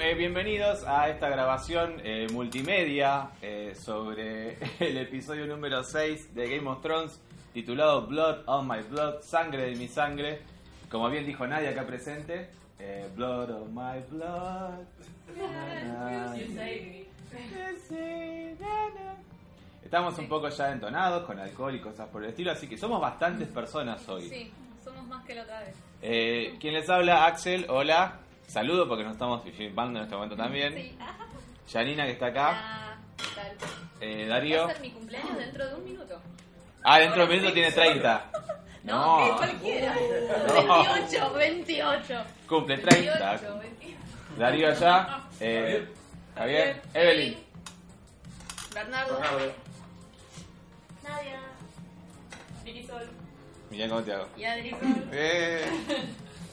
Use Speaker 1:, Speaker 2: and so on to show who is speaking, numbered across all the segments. Speaker 1: Eh, bienvenidos a esta grabación eh, multimedia eh, sobre el episodio número 6 de Game of Thrones titulado Blood on My Blood, sangre de mi sangre. Como bien dijo nadie acá presente, eh, Blood on My Blood. Na, na, Estamos un poco ya entonados con alcohol y cosas por el estilo, así que somos bastantes personas hoy.
Speaker 2: Sí, somos más que la otra vez.
Speaker 1: Eh, Quien les habla, Axel, hola. Saludo porque nos estamos filmando en este momento también.
Speaker 2: Sí.
Speaker 1: Yanina que está acá.
Speaker 2: Ah, ¿qué tal?
Speaker 1: Eh, Darío.
Speaker 2: Va a ser mi cumpleaños dentro de un minuto.
Speaker 1: Ah, dentro de un minuto tiene 30.
Speaker 2: No,
Speaker 1: No,
Speaker 2: que cualquiera.
Speaker 1: No.
Speaker 2: 28, 28.
Speaker 1: cumple
Speaker 2: 28,
Speaker 1: 30.
Speaker 2: 28.
Speaker 1: Darío allá. Eh, Javier. Evelyn.
Speaker 2: Bernardo. Nadia. Vicky Sol.
Speaker 1: Mirá cómo te hago.
Speaker 2: Y Adri Sol.
Speaker 1: Eh.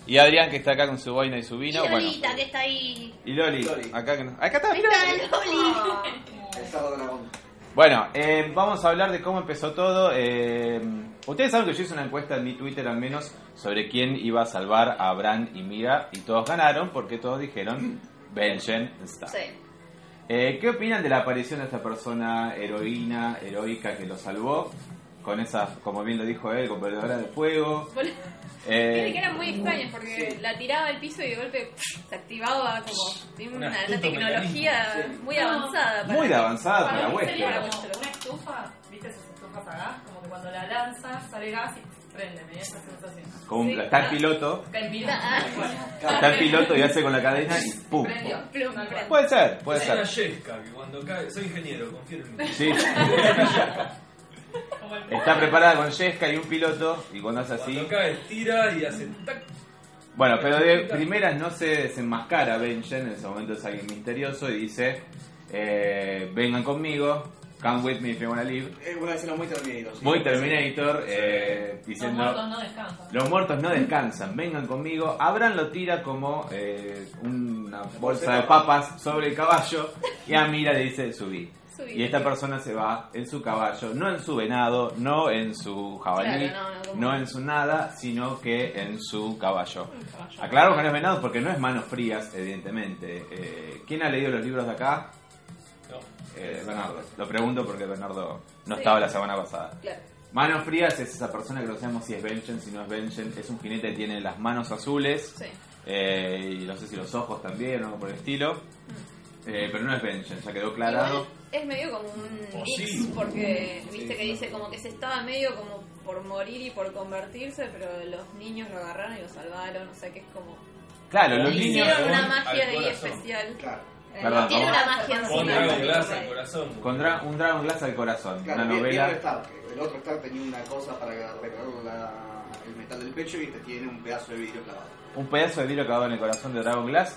Speaker 1: Y Adrián que está acá con su boina y su
Speaker 3: Y
Speaker 1: vino. Bueno.
Speaker 3: Lolita, que está ahí.
Speaker 1: Y Loli.
Speaker 4: Loli.
Speaker 1: Acá, que no- acá está.
Speaker 3: Ahí
Speaker 1: mirá.
Speaker 3: está Loli.
Speaker 4: El sábado dragón.
Speaker 1: Bueno, eh, vamos a hablar de cómo empezó todo. Eh, ustedes saben que yo hice una encuesta en mi Twitter al menos sobre quién iba a salvar a Bran y Mira y todos ganaron porque todos dijeron Benjen Stark.
Speaker 3: Sí.
Speaker 1: Eh, ¿Qué opinan de la aparición de esta persona heroína, heroica que lo salvó? Con esas, como bien lo dijo él, con perdedora de fuego.
Speaker 2: Bol-
Speaker 1: Eh,
Speaker 2: Dice que eran muy extraños porque la tiraba al piso y de golpe se activaba como tiene una, una
Speaker 5: astuto
Speaker 2: tecnología
Speaker 4: mecanismo.
Speaker 2: muy avanzada. para-
Speaker 1: muy de avanzada para
Speaker 2: Para mí
Speaker 1: Westeros.
Speaker 2: sería
Speaker 6: Como una estufa, ¿viste esas estufas a gas? Como que cuando la lanzas sale gas y prende, me da esa sensación.
Speaker 1: Como un-
Speaker 2: Sí.
Speaker 1: está el piloto,
Speaker 6: Termina.
Speaker 1: está el piloto y hace con la cadena y ¡pum!
Speaker 6: Prendió.
Speaker 2: Plum, plum.
Speaker 6: Tal cual.
Speaker 1: Puede ser, puede
Speaker 5: Es una
Speaker 1: ser.
Speaker 5: yesca que cuando cae. Soy ingeniero, confío en mí.
Speaker 1: Sí.
Speaker 6: Como el-
Speaker 1: Está preparada con Yesca y un piloto y cuando hace así...
Speaker 5: Cuando cae, tira y hace tac.
Speaker 1: Bueno, pero de primeras no se desenmascara Benjen, en ese momento es alguien misterioso y dice, eh, vengan conmigo, come with me if you wanna live.
Speaker 4: Es una escena muy Terminator. sí.
Speaker 1: Muy Terminator, eh,
Speaker 6: Los
Speaker 1: diciendo...
Speaker 6: muertos no descansan.
Speaker 1: Los muertos no descansan, vengan conmigo. Abraham lo tira como eh, una bolsa de papas sobre el caballo y a Mira le dice subí.
Speaker 2: Subí.
Speaker 1: Y esta persona se va en su caballo, no en su venado, no en su jabalí,
Speaker 2: Claro, no, no,
Speaker 1: no,
Speaker 2: como-
Speaker 1: en su nada, sino que en su caballo. Aclaro que no es venado porque no es manos frías, evidentemente. Eh, ¿Quién ha leído los libros de acá?
Speaker 5: No.
Speaker 1: Eh, Bernardo. Lo pregunto porque Bernardo no
Speaker 2: Sí.
Speaker 1: estaba la semana pasada.
Speaker 2: Claro.
Speaker 1: Manos Frías es esa persona que no sabemos si es Benjen, si no es Benjen. Es un jinete que tiene las manos azules
Speaker 2: Sí.
Speaker 1: eh, y no sé si los ojos también o algo por el estilo. Eh, pero no es Benjen, ya quedó aclarado.
Speaker 2: Mm. Igual es medio como un
Speaker 5: Oh,
Speaker 2: mix,
Speaker 5: sí.
Speaker 2: porque viste
Speaker 4: Sí,
Speaker 2: que dice como que se estaba medio como por morir y por convertirse, pero los niños lo agarraron y lo salvaron, o sea que es como...
Speaker 1: Claro, los
Speaker 2: Le
Speaker 1: niños
Speaker 2: hicieron
Speaker 5: son
Speaker 2: una
Speaker 5: al
Speaker 2: magia de ahí
Speaker 5: corazón.
Speaker 2: especial.
Speaker 4: Claro.
Speaker 2: Eh,
Speaker 1: Perdón,
Speaker 2: tiene
Speaker 1: ¿cómo?
Speaker 2: una magia
Speaker 5: Con
Speaker 2: encima.
Speaker 5: Dragon Glass al corazón.
Speaker 1: con dra- un Dragon Glass al corazón,
Speaker 4: Claro,
Speaker 1: una
Speaker 4: bien- bien
Speaker 1: novela.
Speaker 4: Stark. El otro Stark tenía una cosa para recargar la- el metal del pecho y te tiene un pedazo de vidrio clavado.
Speaker 1: Un pedazo de vidrio clavado en el corazón de Dragon Glass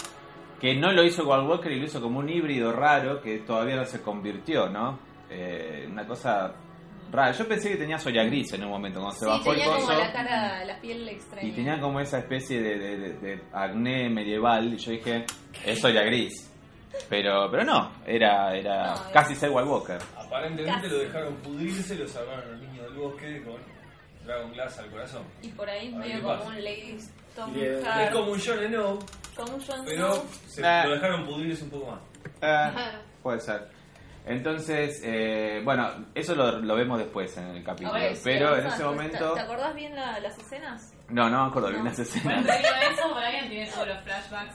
Speaker 1: que no lo hizo Wild Walker y lo hizo como un híbrido raro que todavía no se convirtió, ¿no? Eh, una cosa rara. Yo pensé que tenía soya gris en un momento cuando se
Speaker 2: Sí,
Speaker 1: bajó
Speaker 2: tenía
Speaker 1: el
Speaker 2: como
Speaker 1: coso.
Speaker 2: la cara, la piel extraña.
Speaker 1: Y tenía como esa especie de, de- de- de acné medieval. Y yo dije, eso era gris. Pero, pero no, era, era
Speaker 2: No,
Speaker 1: casi ser White Walker.
Speaker 5: Aparentemente lo dejaron pudrirse, lo salvaron al niño del bosque con Dragon Glass al corazón.
Speaker 2: Y por ahí es
Speaker 5: A ver
Speaker 2: medio
Speaker 5: qué
Speaker 2: como
Speaker 5: pasa.
Speaker 2: un Lady Tom
Speaker 4: Y le-
Speaker 5: Es como un Jon Snow,
Speaker 2: como un Jon
Speaker 5: pero
Speaker 2: Snow.
Speaker 5: se
Speaker 1: Nah.
Speaker 5: lo dejaron pudrirse un poco más.
Speaker 2: Claro.
Speaker 1: Eh, puede ser. Entonces, eh, bueno, eso lo, lo vemos después en el capítulo.
Speaker 6: Ahora, sí,
Speaker 1: pero en
Speaker 2: Ah,
Speaker 1: ese
Speaker 2: ¿te-
Speaker 1: momento...
Speaker 2: ¿Te acordás bien la- las escenas?
Speaker 1: No, no me acuerdo bien
Speaker 2: No.
Speaker 1: las escenas.
Speaker 6: Cuando digo eso, Brian tiene todos los flashbacks.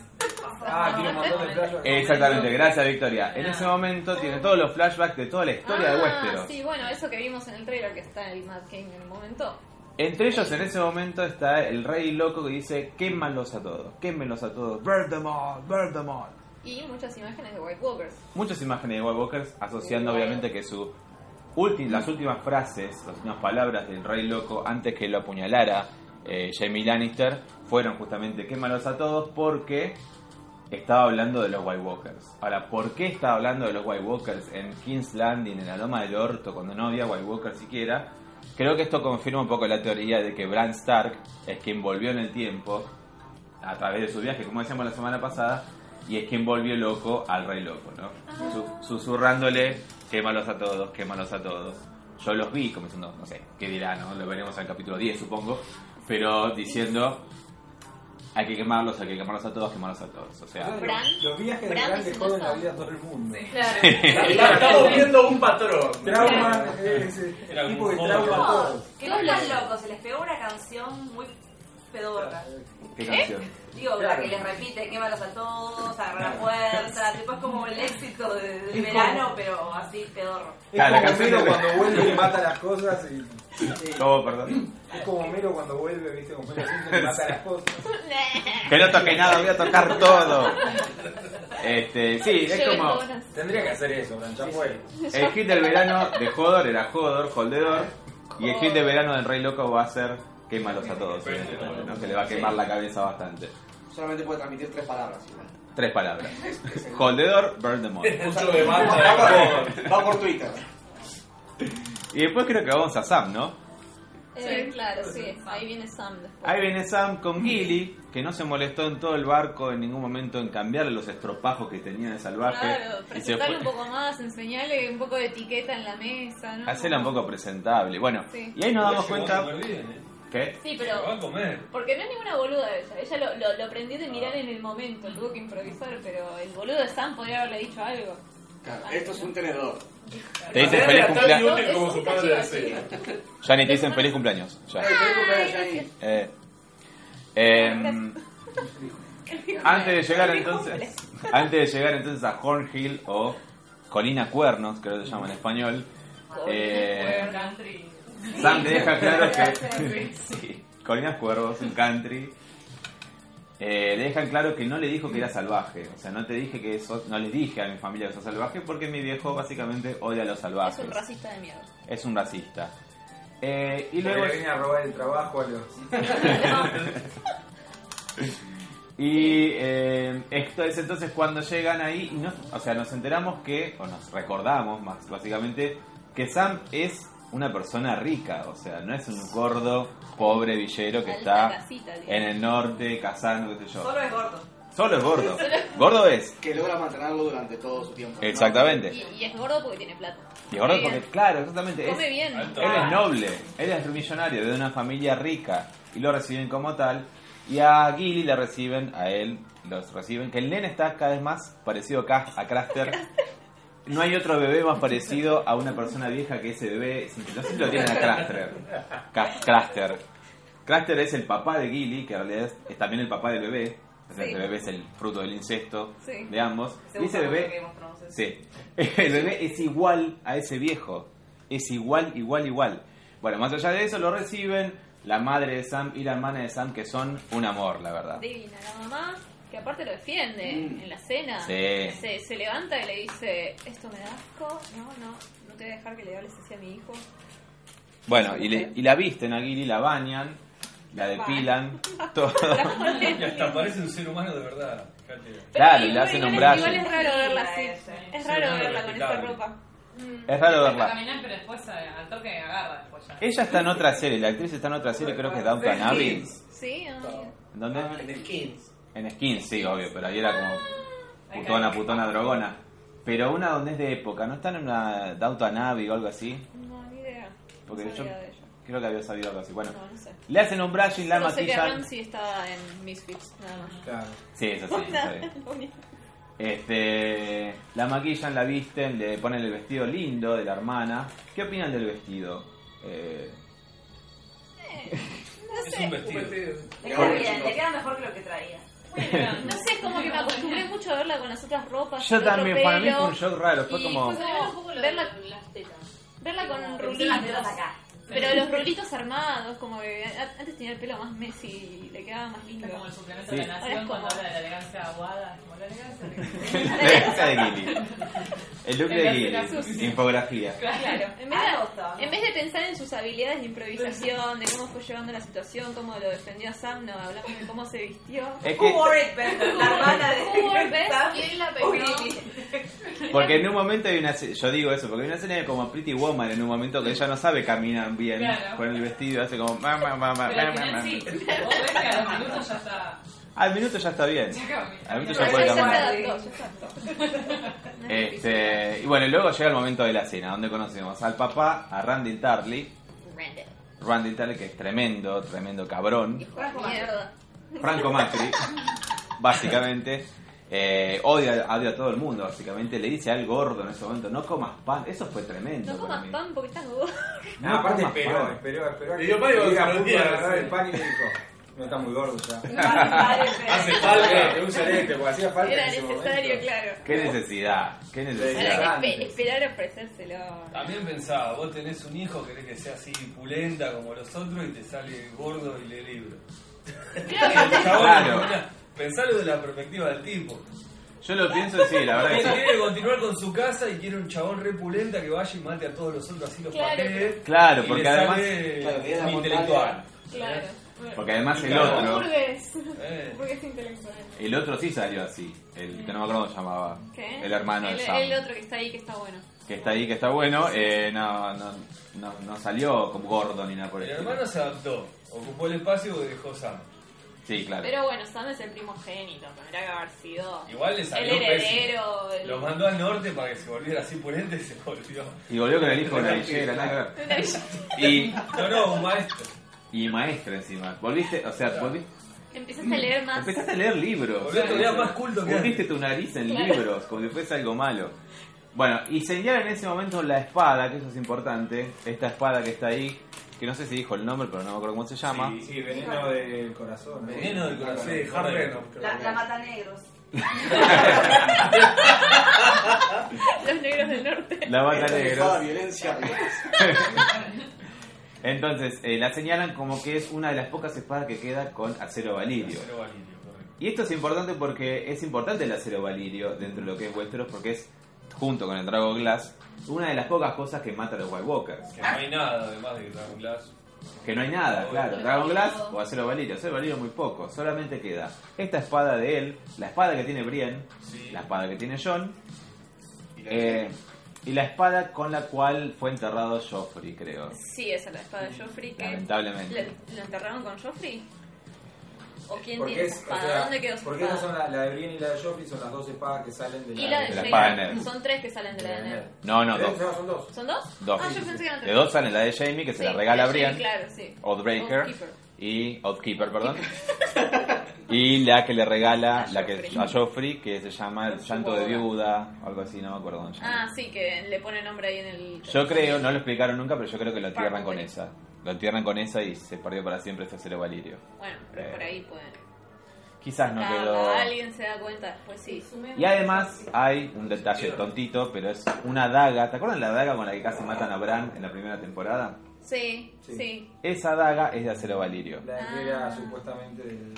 Speaker 4: Ah, tiene un montón de playas.
Speaker 1: Exactamente, gracias Victoria. En
Speaker 6: Ah.
Speaker 1: ese momento tiene todos los flashbacks de toda la historia
Speaker 2: ah,
Speaker 1: de Westeros.
Speaker 2: Sí, bueno, eso que vimos en el trailer que está el Mad King en el momento.
Speaker 1: Entre ellos en ese momento está el rey loco que dice, quémalos a todos, quémelos a todos, burn them all, burn them all.
Speaker 2: Y muchas imágenes de White Walkers.
Speaker 1: muchas imágenes de White Walkers asociando obviamente que su ulti- las últimas frases, las últimas palabras del Rey Loco antes que lo apuñalara eh, Jamie Lannister fueron justamente quémalos a todos porque estaba hablando de los White Walkers. Ahora, ¿por qué estaba hablando de los White Walkers en King's Landing, en la Loma del Orto, cuando no había White Walkers siquiera? Creo que esto confirma un poco la teoría de que Bran Stark es quien volvió en el tiempo a través de su viaje, como decíamos la semana pasada, y es quien volvió loco al rey loco, ¿no? Su- susurrándole, quémalos a todos, quémalos a todos. Yo los vi, como diciendo, no sé, qué dirá, ¿no? Lo veremos en el capítulo 10, supongo, pero diciendo, Hay que quemarlos, hay que quemarlos a todos, quemarlos a todos. O sea,
Speaker 2: Bran.
Speaker 7: Los viajes de
Speaker 2: Bran
Speaker 7: Bran le
Speaker 2: diciendo
Speaker 7: joden la
Speaker 2: eso.
Speaker 7: vida a todo el mundo.
Speaker 6: Claro.
Speaker 8: Estamos viendo un patrón.
Speaker 7: Trauma, es,
Speaker 5: Era como
Speaker 7: tipo de
Speaker 5: un
Speaker 7: trauma a
Speaker 5: joven.
Speaker 2: Oh,
Speaker 7: todos.
Speaker 6: Que no están locos, se les pegó una canción muy pedorra.
Speaker 1: ¿qué canción?
Speaker 6: Digo, la que les repite, quémalos a todos, agarra la fuerza, tipo es como el éxito de- del verano, pero así pedorro.
Speaker 7: Es
Speaker 1: Claro, la
Speaker 7: como
Speaker 1: canción
Speaker 7: Mero
Speaker 1: de-
Speaker 7: cuando vuelve y mata las cosas. Y,
Speaker 1: ¿Cómo, Oh, perdón?
Speaker 7: es como Mero cuando vuelve, viste, como Mero Simpson y mata las cosas.
Speaker 1: Que no toque nada, voy a tocar todo. Este, sí, es
Speaker 2: Lleven
Speaker 1: como
Speaker 2: donas.
Speaker 7: Tendría que hacer eso, Bran, ya fue.
Speaker 1: el hit del verano de Hodor era Hodor, Holdedor, y el hit de verano del Rey Loco va a ser quémalos a todos, evidentemente, ¿no? que le va a quemar la cabeza bastante.
Speaker 4: Solamente puede transmitir tres palabras. igual.
Speaker 1: Tres palabras. Holdedor, burn them all.
Speaker 8: Mucho de
Speaker 4: Va,
Speaker 5: ¿eh?
Speaker 8: mata.
Speaker 4: va por, va por Twitter.
Speaker 1: Y después creo que vamos a Sam, ¿no?
Speaker 2: Eh, claro, sí. Ahí viene Sam después.
Speaker 1: Ahí viene Sam con Gilly, que no se molestó en todo el barco en ningún momento en cambiarle los estropajos que tenía de salvaje.
Speaker 2: Claro,
Speaker 1: y se
Speaker 2: presentarle
Speaker 1: fue-
Speaker 2: un poco más, enseñarle un poco de etiqueta en la mesa, ¿no?
Speaker 1: Hacela un poco presentable. Bueno,
Speaker 2: Sí.
Speaker 1: y ahí nos damos
Speaker 5: Llegó
Speaker 1: cuenta
Speaker 5: a comer bien, ¿eh?
Speaker 1: que
Speaker 2: Sí,
Speaker 5: Se va
Speaker 2: pero...
Speaker 5: a comer.
Speaker 2: Porque no es ninguna boluda ella. Ella lo, lo, lo aprendió de mirar en el momento. Tuvo que improvisar, pero el boludo de Sam podría haberle dicho algo.
Speaker 4: Claro, esto es un tenedor.
Speaker 1: te dicen
Speaker 8: Hacerle
Speaker 1: feliz
Speaker 8: la tarde
Speaker 1: cumpleaños.
Speaker 8: útil como su padre decía.
Speaker 1: Ya ni te dicen feliz cumpleaños. Ya.
Speaker 4: Ay, feliz cumpleaños, Jenny.
Speaker 1: Eh, em, antes de llegar entonces, antes de llegar entonces a Hornhill o Colina Cuernos, creo que se llama en español, eh,
Speaker 6: Country.
Speaker 1: Sam le deja claro que. sí, Colinas Cuervos, un country. Eh, le dejan claro que no le dijo que era salvaje. O sea, no te dije que eso. No le dije a mi familia que sos salvaje porque mi viejo básicamente odia a los
Speaker 2: Es
Speaker 1: salvajes.
Speaker 2: un racista de mierda.
Speaker 1: Es un racista. Eh, y
Speaker 7: Y luego
Speaker 1: luego.
Speaker 7: le viene a robar el trabajo a los.
Speaker 1: Y eh, esto es entonces cuando llegan ahí, y nos- o sea, nos enteramos que, o nos recordamos más básicamente, que Sam es una persona rica, o sea, no es un gordo, pobre villero que
Speaker 2: Alta
Speaker 1: está
Speaker 2: casita, digamos.
Speaker 1: en el norte cazando, qué sé yo.
Speaker 6: Solo es gordo.
Speaker 1: Solo es gordo. Gordo es.
Speaker 4: Que logra mantenerlo durante todo su tiempo.
Speaker 1: Exactamente.
Speaker 2: Y, y es gordo porque tiene plata.
Speaker 1: Y gordo
Speaker 2: Come
Speaker 1: porque,
Speaker 2: bien.
Speaker 1: claro, exactamente. Es,
Speaker 2: Come bien. Ah,
Speaker 5: Alto.
Speaker 1: Él es noble, él es millonario, de una familia rica y lo reciben como tal. Y a Gilly le reciben, a él los reciben, que el nene está cada vez más parecido a Cas- a Craster. No hay otro bebé más parecido a una persona vieja que ese bebé. No sé si lo tienen a Craster. Cas- Craster. Craster es el papá de Gilly, que en realidad es, es también el papá del bebé. O sea,
Speaker 2: Sí.
Speaker 1: ese bebé es el fruto del incesto
Speaker 2: Sí.
Speaker 1: de ambos. Y ese
Speaker 6: Según lo
Speaker 1: bebé
Speaker 6: que mostramos es-
Speaker 1: Sí. El bebé es igual a ese viejo. Es igual, igual, igual. Bueno, más allá de eso, lo reciben la madre de Sam y la hermana de Sam, que son un amor, la verdad.
Speaker 2: Divina la mamá, que aparte lo defiende
Speaker 4: Mm.
Speaker 2: en la cena.
Speaker 1: Sí.
Speaker 2: Se, se levanta y le dice, esto me da asco, no, no, no te voy a dejar que le hables así a mi hijo.
Speaker 1: Bueno, y, le- y la visten a Gilly, la bañan, la depilan, todo.
Speaker 5: Y hasta parece un ser humano de verdad. Fíjate.
Speaker 1: Claro, y le hacen un brazo.
Speaker 2: igual- Igual es raro verla así. Es
Speaker 5: Sí,
Speaker 2: raro
Speaker 5: no,
Speaker 2: verla con esta
Speaker 5: respetable.
Speaker 2: ropa.
Speaker 1: Es raro
Speaker 6: Empieza a
Speaker 1: verla.
Speaker 6: caminar, pero después eh, al toque agarra después ya.
Speaker 1: Ella está en otra serie, la actriz está en otra serie, creo que es Downton Abbey.
Speaker 2: Sí, ah, mira.
Speaker 1: ¿En ¿Dónde?
Speaker 8: De 15.
Speaker 1: En Skins, sí, obvio, pero ahí era como putona, putona, drogona. Pero una donde es de época, ¿no están en una Downton Abbey o algo así?
Speaker 2: no, ni idea.
Speaker 1: Porque
Speaker 2: no
Speaker 1: yo
Speaker 2: sabía de ella.
Speaker 1: creo que había sabido algo así. Bueno,
Speaker 2: No, no sé.
Speaker 1: le hacen un brushing, la
Speaker 2: Solo sé que
Speaker 1: maquillan.
Speaker 2: Ramsey estaba en Misfits, nada más.
Speaker 7: Claro.
Speaker 1: Sí, eso sí,
Speaker 2: O sea,
Speaker 1: sí.
Speaker 2: lo único.
Speaker 1: Este, la maquillan, la visten, le ponen el vestido lindo de la hermana. ¿Qué opinan del vestido? Eh,
Speaker 2: no
Speaker 5: Es un
Speaker 2: sé.
Speaker 5: vestido.
Speaker 6: Le queda bien, le queda mejor que lo que traía.
Speaker 2: Bueno, no sé, es como que me acostumbré mucho a verla con las otras ropas.
Speaker 1: yo
Speaker 2: el otro
Speaker 1: también, para mí
Speaker 2: pelo.
Speaker 1: fue un shock raro. Fue
Speaker 2: Y
Speaker 1: como.
Speaker 2: fue
Speaker 3: Pero un poco lo de
Speaker 2: Verla-
Speaker 3: las tetas.
Speaker 2: Verla con
Speaker 6: Pero encima te
Speaker 2: rulitos.
Speaker 6: das acá.
Speaker 2: Pero los rulitos armados, como que a- antes tenía el pelo más Messi y le quedaba más lindo.
Speaker 6: Es como el suplemento
Speaker 1: Sí.
Speaker 6: de la
Speaker 2: Ahora es
Speaker 6: nación
Speaker 2: como-
Speaker 6: cuando habla de la elegancia aguada. es Como la
Speaker 1: La cabeza
Speaker 6: elegancia de-
Speaker 1: de Gilly. El look de
Speaker 6: El vestido
Speaker 1: Gilly.
Speaker 6: sucio.
Speaker 1: Infografía.
Speaker 2: Claro, en vez,
Speaker 6: Ah, no, no.
Speaker 2: de, en vez de pensar en sus habilidades de improvisación, de cómo fue llevando la situación, cómo lo defendió a Sam, no, hablamos de cómo se vistió.
Speaker 1: Es
Speaker 6: Who
Speaker 1: que.
Speaker 6: wore it better? La hermana de
Speaker 2: Who wore best?
Speaker 6: Sam.
Speaker 3: ¿Quién la
Speaker 6: Uy,
Speaker 3: peinó?
Speaker 1: Porque en un momento hay una. se- Yo digo eso, porque hay una escena como Pretty Woman en un momento que ella no sabe caminar bien
Speaker 6: Claro.
Speaker 1: con el vestido, hace como. "Ma, ma, ma, ma,
Speaker 6: Pero al
Speaker 1: ma, ma,
Speaker 6: final sí,
Speaker 1: ma".
Speaker 6: vos ves que a los minutos ya está.
Speaker 1: Al minuto ya está bien.
Speaker 6: Ya camina.
Speaker 1: Al minuto
Speaker 2: Ya
Speaker 1: ya puede
Speaker 2: ya se
Speaker 1: caminar.
Speaker 2: adaptó, ya se adaptó. No es difícil.
Speaker 1: Este, y bueno, y luego llega el momento de la cena, donde conocemos al papá, a Randy Tarly.
Speaker 2: Randall.
Speaker 1: Randy Tarly, que es tremendo, tremendo cabrón.
Speaker 2: Hijo de mierda.
Speaker 1: Franco Macri, básicamente, eh, odia, odia a todo el mundo, básicamente. Le dice al gordo en ese momento, no comas pan. Eso fue tremendo.
Speaker 2: No
Speaker 1: para
Speaker 2: comas
Speaker 1: mí.
Speaker 2: pan porque estás gordo.
Speaker 1: No
Speaker 7: Ah, aparte
Speaker 1: comas
Speaker 7: esperó,
Speaker 1: pan.
Speaker 7: esperó, esperó. a
Speaker 8: Le
Speaker 7: que
Speaker 8: dio pan y
Speaker 7: llega
Speaker 8: se lo
Speaker 7: a punto de
Speaker 8: tira,
Speaker 7: agarrar
Speaker 8: sí.
Speaker 7: el pan y le dijo, no está muy gordo ya.
Speaker 8: Hace
Speaker 6: Hace
Speaker 8: falta.
Speaker 7: Un solete, porque hacía falta
Speaker 2: Era
Speaker 7: en ese
Speaker 2: necesario,
Speaker 7: momento.
Speaker 2: claro.
Speaker 1: Qué necesidad, qué necesidad.
Speaker 7: Era-
Speaker 2: Para espe- esperar a ofrecérselo.
Speaker 5: También pensaba, vos tenés un hijo, querés que sea así pulenta como los otros y te sale gordo y lee libro.
Speaker 1: Claro.
Speaker 5: Pensalo de la perspectiva del tipo.
Speaker 1: Yo lo pienso y sí, la verdad
Speaker 5: Él
Speaker 1: que sí.
Speaker 5: quiere continuar con su casa y quiere un chabón repulenta que vaya y mate a todos los otros así los
Speaker 2: Claro.
Speaker 5: patee.
Speaker 1: Claro,
Speaker 5: y
Speaker 1: porque
Speaker 5: le
Speaker 1: además-
Speaker 5: sale
Speaker 4: Claro, que es la
Speaker 5: un
Speaker 4: montaña.
Speaker 5: intelectual.
Speaker 2: Claro.
Speaker 1: Porque además el
Speaker 5: Claro.
Speaker 1: otro,
Speaker 2: Burgues.
Speaker 5: Eh.
Speaker 2: Burgues intelectual.
Speaker 1: el otro sí salió así. El que no me acuerdo cómo se llamaba.
Speaker 2: ¿Qué?
Speaker 1: El hermano
Speaker 2: el,
Speaker 1: de Sam.
Speaker 2: el otro que está ahí que está bueno.
Speaker 1: Que está ahí, que está bueno. eh, no, no, no, no salió como gordo ni nada por
Speaker 5: El
Speaker 1: el
Speaker 5: hermano
Speaker 1: estilo.
Speaker 5: se adaptó, ocupó el espacio que dejó Sam.
Speaker 1: Sí, claro.
Speaker 2: Pero bueno, Sam es el primogénito, tendrá que haber sido
Speaker 5: Igual le
Speaker 2: el
Speaker 5: salió pésimo.
Speaker 2: heredero. el-
Speaker 5: Lo mandó al norte para que se volviera así pulenta y se volvió.
Speaker 1: Y volvió con el hijo de la villera, nada que ver. Y,
Speaker 5: No, no, un maestro.
Speaker 1: y maestra encima. Volviste, o sea, volviste,
Speaker 2: Empezaste a leer más.
Speaker 1: empezaste a leer libros.
Speaker 5: Volvió todavía más culto que
Speaker 1: Hundiste
Speaker 5: antes.
Speaker 1: tu nariz en
Speaker 2: Claro.
Speaker 1: libros, como si fuese algo malo. Bueno, y señala en ese momento la espada, que eso es importante. Esta espada que está ahí, que no sé si dijo el nombre, pero no me acuerdo cómo se llama.
Speaker 7: Sí, sí, veneno del corazón. ¿no?
Speaker 5: Veneno del corazón.
Speaker 7: Sí,
Speaker 5: Harvey Venom.
Speaker 6: La, la mata negros.
Speaker 2: Los negros del norte.
Speaker 1: La bata
Speaker 4: Esta
Speaker 1: negra.
Speaker 4: enojada violencia.
Speaker 1: Entonces, eh, la señalan como que es una de las pocas espadas que queda con acero valirio.
Speaker 5: Cero valirio, correcto.
Speaker 1: Y esto es importante porque es importante el acero valirio dentro de lo que es Westeros porque es, junto con el Drago Glass, una de las pocas cosas que mata a los White Walkers.
Speaker 5: Que no hay nada además de que trae un glass.
Speaker 1: Que no hay nada, claro.
Speaker 2: Obvio.
Speaker 1: Dragon Glass o acero valirio. Acero valirio muy poco. Solamente queda esta espada de él, la espada que tiene Brienne,
Speaker 5: Sí.
Speaker 1: la espada que tiene John
Speaker 4: Y la-
Speaker 1: eh, y la espada con la cual fue enterrado Joffrey, creo.
Speaker 2: Sí, esa es la espada de Joffrey. Que
Speaker 1: Lamentablemente.
Speaker 2: ¿Lo, lo enterraron con Joffrey? ¿O quién
Speaker 7: Porque
Speaker 2: tiene
Speaker 7: es,
Speaker 2: esa
Speaker 7: o
Speaker 2: espada?
Speaker 7: sea,
Speaker 2: ¿Dónde quedó su
Speaker 7: porque esas son
Speaker 2: espada?
Speaker 7: la, la de Brienne y la de Joffrey son las dos espadas que salen de
Speaker 2: Y la de
Speaker 1: de la
Speaker 2: Jaime.
Speaker 1: espada de Ned.
Speaker 2: Son tres que salen de la de Ned.
Speaker 1: No, no, dos.
Speaker 7: Tres, no, son dos.
Speaker 2: ¿Son dos?
Speaker 1: Dos.
Speaker 2: Ah, yo pensé que eran tres.
Speaker 1: De dos sale la de Jamie que se
Speaker 2: Sí,
Speaker 1: la regala a
Speaker 2: sí,
Speaker 1: Brian. Oh.
Speaker 2: Claro, sí.
Speaker 1: Oathbreaker
Speaker 2: Oathkeeper.
Speaker 1: y Oathkeeper, perdón. y la que le regala
Speaker 2: A
Speaker 1: la que
Speaker 2: Joffrey.
Speaker 1: a Joffrey que se llama el llanto de viuda, o algo así, no me acuerdo. cómo se llama.
Speaker 2: Ah, sí, que le pone nombre ahí en el.
Speaker 1: Yo creo, no lo explicaron nunca, pero yo creo que lo entierran
Speaker 2: Parco,
Speaker 1: con
Speaker 2: sí.
Speaker 1: esa. Lo entierran con esa y se perdió para siempre este acero valirio.
Speaker 2: Bueno, pero
Speaker 1: Eh,
Speaker 2: por ahí pueden.
Speaker 1: Quizás no
Speaker 2: Ah,
Speaker 1: quedó.
Speaker 2: Alguien se da cuenta después, sí.
Speaker 1: Y además hay un detalle tontito, pero es una daga. ¿Te acuerdan la daga con la que casi matan a Bran en la primera temporada?
Speaker 2: Sí, sí.
Speaker 7: Sí.
Speaker 1: Esa daga es de acero valirio.
Speaker 7: La
Speaker 2: Ah.
Speaker 7: que era supuestamente del...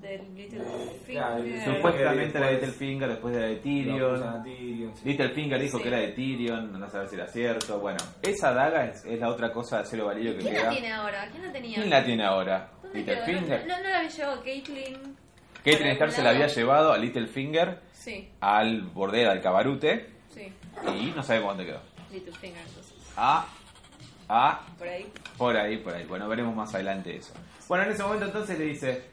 Speaker 2: Del
Speaker 1: Eh,
Speaker 2: Littlefinger.
Speaker 7: Claro, el-
Speaker 1: Supuestamente la de
Speaker 7: Después-
Speaker 1: Littlefinger, después de la de
Speaker 7: Lo
Speaker 1: Tyrion.
Speaker 7: acusan a Tyrion, sí.
Speaker 1: Littlefinger dijo
Speaker 2: Sí.
Speaker 1: que era de Tyrion, no saber si era cierto. Bueno, esa daga es, es la otra cosa de acero valirio que
Speaker 2: ¿Quién
Speaker 1: queda.
Speaker 2: la tiene ahora? ¿Quién la tenía?
Speaker 1: ¿Quién la tiene ahora?
Speaker 2: ¿Dónde quedó?
Speaker 1: Littlefinger.
Speaker 2: No, no, no la había llevado Caitlyn.
Speaker 1: Caitlyn Stark se la había
Speaker 2: Claro.
Speaker 1: llevado a Littlefinger
Speaker 2: Sí,
Speaker 1: al bordel, al cabarute,
Speaker 2: sí.
Speaker 1: y no sabemos dónde quedó.
Speaker 2: Littlefinger, entonces.
Speaker 1: Ah, ah,
Speaker 2: Por ahí.
Speaker 1: Por ahí, por ahí. Bueno, veremos más adelante eso. Bueno, en ese momento entonces le dice,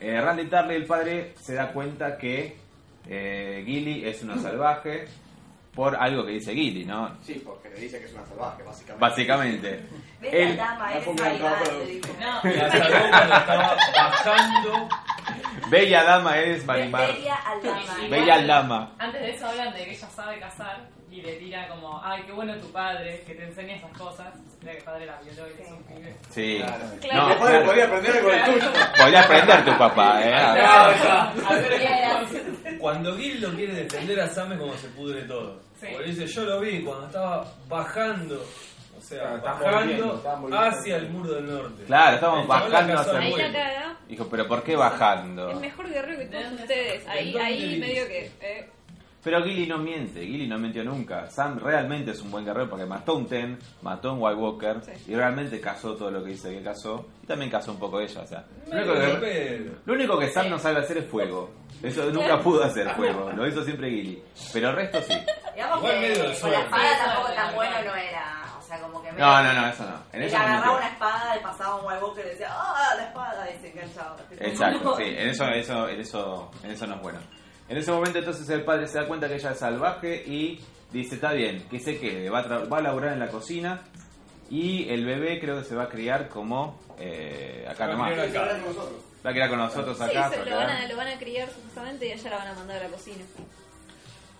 Speaker 1: eh, Randy Tarly, el padre, se da cuenta que eh, Gilly es una salvaje por algo que dice Gilly, ¿no?
Speaker 4: Sí, porque le dice que es una salvaje, básicamente.
Speaker 1: Básicamente.
Speaker 6: Ven
Speaker 1: Él-
Speaker 6: la dama,
Speaker 4: No
Speaker 6: eres
Speaker 4: pongan
Speaker 6: bailante,
Speaker 4: todo.
Speaker 6: dijo.
Speaker 5: La salvó cuando estaba bajando.
Speaker 1: Bella dama eres
Speaker 6: Ve-
Speaker 1: Marimar.
Speaker 6: vería al dama.
Speaker 9: Sí.
Speaker 1: Bella dama.
Speaker 9: Antes de eso hablan de que ella sabe casar y le tira como, ay, qué bueno tu padre, que te enseña esas cosas. Mira que el padre era biólogo y es un pibe.
Speaker 1: Sí.
Speaker 4: Claro.
Speaker 1: No,
Speaker 4: Capaz
Speaker 1: claro.
Speaker 4: que podría aprender con el tuyo.
Speaker 1: Podría aprender tu papá, ¿eh?
Speaker 9: A ver,
Speaker 6: Era-
Speaker 5: Cuando Gil lo quiere defender a Sam es como se pudre todo.
Speaker 9: Sí.
Speaker 5: Porque dice, yo lo vi cuando estaba bajando, o sea,
Speaker 7: Claro, estaban volviendo,
Speaker 5: bajando
Speaker 7: estaban volviendo.
Speaker 5: hacia el muro del norte.
Speaker 1: Claro, estamos
Speaker 5: El chabón la
Speaker 1: bajando
Speaker 5: cazó
Speaker 1: hacia
Speaker 5: a
Speaker 1: el
Speaker 2: Ahí
Speaker 1: muro.
Speaker 5: Will.
Speaker 2: la caga.
Speaker 1: Dijo, pero ¿por qué
Speaker 2: El
Speaker 1: bajando?
Speaker 2: mejor guerrero que todos
Speaker 9: ¿Dónde?
Speaker 2: ustedes. Ahí,
Speaker 5: ¿Dónde
Speaker 2: ahí
Speaker 5: vivís?
Speaker 2: medio que. eh,
Speaker 1: Pero Gilly no miente, Gilly no mintió nunca. Sam realmente es un buen guerrero porque mató a un Ten, mató a un White Walker
Speaker 2: Sí.
Speaker 1: y realmente cazó todo lo que dice que cazó. Y también cazó un poco ella, o sea. Lo único
Speaker 5: Medio
Speaker 1: que,
Speaker 5: pedo.
Speaker 1: lo único que Sam no sabe hacer es fuego. Eso nunca pudo hacer fuego, lo hizo siempre Gilly. Pero el resto sí.
Speaker 6: Digamos
Speaker 5: Igual medio
Speaker 6: que
Speaker 5: de
Speaker 6: con la
Speaker 5: suerte.
Speaker 6: espada tampoco tan bueno no era. O sea, como que me-
Speaker 1: No, no, no, eso no. En
Speaker 6: Le
Speaker 1: eso no
Speaker 6: agarraba una
Speaker 1: mintió.
Speaker 6: espada, le pasaba un walk y decía, ¡ah, la espada! Y se enganchaba.
Speaker 1: Exacto, sí, en eso, en eso, en eso, en eso no es bueno. En ese momento entonces el padre se da cuenta que ella es salvaje y dice, está bien, que se quede, va a, tra- va a laburar en la cocina y el bebé creo que se va a criar como eh, acá
Speaker 5: Va a
Speaker 1: nomás.
Speaker 5: criar acá.
Speaker 4: Hablar con nosotros.
Speaker 1: Va a quedar con nosotros
Speaker 2: Sí,
Speaker 1: acá.
Speaker 2: se
Speaker 1: para
Speaker 2: lo van, a,
Speaker 1: quedar.
Speaker 2: lo van a criar supuestamente y allá la van a mandar a la cocina.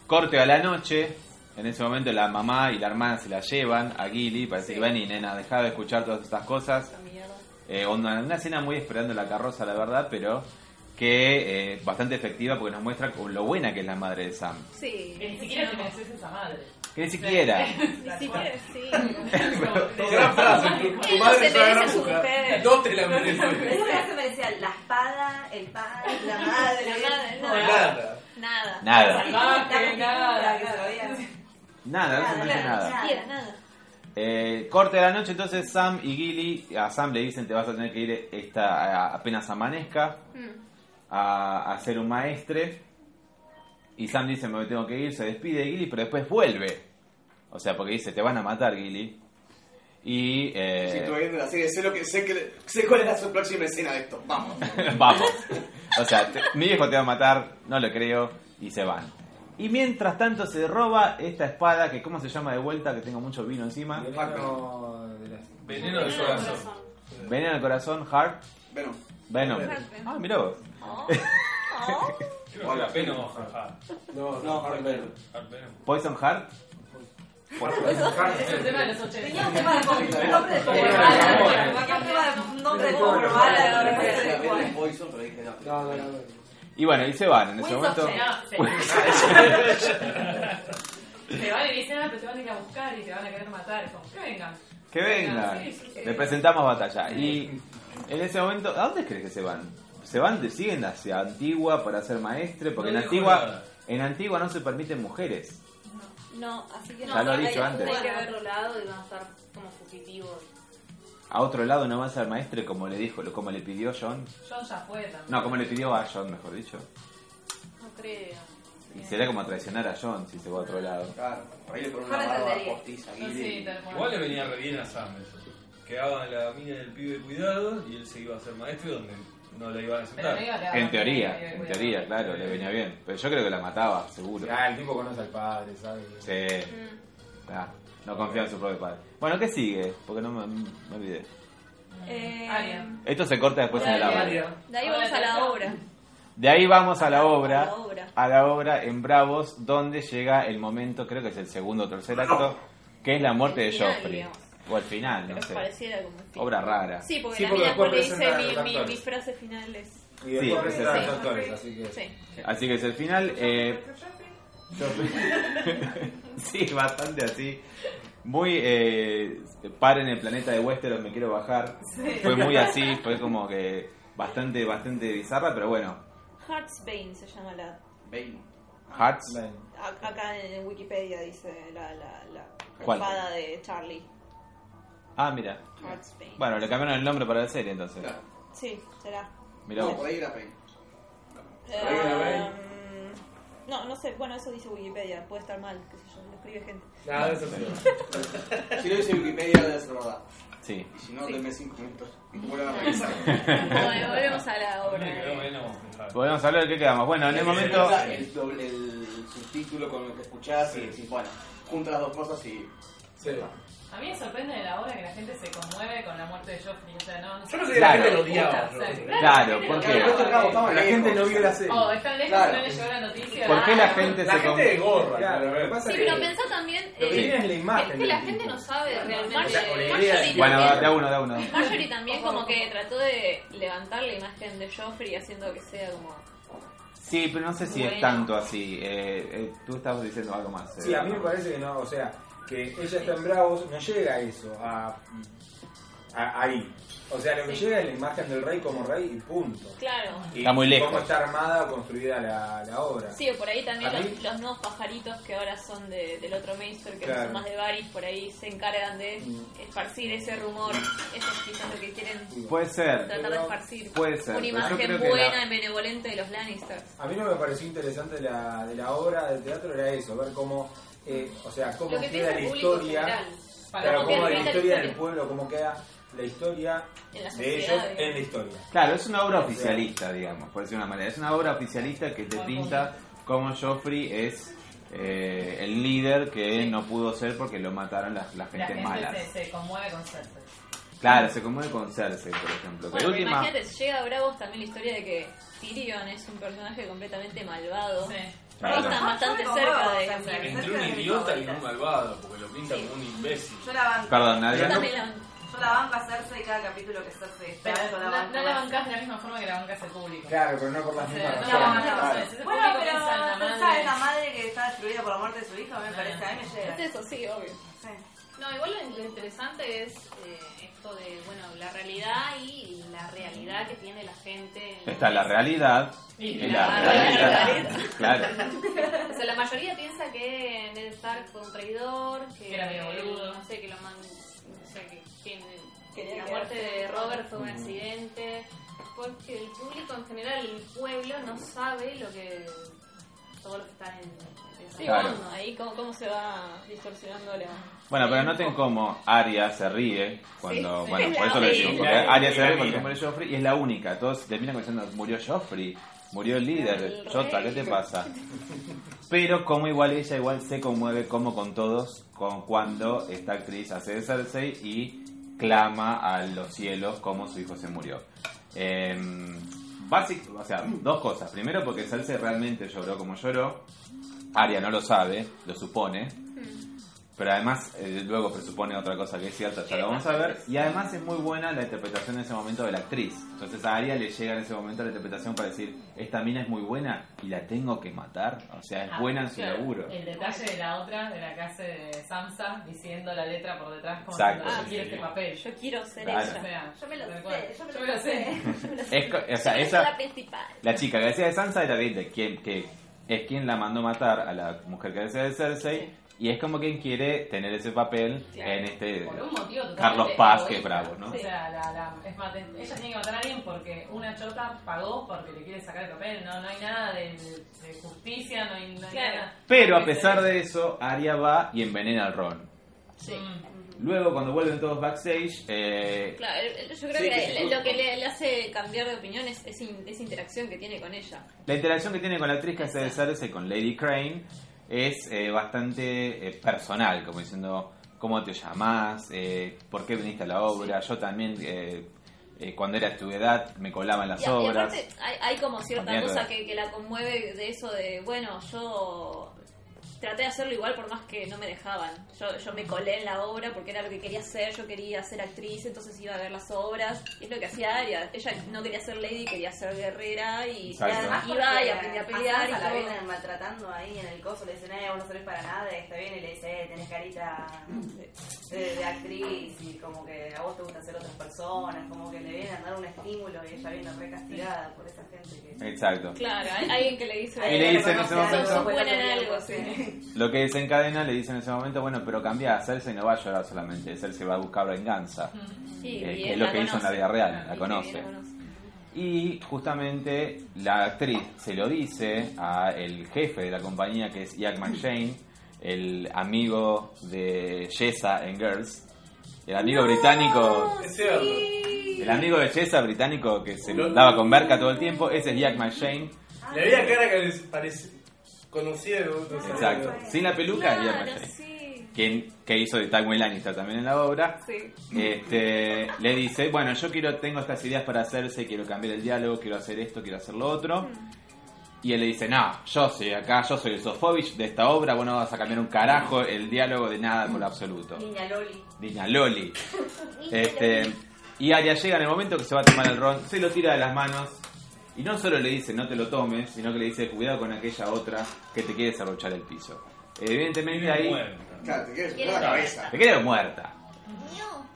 Speaker 1: Corte a la noche. En ese momento la mamá y la hermana se la llevan a Gilly para decir,
Speaker 2: Sí.
Speaker 1: vení nena, dejá de escuchar todas estas cosas.
Speaker 2: Esa mierda.
Speaker 1: Eh, una, una escena muy esperando la carroza, la verdad, pero que eh, bastante efectiva porque nos muestra con lo buena que es la madre de Sam.
Speaker 2: Sí.
Speaker 9: Que ni siquiera te mereces esa madre.
Speaker 1: Que ni siquiera.
Speaker 2: Ni siquiera, sí.
Speaker 8: Gran frase. Tu, tu
Speaker 2: Él no
Speaker 8: madre
Speaker 2: se
Speaker 8: es una gran
Speaker 2: merece su mujer.
Speaker 8: No te la mereces.
Speaker 6: Eso que se merecía la espada, el padre, la madre,
Speaker 2: La madre,
Speaker 6: no,
Speaker 2: nada.
Speaker 8: Nada.
Speaker 2: Nada.
Speaker 1: Nada.
Speaker 9: Salvaje,
Speaker 6: la cultura
Speaker 9: nada.
Speaker 6: que sabía.
Speaker 1: Nada, no se
Speaker 6: Nada,
Speaker 1: merece
Speaker 6: claro,
Speaker 1: nada.
Speaker 2: Quiera, nada.
Speaker 1: Eh, corte de la noche, entonces Sam y Gilly, a Sam le dicen te vas a tener que ir esta, a- apenas amanezca
Speaker 2: Mm.
Speaker 1: a, a ser un maestre. Y Sam dice me tengo que ir, se despide de Gilly, pero después vuelve. O sea, porque dice te van a matar Gilly. Y... eh,
Speaker 4: Si estuve viendo la serie, sé, lo que, sé, que, sé cuál era su próxima escena de esto. Vamos.
Speaker 1: Vamos. O sea, te- mi hijo te va a matar, no lo creo, y se van. Y mientras tanto se roba esta espada, que ¿cómo se llama de vuelta? Que tengo mucho vino encima.
Speaker 7: Veneno de las-
Speaker 5: Veneno del corazón.
Speaker 1: Veneno al corazón, Hart,
Speaker 4: Bueno,
Speaker 1: Venom.
Speaker 2: Venom.
Speaker 1: Ah, mirá vos.
Speaker 5: Creo que la pena Ah. o jaja.
Speaker 7: No, no, Harper.
Speaker 1: Poison Heart.
Speaker 9: Es un tema de los 80.
Speaker 6: Tenía un tema de con- un nombre de
Speaker 9: Claro.
Speaker 6: Tenía un tema de un nombre de
Speaker 7: Claro.
Speaker 6: Cobra, no
Speaker 7: Claro.
Speaker 6: sé cuál.
Speaker 4: Poison, pero dije no.
Speaker 7: No, no, no. no.
Speaker 1: Y bueno, y se van en ese
Speaker 9: Wilson
Speaker 1: momento.
Speaker 9: se va, se- Te van y dicen, ah, pero te van a ir a buscar y te van a querer matar. Es como, que vengan.
Speaker 1: Que vengan.
Speaker 9: Sí, sí, sí.
Speaker 1: Le presentamos batalla. Y en ese momento, ¿a dónde crees que se van? ¿Se van, de- siguen hacia Antigua para ser maestre? Porque
Speaker 5: No
Speaker 1: en
Speaker 5: dijo
Speaker 1: Antigua,
Speaker 5: nada.
Speaker 1: en Antigua no se permiten mujeres.
Speaker 2: No, así que
Speaker 1: Ya lo he dicho
Speaker 2: hay-
Speaker 1: antes.
Speaker 2: Hay que verlo.
Speaker 3: lado y van a estar como fugitivos.
Speaker 1: A otro lado no va a ser maestre como le dijo, como le pidió John.
Speaker 9: John ya fue también.
Speaker 1: No, como le pidió a John, mejor dicho.
Speaker 3: No creo.
Speaker 1: Y sería como traicionar a John si se va a otro lado.
Speaker 4: Claro, por ahí le ponen
Speaker 6: Yo
Speaker 4: una
Speaker 6: lo
Speaker 4: barba
Speaker 6: entendería.
Speaker 4: postiza.
Speaker 9: No, sí,
Speaker 4: Guille.
Speaker 9: tal cual.
Speaker 5: Igual le venía re bien a Sam eso. Quedaba la mina del pibe cuidado y él se iba a ser maestro donde no la iban a
Speaker 9: Pero no iba
Speaker 5: aceptar.
Speaker 9: a quedar
Speaker 1: En
Speaker 9: mal.
Speaker 1: teoría, en teoría, claro, le venía bien. Pero yo creo que la mataba, seguro.
Speaker 7: Ya, Ah, el tipo conoce al padre, ¿sabes?
Speaker 1: Sí. Ah, no confía en su propio padre. Bueno, ¿qué sigue? Porque no me, me olvidé.
Speaker 2: Eh,
Speaker 9: Aria.
Speaker 1: Esto se corta después en el audio.
Speaker 2: De ahí vamos a la obra.
Speaker 1: De ahí vamos a la
Speaker 2: A
Speaker 1: obra,
Speaker 2: la obra.
Speaker 1: a la obra en Bravos, donde llega el momento, creo que es el segundo o tercer acto, que es la muerte
Speaker 2: El
Speaker 1: de
Speaker 2: final,
Speaker 1: Joffrey.
Speaker 2: digamos.
Speaker 1: O al final,
Speaker 2: Pero
Speaker 1: no sé.
Speaker 2: pareciera como un tipo.
Speaker 1: Obra rara.
Speaker 2: Sí, porque
Speaker 7: Sí,
Speaker 2: la
Speaker 7: porque
Speaker 2: mina
Speaker 7: después
Speaker 2: después le dice
Speaker 7: presentan a
Speaker 2: mi,
Speaker 7: los
Speaker 2: mi,
Speaker 7: actores.
Speaker 2: mi frase final es.
Speaker 7: Y después
Speaker 1: Sí.
Speaker 7: presentan a
Speaker 2: Sí.
Speaker 7: los actores, así que.
Speaker 2: Sí.
Speaker 1: Así que es el final. eh, sí, bastante así. Muy eh, paren el planeta de Westeros, me quiero bajar. Fue muy así, fue como que bastante, bastante bizarra, pero bueno.
Speaker 2: Heartsbane se llama la.
Speaker 4: Bane.
Speaker 1: Hearts.
Speaker 7: Ven.
Speaker 2: a- Acá en Wikipedia dice la, la, la
Speaker 1: ¿Cuál?
Speaker 2: espada de Charlie.
Speaker 1: Ah, mira.
Speaker 2: Heartsbane.
Speaker 1: Bueno, le cambiaron el nombre para la serie entonces.
Speaker 4: Claro.
Speaker 2: Sí, será.
Speaker 1: Mirá
Speaker 4: no,
Speaker 1: vos.
Speaker 4: por ahí era Bane.
Speaker 2: Eh, no, no sé. Bueno, eso dice Wikipedia. Puede estar mal, qué sé yo. Lo escribe gente.
Speaker 8: Nada, eso sí.
Speaker 4: Si lo dice Wikipedia, debe ser verdad.
Speaker 1: Sí.
Speaker 4: Y si no,
Speaker 2: Sí.
Speaker 4: denme 5 minutos. Vuelvo a revisar.
Speaker 2: Bueno, volvemos a la
Speaker 5: No le quedó
Speaker 2: obra.
Speaker 5: menos. jaja.
Speaker 1: Volvemos a hablar de qué quedamos. Bueno, en el momento.
Speaker 4: El, doble- el subtítulo con lo que escuchás y decís, bueno, junta las dos cosas y.
Speaker 7: este
Speaker 8: Sí.
Speaker 9: A mí me sorprende de la obra que la gente se conmueve con la muerte de Joffrey. O sea, no, no sé.
Speaker 8: Yo no sé que la
Speaker 1: Claro.
Speaker 8: gente lo odiaba.
Speaker 9: Puta,
Speaker 8: yo.
Speaker 9: sí.
Speaker 1: Claro,
Speaker 9: la
Speaker 1: ¿por
Speaker 9: gente
Speaker 1: qué?
Speaker 9: lo odiaba.
Speaker 4: Estaba
Speaker 7: La
Speaker 4: lejos.
Speaker 7: gente no vio la serie.
Speaker 9: Oh, están lejos
Speaker 4: Claro.
Speaker 9: que no les llegó la noticia.
Speaker 1: ¿Por qué la
Speaker 9: Ah,
Speaker 1: gente
Speaker 8: La
Speaker 1: se
Speaker 8: gente
Speaker 1: con-
Speaker 8: de gorra.
Speaker 7: Claro, lo que
Speaker 8: claro.
Speaker 7: pasa
Speaker 3: Sí,
Speaker 7: es que.
Speaker 3: pero pensá también.
Speaker 7: Lo que
Speaker 3: eh,
Speaker 7: tiene es la imagen.
Speaker 3: es que
Speaker 7: del
Speaker 3: la
Speaker 7: tipo.
Speaker 3: gente no sabe
Speaker 2: Mar-
Speaker 3: realmente.
Speaker 8: sea, o la
Speaker 3: Marjorie
Speaker 8: idea de-
Speaker 3: también-
Speaker 1: Bueno, da uno, da uno.
Speaker 2: Marjorie también como que trató de levantar la imagen de Joffrey haciendo que sea como...
Speaker 1: Sí, pero no sé si es
Speaker 2: Bueno.
Speaker 1: tanto así. Eh, eh, tú estabas diciendo algo más. eh.
Speaker 7: Sí, a mí me parece que no, o sea, que ella está en Bravos, no llega a eso, a, a- ahí. O sea, lo que llega es la imagen del rey como rey y punto.
Speaker 2: Claro.
Speaker 7: Y
Speaker 1: Está muy lejos.
Speaker 7: Cómo está armada o construida la, la obra.
Speaker 2: Sí, por ahí también
Speaker 7: ¿A mí?
Speaker 2: los, los nuevos pajaritos que ahora son de- del otro Maester, que no
Speaker 7: Claro. Mm.
Speaker 2: son más de Varys, por ahí se encargan de esparcir ese rumor. Eso es quizás lo que quieren
Speaker 1: Puede ser.
Speaker 2: tratar de esparcir.
Speaker 1: Puede ser,
Speaker 2: Una
Speaker 1: pero yo creo
Speaker 2: imagen
Speaker 1: que
Speaker 2: buena
Speaker 1: la-
Speaker 2: y benevolente de los Lannisters.
Speaker 7: A mí lo que me pareció interesante de la, de la obra de teatro era eso, ver cómo, eh, o sea, cómo
Speaker 3: Lo que
Speaker 7: queda
Speaker 3: piensa
Speaker 7: la
Speaker 3: el público en
Speaker 7: historia,
Speaker 3: general.
Speaker 9: para
Speaker 7: claro,
Speaker 9: la
Speaker 7: cómo
Speaker 2: cómo
Speaker 7: la
Speaker 2: queda la
Speaker 7: historia del
Speaker 2: historia.
Speaker 7: pueblo, cómo queda la historia
Speaker 2: En la
Speaker 7: de
Speaker 2: sociedad,
Speaker 7: ellos
Speaker 2: digamos.
Speaker 7: en la historia.
Speaker 1: Claro, es una obra oficialista, digamos, por decir una manera. Es una obra oficialista que te pinta cómo Joffrey es eh, el líder que
Speaker 9: Sí.
Speaker 1: no pudo ser porque lo mataron las, las
Speaker 9: La
Speaker 1: gentes
Speaker 9: gente
Speaker 1: malas.
Speaker 9: se, se conmueve con Cersei.
Speaker 1: Claro, se conmueve con Cersei, por ejemplo. Que
Speaker 2: Bueno,
Speaker 1: la última.
Speaker 2: imagínate, llega a Bravos también la historia de que Tyrion es un personaje completamente malvado.
Speaker 9: Sí.
Speaker 1: Claro.
Speaker 2: Todos están bastante
Speaker 6: Yo me
Speaker 2: cerca
Speaker 6: conmuevo,
Speaker 2: de
Speaker 6: o sea,
Speaker 2: cambiar.
Speaker 6: sí.
Speaker 5: Entre un idiota y un malvado, porque lo pinta como un imbécil.
Speaker 6: Yo la banco.
Speaker 1: Perdón,
Speaker 2: Yo
Speaker 1: Nadia.
Speaker 2: también la-
Speaker 6: Yo la banco a Cersei cada capítulo que Cersei está.
Speaker 9: Pero
Speaker 6: yo la
Speaker 9: no,
Speaker 6: banco
Speaker 9: no la
Speaker 6: más.
Speaker 9: bancas de la misma forma que la bancas el público.
Speaker 7: Claro, pero no por las
Speaker 9: Sí,
Speaker 7: mismas
Speaker 9: no, no, no,
Speaker 7: razones.
Speaker 9: no,
Speaker 7: claro.
Speaker 9: no, no.
Speaker 6: Bueno,
Speaker 9: Público
Speaker 6: pero
Speaker 9: piensa en la
Speaker 6: pensar
Speaker 9: madre.
Speaker 6: en la madre que está destruida por la muerte de su hijo, me
Speaker 9: Ah.
Speaker 6: parece, a mí me llega.
Speaker 2: Eso sí, obvio.
Speaker 6: Sí.
Speaker 3: No, igual lo, lo interesante es eh, esto de, bueno, la realidad y la realidad que tiene la gente.
Speaker 1: Está la realidad
Speaker 9: Y
Speaker 1: y
Speaker 9: la
Speaker 1: la
Speaker 2: realidad.
Speaker 1: realidad. Claro.
Speaker 3: O sea, la mayoría piensa que Ned Stark fue un traidor, que,
Speaker 9: Que era medio boludo.
Speaker 3: no sé, que lo man... o sea, que, que
Speaker 6: Quería
Speaker 3: la
Speaker 6: quedarse
Speaker 3: muerte de
Speaker 6: con
Speaker 3: Robert fue un
Speaker 2: Mm.
Speaker 3: accidente, porque el público en general, el pueblo, no sabe lo que... todo lo que está en... en
Speaker 2: Sí,
Speaker 1: Claro.
Speaker 2: bueno, ahí cómo, cómo se va distorsionando la...
Speaker 1: Bueno, pero noten cómo Arya se ríe cuando.
Speaker 2: Sí.
Speaker 1: Bueno,
Speaker 2: Es
Speaker 1: por
Speaker 2: la
Speaker 1: eso lo decimos.
Speaker 2: única.
Speaker 1: Porque Arya se
Speaker 5: La
Speaker 1: ríe cuando
Speaker 5: única.
Speaker 1: muere Joffrey y es la única. Todos terminan diciendo: murió Joffrey, murió el líder.
Speaker 2: El
Speaker 1: Jota, ¿qué
Speaker 2: rey.
Speaker 1: te pasa? Pero como igual ella igual se conmueve como con todos, con cuando esta actriz hace de Cersei y clama a los cielos como su hijo se murió. Eh, básic- o sea, dos cosas. Primero porque Cersei realmente lloró como lloró. Aria no lo sabe, lo supone. Pero además eh, luego presupone otra cosa que es cierta, ya lo vamos a ver. Y además es muy buena la interpretación en ese momento de la actriz. Entonces a Aria le llega en ese momento la interpretación para decir, esta mina es muy buena y la tengo que matar. O sea, es buena en su
Speaker 9: Claro.
Speaker 1: laburo.
Speaker 9: El detalle de la otra, de la clase de Samsa, diciendo la letra por detrás como
Speaker 1: Exacto,
Speaker 9: diciendo,
Speaker 2: sí,
Speaker 9: "Ah, quiero
Speaker 5: sí.
Speaker 9: este papel.
Speaker 2: Yo quiero ser
Speaker 1: Claro.
Speaker 9: O
Speaker 2: ella.
Speaker 9: sea,
Speaker 6: Yo me lo
Speaker 9: tal cual.
Speaker 6: sé, yo me lo,
Speaker 9: lo sé.
Speaker 1: Es co- o sea,
Speaker 2: Yo
Speaker 1: esa-
Speaker 2: soy la principal.
Speaker 1: La chica que decía de Sansa era bien de quien que es quien la mandó matar a la mujer que decía de Cersei y es como quien quiere tener ese papel
Speaker 9: Claro.
Speaker 1: en este
Speaker 9: Por un motivo totalmente
Speaker 1: Carlos Paz que es
Speaker 9: egoísta.
Speaker 1: bravo, ¿no?
Speaker 9: O sea, la, la- es más, de- ella tiene que matar a alguien porque una chota pagó porque le quiere sacar el papel. No, no hay nada de, de justicia, no hay, no hay
Speaker 2: Claro.
Speaker 9: nada.
Speaker 1: Pero a pesar de eso, Arya va y envenena al Ron.
Speaker 2: Sí.
Speaker 9: Mm.
Speaker 1: Luego cuando vuelven todos backstage, eh,
Speaker 2: Claro, el- yo creo
Speaker 4: Sí,
Speaker 2: que
Speaker 4: que se-
Speaker 2: lo que le, le hace cambiar de opinión es es in- esa interacción que tiene con ella.
Speaker 1: la interacción que tiene con la actriz que hace de Cersei con Lady Crane es eh, bastante eh, personal, como diciendo cómo te llamás, Eh, por qué viniste a la obra, yo también eh, eh, cuando era tu edad me colaba en las
Speaker 2: Y, a- y
Speaker 1: obras.
Speaker 2: aparte hay, hay como cierta
Speaker 1: Mierda.
Speaker 2: cosa que, que la conmueve de eso de, bueno, yo traté de hacerlo igual por más que no me dejaban. Yo, yo me colé en la obra porque era lo que quería hacer, yo quería ser actriz, entonces iba a ver las obras. Y es lo que hacía Aria. Ella no quería ser lady, quería ser guerrera y, y
Speaker 1: Exacto.
Speaker 2: además iba y aprendía a pelear y
Speaker 6: la
Speaker 2: todo.
Speaker 6: vienen maltratando ahí en el coso, le dicen, eh, vos no servís para nada, y está bien, y le dice, eh, tenés carita de, de actriz, y como que a vos te gusta ser otras personas, como que le vienen a dar un estímulo, y ella viene re castigada por esa gente que...
Speaker 1: Exacto.
Speaker 2: Claro, hay alguien que le dice...
Speaker 1: Y le dice en ese momento-
Speaker 2: Sos buena en algo, sí.
Speaker 1: Lo que desencadena le dice en ese momento, bueno, pero cambia, Cersei no va a llorar solamente, Cersei va a buscar venganza,
Speaker 9: mm.
Speaker 2: Sí,
Speaker 1: que,
Speaker 2: y
Speaker 1: que es
Speaker 2: él
Speaker 1: lo
Speaker 2: la
Speaker 1: que hizo en la
Speaker 2: conoce.
Speaker 1: vida real,
Speaker 2: Y
Speaker 1: la
Speaker 2: que
Speaker 1: conoce.
Speaker 2: la conoce.
Speaker 1: Y justamente la actriz se lo dice a el jefe de la compañía, que es Ian McShane, el amigo de Jessa en Girls, el amigo británico...
Speaker 5: Es cierto.
Speaker 1: El amigo de Jessa británico que se daba con Merca todo el tiempo, ese es Jack McShane.
Speaker 5: Le veía cara que les parecía conocida, ¿no? No sé.
Speaker 1: Exacto. Sin la peluca es Ian
Speaker 2: Claro,
Speaker 1: McShane.
Speaker 2: sí.
Speaker 1: quien, que hizo de Tywin Lannister también en la obra,
Speaker 2: Sí.
Speaker 1: este, le dice, bueno, yo quiero, tengo estas ideas para hacerse, quiero cambiar el diálogo, quiero hacer esto, quiero hacer lo otro. Y él le dice, no, yo soy acá, yo soy el Sofovich de esta obra, vos no vas a cambiar un carajo el diálogo de nada por lo absoluto.
Speaker 6: Niña Loli.
Speaker 1: Dina Loli. Este, y Arya llega en el momento que se va a tomar el ron, se lo tira de las manos y no solo le dice no te lo tomes, sino que le dice cuidado con aquella otra que te quiere desarrollar el piso. Evidentemente ahí...
Speaker 5: Muerta.
Speaker 4: Claro, te quedas con la cabeza.
Speaker 1: Te quedaron muerta.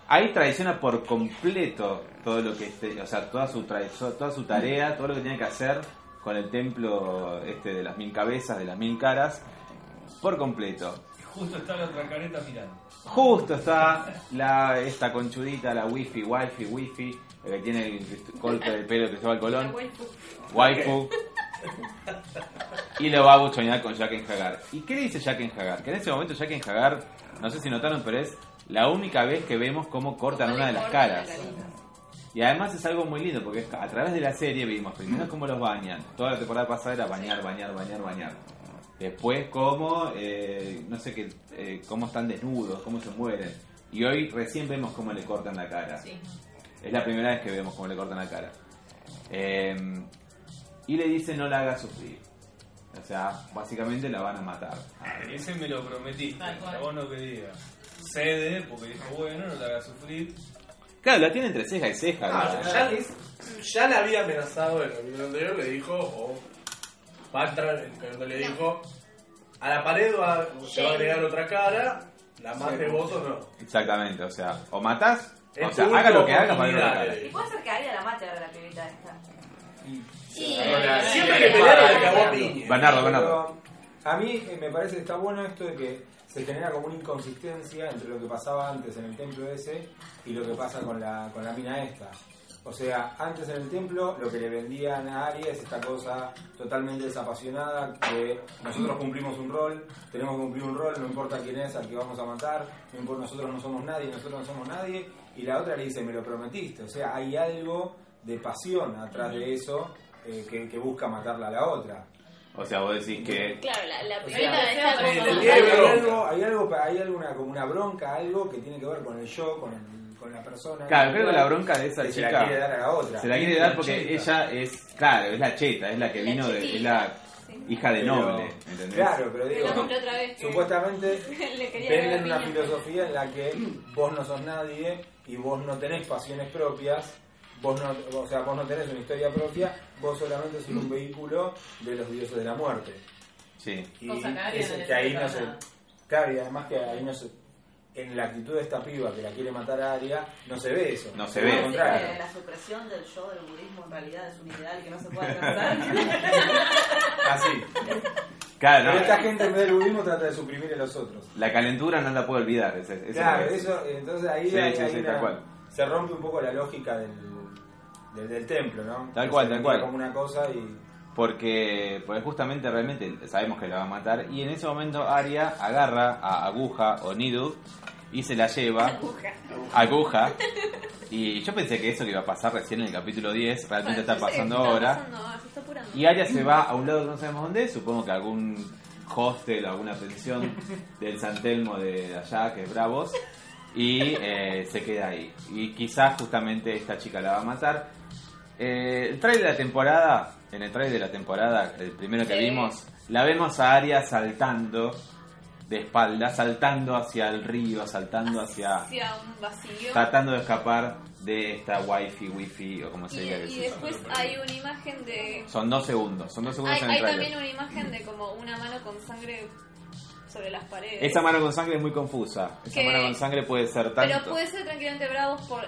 Speaker 1: Ahí traiciona por completo todo lo que este, o sea, toda su traizo- toda su tarea, todo lo que tenía que hacer con el templo este de las mil cabezas, de las mil caras, por completo.
Speaker 5: Y Justo está la otra careta mirando.
Speaker 1: Justo está la esta conchudita, la wifi, wifi, wifi, la que tiene el crist- corte de pelo de Cristóbal Colón, waifu. Y lo va a buchonear con Jaqen Hagar. ¿Y qué le dice Jaqen Hagar? Que en ese momento Jaqen Hagar, no sé si notaron, pero es la única vez que vemos cómo cortan
Speaker 2: Como
Speaker 1: una
Speaker 2: le
Speaker 1: de las
Speaker 2: cortan la
Speaker 1: caras.
Speaker 2: carita.
Speaker 1: Y además es algo muy lindo, porque es- a través de la serie vimos primero cómo los bañan. Toda la temporada pasada era bañar, bañar, bañar, bañar. Después cómo, eh, no sé qué, eh, cómo están desnudos, cómo se mueren. Y hoy recién vemos cómo le cortan la cara. Es la primera vez que vemos cómo le cortan la cara. Eh, y le dice no la haga sufrir. O sea, básicamente la van a matar.
Speaker 5: Ese me lo prometiste,
Speaker 9: Tal cual.
Speaker 5: a vos no quería. Cede, porque dijo, bueno, no la haga sufrir.
Speaker 1: Claro, la tiene entre ceja y ceja.
Speaker 8: Ah,
Speaker 1: la-
Speaker 8: ya, ya la había amenazado en el video anterior, le dijo, o Patra, cuando le dijo, a la pared va, te va a agregar otra cara, la más de votos no.
Speaker 1: Exactamente, o sea, o matás, o
Speaker 8: Es
Speaker 1: sea,
Speaker 8: tu
Speaker 1: haga lo
Speaker 8: única
Speaker 1: que haga para no la
Speaker 8: oportunidad,
Speaker 1: cara.
Speaker 8: eh.
Speaker 6: Y puede ser que Aria la mate ahora la pibita esta.
Speaker 2: Sí.
Speaker 7: Ahora,
Speaker 8: Siempre que pelearon acabó a piña.
Speaker 1: Bernardo, Bernardo.
Speaker 7: Pero A mí eh, me parece que está bueno esto de que se genera como una inconsistencia entre lo que pasaba antes en el templo ese y lo que pasa con la, con la mina esta. O sea, antes en el templo lo que le vendían a Aries es esta cosa totalmente desapasionada que nosotros cumplimos un rol, tenemos que cumplir un rol, no importa quién es al que vamos a matar, no importa, nosotros no somos nadie, nosotros no somos nadie. Y la otra le dice, me lo prometiste. O sea, hay algo de pasión atrás de eso eh, que, que busca matarla a la otra.
Speaker 1: O sea, vos decís que
Speaker 2: Claro, la, la
Speaker 9: sea,
Speaker 2: primera
Speaker 9: o sea,
Speaker 2: está
Speaker 9: el-
Speaker 2: como-
Speaker 8: el
Speaker 7: Hay,
Speaker 8: Tiene bronca.
Speaker 7: algo, hay algo, hay alguna como una bronca, algo que tiene que ver con el yo, con, el- con la persona.
Speaker 1: Claro, creo que la bronca de esa
Speaker 7: que se la
Speaker 1: chica-
Speaker 7: quiere dar a la otra.
Speaker 1: se la quiere dar porque ella es, claro, es la cheta, es la que
Speaker 2: La
Speaker 1: vino de, es
Speaker 2: chetita.
Speaker 1: la hija de
Speaker 7: Pero-
Speaker 1: noble, ¿entendés?
Speaker 7: Claro, pero
Speaker 2: Lo
Speaker 7: digo,
Speaker 2: nombré otra vez. que-
Speaker 7: supuestamente
Speaker 2: le quería
Speaker 7: venden
Speaker 2: dar
Speaker 7: una
Speaker 2: piña.
Speaker 7: filosofía en la que vos no sos nadie y vos no tenés pasiones propias. Vos no, o sea, vos no tenés una historia propia, vos solamente sos un vehículo de los dioses de la muerte.
Speaker 1: Sí.
Speaker 7: Y
Speaker 9: Cosa que Aria
Speaker 7: es-
Speaker 9: no le
Speaker 2: este
Speaker 7: que ahí no se.
Speaker 9: importa nada.
Speaker 7: Claro, y además que ahí no se. En la actitud de esta piba que la quiere matar a Aria, no se ve eso.
Speaker 1: No se
Speaker 7: Al
Speaker 1: ve.
Speaker 6: Así
Speaker 7: contrario.
Speaker 6: que eh, La supresión del yo del budismo en realidad es un ideal que no se puede alcanzar.
Speaker 7: Así.
Speaker 1: Claro,
Speaker 7: Ah, Pero
Speaker 1: Ah, no,
Speaker 7: esta gente en vez del budismo trata de suprimir a los otros.
Speaker 1: la calentura no la puedo olvidar. ese- ese
Speaker 7: claro,
Speaker 1: es.
Speaker 7: eso, entonces ahí
Speaker 1: Sí,
Speaker 7: hay-
Speaker 1: sí,
Speaker 7: hay
Speaker 1: sí,
Speaker 7: una-
Speaker 1: tal cual.
Speaker 7: se rompe un poco la lógica del, del, del templo, ¿no?
Speaker 1: Tal cual,
Speaker 7: Se
Speaker 1: tal
Speaker 7: mira
Speaker 1: cual.
Speaker 7: Como una cosa y
Speaker 1: Porque pues justamente realmente sabemos que la va a matar y en ese momento Arya agarra a Aguja o Nidu y se la lleva
Speaker 2: Aguja.
Speaker 1: Aguja y yo pensé que eso que iba a pasar recién en el capítulo 10 realmente está
Speaker 2: Parece que
Speaker 1: pasando
Speaker 2: está
Speaker 1: ahora
Speaker 2: pasando ahora, se está apurando.
Speaker 1: y Arya se va a un lado que no sabemos dónde es, supongo que algún hostel o alguna pensión del San Telmo de allá que es Bravos y eh, se queda ahí y quizás justamente esta chica la va a matar Eh, el trailer de la temporada en el trailer de la temporada el primero que
Speaker 2: Sí.
Speaker 1: vimos la vemos a Arya saltando de espalda saltando hacia el río saltando hacia
Speaker 2: Hacia un vacío.
Speaker 1: tratando de escapar de esta wifi wifi o como se
Speaker 2: Y,
Speaker 1: diga que
Speaker 2: y
Speaker 1: se llama.
Speaker 2: después hay una imagen de.
Speaker 1: Son dos segundos, son dos segundos
Speaker 2: Hay,
Speaker 1: en el
Speaker 2: hay
Speaker 1: trailer.
Speaker 2: también una imagen de como una mano con sangre sobre las paredes.
Speaker 1: Esa mano con sangre es muy confusa. Esa
Speaker 2: Que-
Speaker 1: mano con sangre puede ser tanto.
Speaker 2: Pero puede ser tranquilamente bravos por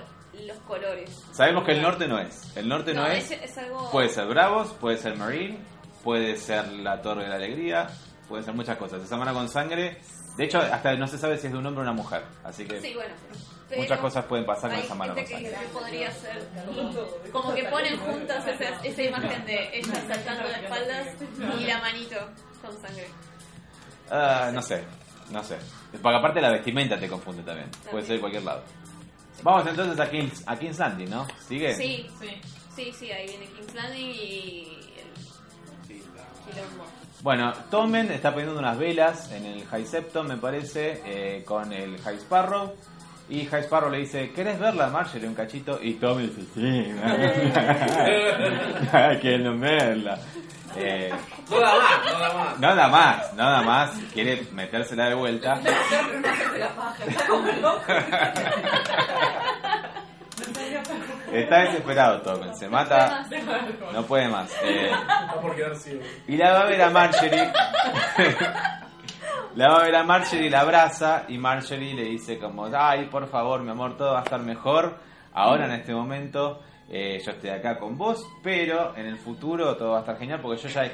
Speaker 2: los colores.
Speaker 1: Sabemos que el norte no es. El norte no, es.
Speaker 2: ese es algo.
Speaker 1: Puede ser Bravos, puede ser Marine, puede ser la Torre de la Alegría, puede ser muchas cosas. Esa mano con sangre, de hecho, hasta no se sabe si es de un hombre o una mujer. Así que
Speaker 2: Sí, bueno.
Speaker 1: muchas
Speaker 2: pero
Speaker 1: cosas pueden pasar con
Speaker 2: Hay
Speaker 1: esa mano
Speaker 2: gente
Speaker 1: con
Speaker 2: que
Speaker 1: sangre.
Speaker 2: dice que podría ser. y Como que ponen juntas esa, esa imagen de ella saltando de espaldas y la manito con sangre.
Speaker 1: Ah, no sé, no sé. Porque aparte la vestimenta te confunde también. Puede
Speaker 2: También.
Speaker 1: ser de cualquier lado. Vamos entonces a King's, a King's Landing, ¿no? ¿Sigue?
Speaker 2: Sí,
Speaker 9: Sí.
Speaker 2: sí, sí, ahí viene King's Landing y el
Speaker 4: Sí, la-
Speaker 2: quilombo.
Speaker 1: Bueno, Tommen está prendiendo unas velas en el High Septon, me parece, eh, con el High Sparrow. Y High Sparrow le dice, ¿querés verla, Marjorie, un cachito? Y Tommen dice, sí, no, quiero verla. Eh,
Speaker 8: No da más, no da más.
Speaker 1: nada más, nada más, quiere metérsela de vuelta. Está desesperado Tommen, se mata, no puede más. Eh,
Speaker 8: Está por quedar ciego.
Speaker 1: Y la va a ver a Marjorie. la va a ver a Marjorie, la abraza y Marjorie le dice como, ay, por favor, mi amor, todo va a estar mejor. Ahora en este momento eh, yo estoy acá con vos, pero en el futuro todo va a estar genial porque yo ya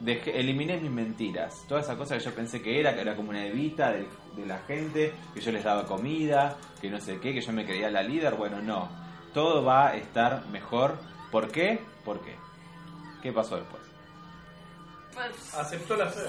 Speaker 1: dejé- eliminé mis mentiras. Toda esa cosa que yo pensé que era, que era como una evita del- de, la gente, que yo les daba comida, que no sé qué, que yo me creía la líder. Bueno, no. Todo va a estar mejor. ¿Por qué? ¿Por qué? ¿Qué pasó después?
Speaker 8: Aceptó la fe.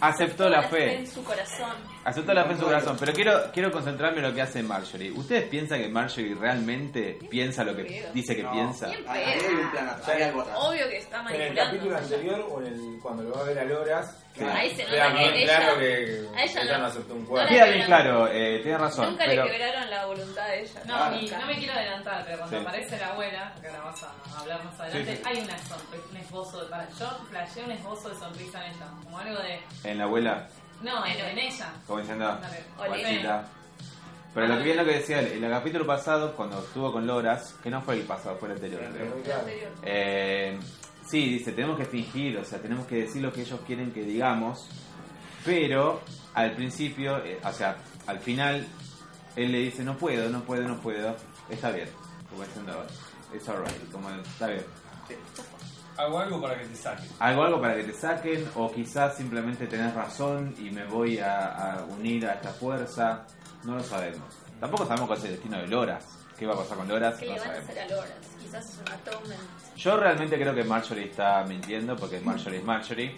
Speaker 1: Aceptó la
Speaker 2: fe
Speaker 1: fe.
Speaker 2: en su corazón.
Speaker 1: Aceptó la fe en su corazón, pero quiero, quiero concentrarme en lo que hace Marjorie. ¿Ustedes piensan que Marjorie realmente piensa lo que
Speaker 2: creo.
Speaker 1: dice que
Speaker 4: No.
Speaker 1: piensa?
Speaker 2: Siempre.
Speaker 4: Hay hay algún plan atrás, hay algo atrás.
Speaker 2: Obvio que está
Speaker 7: En el
Speaker 2: manipulando.
Speaker 7: capítulo anterior, o en el- cuando lo va a ver a Loras,
Speaker 2: Ahí se nota
Speaker 7: Claro,
Speaker 2: que ella.
Speaker 7: claro que
Speaker 2: a ella
Speaker 7: ella
Speaker 2: no-
Speaker 7: no aceptó un
Speaker 2: no
Speaker 7: cuerpo.
Speaker 2: la-
Speaker 1: Queda bien claro, eh, tienes razón.
Speaker 2: Nunca
Speaker 1: pero
Speaker 2: le quebraron la voluntad de ella.
Speaker 9: No, ni-
Speaker 2: Nunca.
Speaker 9: no me quiero adelantar, pero cuando
Speaker 1: Ah. Sí.
Speaker 9: aparece la abuela, que ahora vas a hablar más adelante, hay una sonrisa, un esbozo de. Para, yo flashé un esbozo de sonrisa en ella, como algo de.
Speaker 1: en la abuela,
Speaker 9: No, en, en ella.
Speaker 1: como diciendo,
Speaker 9: Dale.
Speaker 1: guachita. Pero lo que bien lo que decía él, en el capítulo pasado, cuando estuvo con Loras, que no fue el pasado, fue el anterior, creo.
Speaker 7: Claro.
Speaker 1: Eh, sí, dice, tenemos que fingir, o sea, tenemos que decir lo que ellos quieren que digamos, pero al principio, eh, o sea, al final, él le dice, no puedo, no puedo, no puedo, está bien, como diciendo, it's alright, como está bien.
Speaker 5: Hago algo para que te saquen.
Speaker 1: Hago algo para que te saquen, o quizás simplemente tenés razón y me voy a, a unir a esta fuerza, no lo sabemos. Tampoco sabemos cuál es el destino de Loras, qué va a pasar con Loras,
Speaker 2: ¿Qué
Speaker 1: no
Speaker 2: le van a
Speaker 1: sabemos.
Speaker 2: hacer a Loras? Quizás es una toma.
Speaker 1: Yo realmente creo que Marjorie está mintiendo porque Marjorie es Marjorie.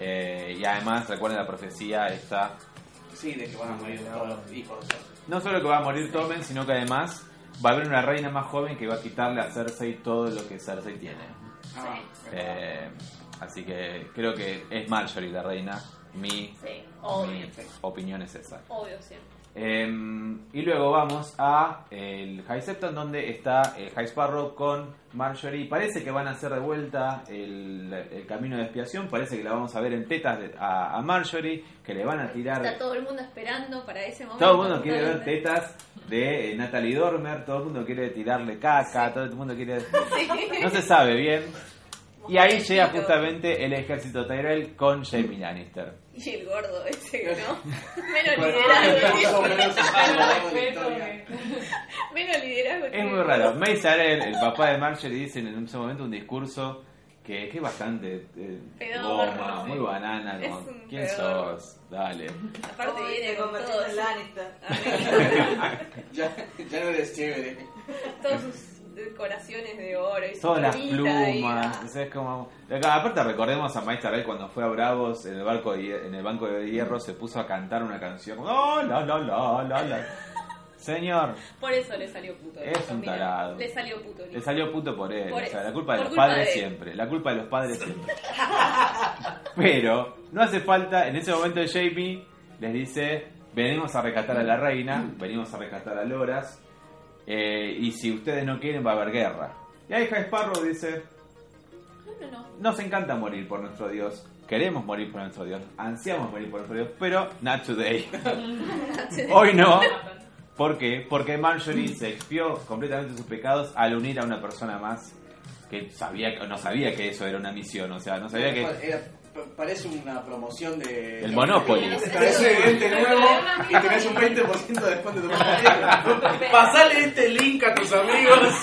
Speaker 1: Eh, y además, recuerden la profecía está
Speaker 4: Sí, de que van a morir todos los hijos.
Speaker 1: No solo que va a morir Tommen, sino que además va a haber una reina más joven que va a quitarle a Cersei todo lo que Cersei tiene.
Speaker 4: Ah,
Speaker 1: Eh, así que creo que es Marjorie la reina. Mi,
Speaker 2: Sí, obvio.
Speaker 1: mi opinión es esa.
Speaker 2: Obvio siempre.
Speaker 1: Eh, y luego vamos a el High Septon donde está el High Sparrow con Marjorie. Parece que van a hacer de vuelta el, el camino de expiación. Parece que la vamos a ver en tetas de- a, a Marjorie, que le van a
Speaker 2: Está
Speaker 1: tirar.
Speaker 2: todo el mundo esperando para ese momento.
Speaker 1: Todo el mundo quiere ver
Speaker 2: Totalmente.
Speaker 1: tetas de eh, Natalie Dormer, todo el mundo quiere tirarle caca, todo el mundo quiere... No se sabe bien. Y ahí llega justamente el ejército Tyrell con Jamie Lannister.
Speaker 2: Y el gordo ese, ¿no? Menos
Speaker 4: Bueno,
Speaker 2: liderazgo.
Speaker 4: Por lo menos es
Speaker 9: Pero
Speaker 4: algo de la
Speaker 9: respeto
Speaker 4: historia.
Speaker 9: que-
Speaker 2: Menos liderazgo. que-
Speaker 1: Es muy raro. Mace Arel, el papá de Marjorie, dice en ese momento un discurso que, que es bastante eh,
Speaker 2: Pedorro,
Speaker 1: goma,
Speaker 2: sí.
Speaker 1: muy banana.
Speaker 2: Es
Speaker 1: como,
Speaker 2: un
Speaker 1: ¿Quién
Speaker 2: pedorro.
Speaker 1: sos? Dale.
Speaker 2: Aparte
Speaker 6: Uy,
Speaker 2: viene
Speaker 6: se
Speaker 2: con
Speaker 6: convirtió
Speaker 2: todos,
Speaker 6: en Lannister.
Speaker 2: Ah.
Speaker 4: Ya, ya no eres chévere.
Speaker 2: todas sus decoraciones de oro. Y su
Speaker 1: Todas las
Speaker 2: colita y-
Speaker 1: plumas. o sea, es como... Acá, Aparte recordemos a Mace Arel cuando fue a Bravos en el, barco de hier- en el banco de hierro se puso a cantar una canción. como, "Oh, la, la, la, la, la". Señor,
Speaker 2: Por eso le salió puto.
Speaker 1: Es
Speaker 2: Nico,
Speaker 1: un
Speaker 2: mira.
Speaker 1: tarado.
Speaker 2: Le salió puto.
Speaker 1: le
Speaker 2: Nico.
Speaker 1: salió puto por él.
Speaker 2: Por
Speaker 1: o sea,
Speaker 2: eso.
Speaker 1: la culpa de
Speaker 2: Por
Speaker 1: los
Speaker 2: culpa
Speaker 1: padres
Speaker 2: de él.
Speaker 1: siempre. La culpa de los padres siempre. Pero no hace falta, en ese momento Jamie les dice, venimos a rescatar a la reina, venimos a rescatar a Loras, eh, y si ustedes no quieren va a haber guerra. Y ahí High Sparrow dice,
Speaker 2: No, no, no.
Speaker 1: nos encanta morir por nuestro Dios, queremos morir por nuestro Dios, ansiamos morir por nuestro Dios, pero not today. Hoy no. ¿Por qué? Porque Marjorie se expió completamente sus pecados al unir a una persona más que sabía que no sabía que eso era una misión, o sea, no sabía que
Speaker 4: Era- Eh, pa- parece una promoción de.
Speaker 1: El Monopoly.
Speaker 4: Parece evento nuevo y tenés un 20% de descuento de tu pasaje.
Speaker 8: Pasale este link a tus amigos.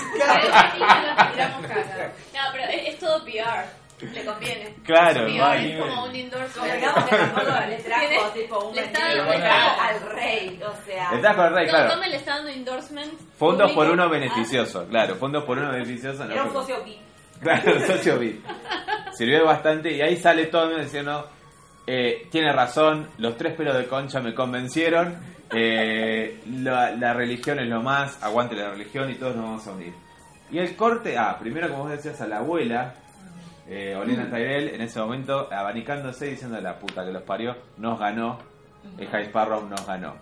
Speaker 4: Ah,
Speaker 2: pero es, es todo PR. Le conviene.
Speaker 1: Claro,
Speaker 2: Es PR,
Speaker 1: vale.
Speaker 2: es como un endorsement.
Speaker 6: Convengamos que tampoco le trajo
Speaker 2: Tiene-
Speaker 6: tipo un
Speaker 2: le está dando
Speaker 6: bandido, le trajo
Speaker 2: plata.
Speaker 6: al rey, o sea.
Speaker 1: Estás con el rey,
Speaker 2: No,
Speaker 1: claro.
Speaker 2: Tommy le está dando endorsement.
Speaker 1: Fondos por
Speaker 2: público
Speaker 1: uno
Speaker 2: a-
Speaker 1: beneficioso, claro. Fondos por uno beneficioso. No,
Speaker 6: Era un
Speaker 1: pero-
Speaker 6: socio VIP.
Speaker 1: Claro, socio VIP. Sirvió bastante y ahí sale todo diciendo, eh, tiene razón, los tres pelos de concha me convencieron, eh, la, la religión es lo más, aguante la religión y todos nos vamos a unir. Y el corte, ah, primero como vos decías a la abuela, eh, Olena Tyrell, en ese momento abanicándose diciendo la puta que los parió, nos ganó, el High Sparrow nos ganó.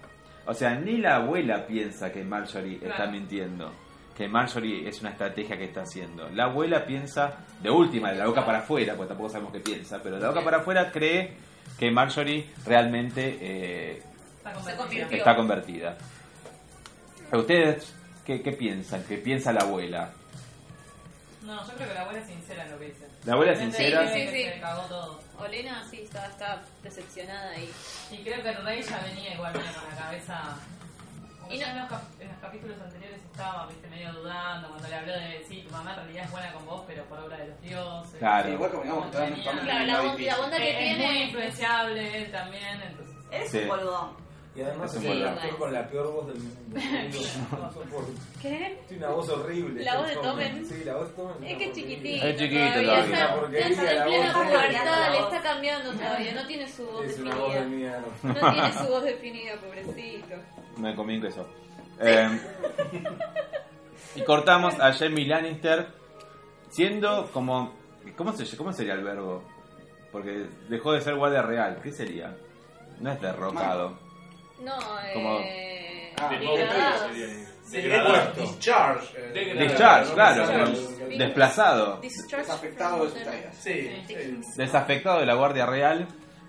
Speaker 1: O sea, ni la abuela piensa que Marjorie está
Speaker 9: Claro.
Speaker 1: mintiendo, que Marjorie es una estrategia que está haciendo. La abuela piensa, de última, de la boca para afuera, porque tampoco sabemos qué piensa, pero de la boca para afuera cree que Marjorie realmente eh,
Speaker 9: Está
Speaker 2: Se
Speaker 9: convencida.
Speaker 2: convirtió.
Speaker 1: está convertida. ¿Ustedes qué, qué piensan? ¿Qué piensa la abuela?
Speaker 9: No, yo creo que la abuela es sincera en lo que dice.
Speaker 1: La abuela es
Speaker 9: Realmente
Speaker 1: sincera.
Speaker 9: dice
Speaker 2: Sí, sí,
Speaker 9: que
Speaker 2: sí.
Speaker 9: Se cagó todo.
Speaker 2: Olena sí está, está decepcionada y
Speaker 9: Y creo que el rey ya venía igual medio con la cabeza. Como
Speaker 2: Y
Speaker 9: ya
Speaker 2: no-
Speaker 9: en, los cap- en los capítulos anteriores estaba viste, medio dudando cuando le habló de sí, tu mamá en realidad es buena con vos, pero por obra de los dioses.
Speaker 1: Claro.
Speaker 4: Igual convengamos que estaba en un
Speaker 2: Claro, la
Speaker 4: familia
Speaker 2: on- la onda
Speaker 9: Es,
Speaker 2: que
Speaker 9: Eh, es muy
Speaker 2: tiene
Speaker 9: influenciable él también, entonces.
Speaker 6: Es
Speaker 1: Sí.
Speaker 6: un boludón.
Speaker 7: Y además
Speaker 1: Es un
Speaker 7: se
Speaker 1: buen
Speaker 7: actor con la peor voz del mundo.
Speaker 2: ¿Qué?
Speaker 7: Tiene una voz horrible.
Speaker 2: La voz de
Speaker 7: el
Speaker 2: Tommen.
Speaker 7: Sí, la voz de Tommen.
Speaker 2: Es
Speaker 7: una
Speaker 2: que es
Speaker 7: porquería.
Speaker 2: chiquitito.
Speaker 1: Es chiquito
Speaker 2: todavía.
Speaker 1: todavía.
Speaker 2: Está,
Speaker 7: Una porquería,
Speaker 2: está en
Speaker 7: la
Speaker 2: plena
Speaker 7: voz.
Speaker 2: pubertad, le está cambiando todavía. No tiene su voz
Speaker 7: Es una voz de
Speaker 2: definida.
Speaker 7: mierda.
Speaker 2: No tiene su voz definida, pobrecito.
Speaker 1: Me comí un queso. Eh, y cortamos a Jamie Lannister siendo como. ¿Cómo, se, ¿Cómo sería el verbo? Porque dejó de ser guardia real. ¿Qué sería? No es derrocado.
Speaker 2: No, eh.
Speaker 1: Como-
Speaker 4: Ah,
Speaker 2: degradados.
Speaker 8: Bueno, Discharge. eh,
Speaker 5: Degradado.
Speaker 1: Discharge, claro.
Speaker 8: Discharge.
Speaker 1: Desplazado.
Speaker 2: Discharge
Speaker 4: Desafectado de
Speaker 2: from
Speaker 4: sus
Speaker 2: the-
Speaker 4: tareas.
Speaker 8: Sí, sí.
Speaker 1: Desafectado de la guardia real.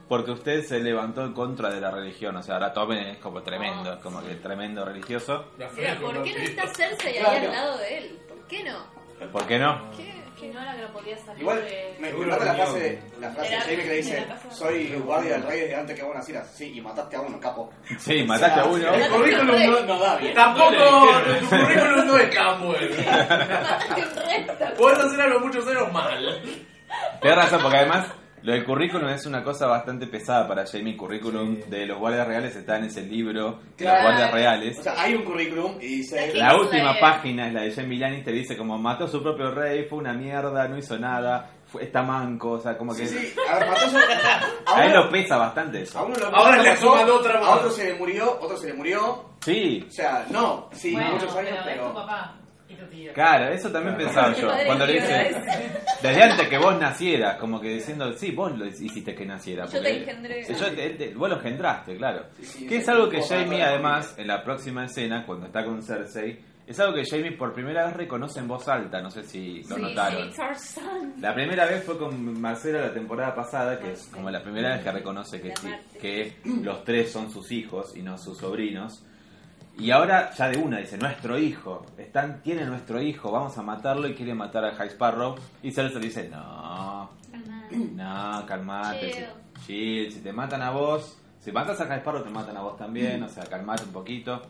Speaker 1: Porque usted se levantó en contra de la religión. O sea, ahora Tommen es como tremendo. Es como que tremendo religioso.
Speaker 8: La
Speaker 2: Mira,
Speaker 8: fresco,
Speaker 2: ¿por qué no está Cersei ahí
Speaker 4: Claro.
Speaker 2: al lado de él? ¿Por qué no?
Speaker 1: ¿Por qué no?
Speaker 2: ¿Qué?
Speaker 3: Que no era que lo podía sacar
Speaker 4: Igual,
Speaker 3: de...
Speaker 4: me
Speaker 5: Seguro
Speaker 4: encanta la
Speaker 5: opinión.
Speaker 4: frase, la frase de
Speaker 2: Era-
Speaker 4: Jaime que le dice:
Speaker 2: era la casa.
Speaker 4: Soy guardia del rey desde antes que hago una cira. Sí, y mataste a uno, capo.
Speaker 1: Sí, mataste a
Speaker 4: O
Speaker 1: uno.
Speaker 4: sea, El currículum no, no da bien.
Speaker 8: Tampoco, tu currículum no es tan bueno.
Speaker 2: Recta.
Speaker 8: Podés hacer a los muchos ceros mal.
Speaker 1: Tienes razón, porque además lo del currículum es una cosa bastante pesada para Jamie. El currículum de los guardias reales está en ese libro de los
Speaker 4: Claro.
Speaker 1: guardias
Speaker 4: O
Speaker 1: reales.
Speaker 4: sea, hay un currículum y dice:
Speaker 1: La
Speaker 2: Sí,
Speaker 1: última
Speaker 2: sí.
Speaker 1: página es la de Jamie Lannister. Dice como mató a su propio rey, fue una mierda, no hizo nada, fue, está manco. O sea, como que
Speaker 4: Sí, sí, a ver, mató a su-
Speaker 1: a él
Speaker 4: Ahora-
Speaker 1: lo pesa bastante
Speaker 4: A
Speaker 1: eso.
Speaker 4: uno lo
Speaker 8: Ahora
Speaker 4: mató,
Speaker 8: le suman otra más.
Speaker 4: A otro se le murió, otro se le murió.
Speaker 1: Sí,
Speaker 4: O sea, no, sí,
Speaker 9: bueno,
Speaker 4: muchos años,
Speaker 9: pero es tu
Speaker 4: pero.
Speaker 9: papá y tu tío.
Speaker 1: claro, eso también pensaba yo.
Speaker 2: Madre
Speaker 1: Cuando le
Speaker 2: mía,
Speaker 1: dice, desde antes que vos nacieras, como que diciendo, sí, vos lo hiciste que naciera.
Speaker 2: Yo
Speaker 1: porque
Speaker 2: te engendré.
Speaker 1: yo te- él te- vos lo engendraste, claro.
Speaker 4: Sí, sí,
Speaker 1: Que es
Speaker 4: sí,
Speaker 1: algo que
Speaker 4: como para toda
Speaker 1: Jamie,
Speaker 4: la
Speaker 1: además, en la próxima escena, cuando está con Cersei, es algo que Jamie por primera vez reconoce en voz alta. No sé si lo
Speaker 2: Sí,
Speaker 1: notaron.
Speaker 2: sí, Tarzan.
Speaker 1: La primera vez fue con Marcela la temporada pasada, que es como la primera vez que reconoce que,
Speaker 2: La
Speaker 1: sí-
Speaker 2: Marte.
Speaker 1: que los tres son sus hijos y no sus sobrinos. Y ahora ya de una dice, nuestro hijo, están, tiene nuestro hijo, vamos a matarlo y quiere matar a High Sparrow. Y Cersei le dice, no, no, calmate,
Speaker 2: Chill.
Speaker 1: si- chill, si te matan a vos, si matas a High Sparrow te matan a vos también, o sea, calmate un poquito.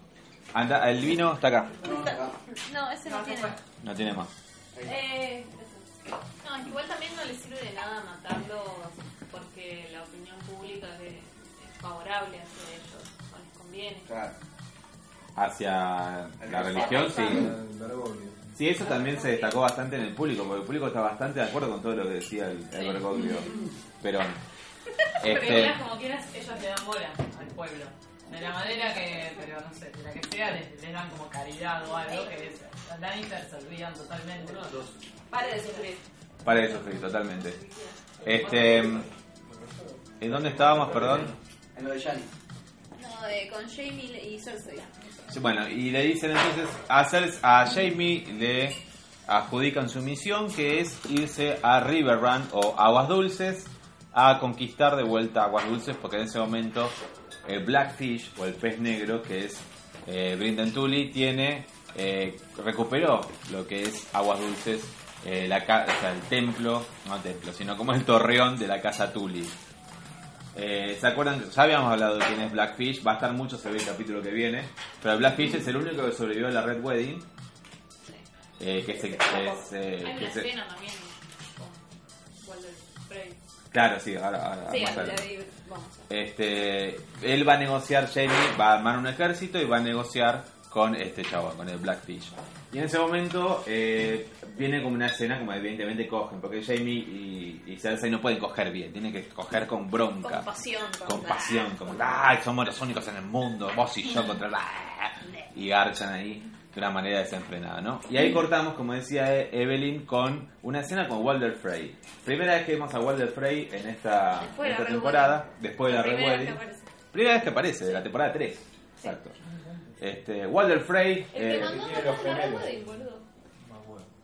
Speaker 1: Anda, el vino está acá,
Speaker 2: No, ese no tiene.
Speaker 1: no tiene más.
Speaker 3: Eh, no, es que igual también no le sirve de nada matarlos porque la opinión pública es, es favorable hacia ellos, no les conviene.
Speaker 4: Claro.
Speaker 1: Hacia la religión, sí. Sí, eso también se destacó bastante en el público, porque el público está bastante de acuerdo con todo lo que decía el, el Bergoglio. Pero,
Speaker 9: Pero
Speaker 1: este,
Speaker 9: quieras como quieras, ellos le dan bola al pueblo. De la manera que, pero no sé, de la que sea, les, les dan como caridad o algo que les, los Lannister se olvidan totalmente.
Speaker 6: Pare de sufrir.
Speaker 1: para eso, sí, totalmente. Este, ¿en dónde estábamos, perdón?
Speaker 4: En lo de Yanni.
Speaker 2: No, eh, con Jamie y Cersei.
Speaker 1: Sí, bueno, y le dicen entonces a, Cersei- a Jamie le adjudican su misión, que es irse a Riverrun o Aguas Dulces a conquistar de vuelta Aguas Dulces, porque en ese momento el Blackfish o el pez negro, que es eh, Brindan Tully, tiene eh, recuperó lo que es Aguas Dulces, eh, la ca- o sea, el templo, no el templo, sino como el torreón de la casa Tully. Eh, ¿Se acuerdan? Ya habíamos hablado de quién es Blackfish. Va a estar mucho, se ve el capítulo que viene. Pero Blackfish es el único que sobrevivió a la Red Wedding. Eh, que se, que se- Eh, que
Speaker 3: Hay una
Speaker 1: se-
Speaker 3: escena también con Walder Frey.
Speaker 1: Claro, sí, ahora, ahora-
Speaker 2: Sí,
Speaker 1: más
Speaker 2: ahora
Speaker 1: adelante.
Speaker 2: ahí vamos.
Speaker 1: Este, él va a negociar, Jamie va a armar un ejército y va a negociar con este chabón, con el Blackfish. Y en ese momento eh, viene como una escena como evidentemente cogen, porque Jamie y, y Cersei no pueden coger bien, tienen que coger con bronca.
Speaker 2: Con pasión. con-
Speaker 1: con pasión, como ¡ay! Somos los únicos en el mundo, vos y yo contra la. Y garchan ahí de una manera desenfrenada, ¿no? Y ahí cortamos, como decía E- Evelyn, con una escena con Walder Frey. Primera vez que vemos a Walder Frey en esta,
Speaker 2: Después de
Speaker 1: esta
Speaker 2: la Red
Speaker 1: temporada, después de la
Speaker 2: La
Speaker 1: Red
Speaker 2: primera vez
Speaker 1: Wedding.
Speaker 2: que aparece.
Speaker 1: Primera vez que aparece, de la temporada 3. Exacto. Este, Walder Frey,
Speaker 2: El
Speaker 1: eh,
Speaker 2: que mandó
Speaker 7: tiene
Speaker 2: a
Speaker 7: los
Speaker 2: matar a la Red
Speaker 7: gemelos.
Speaker 2: Wedding, boludo.
Speaker 5: Ah,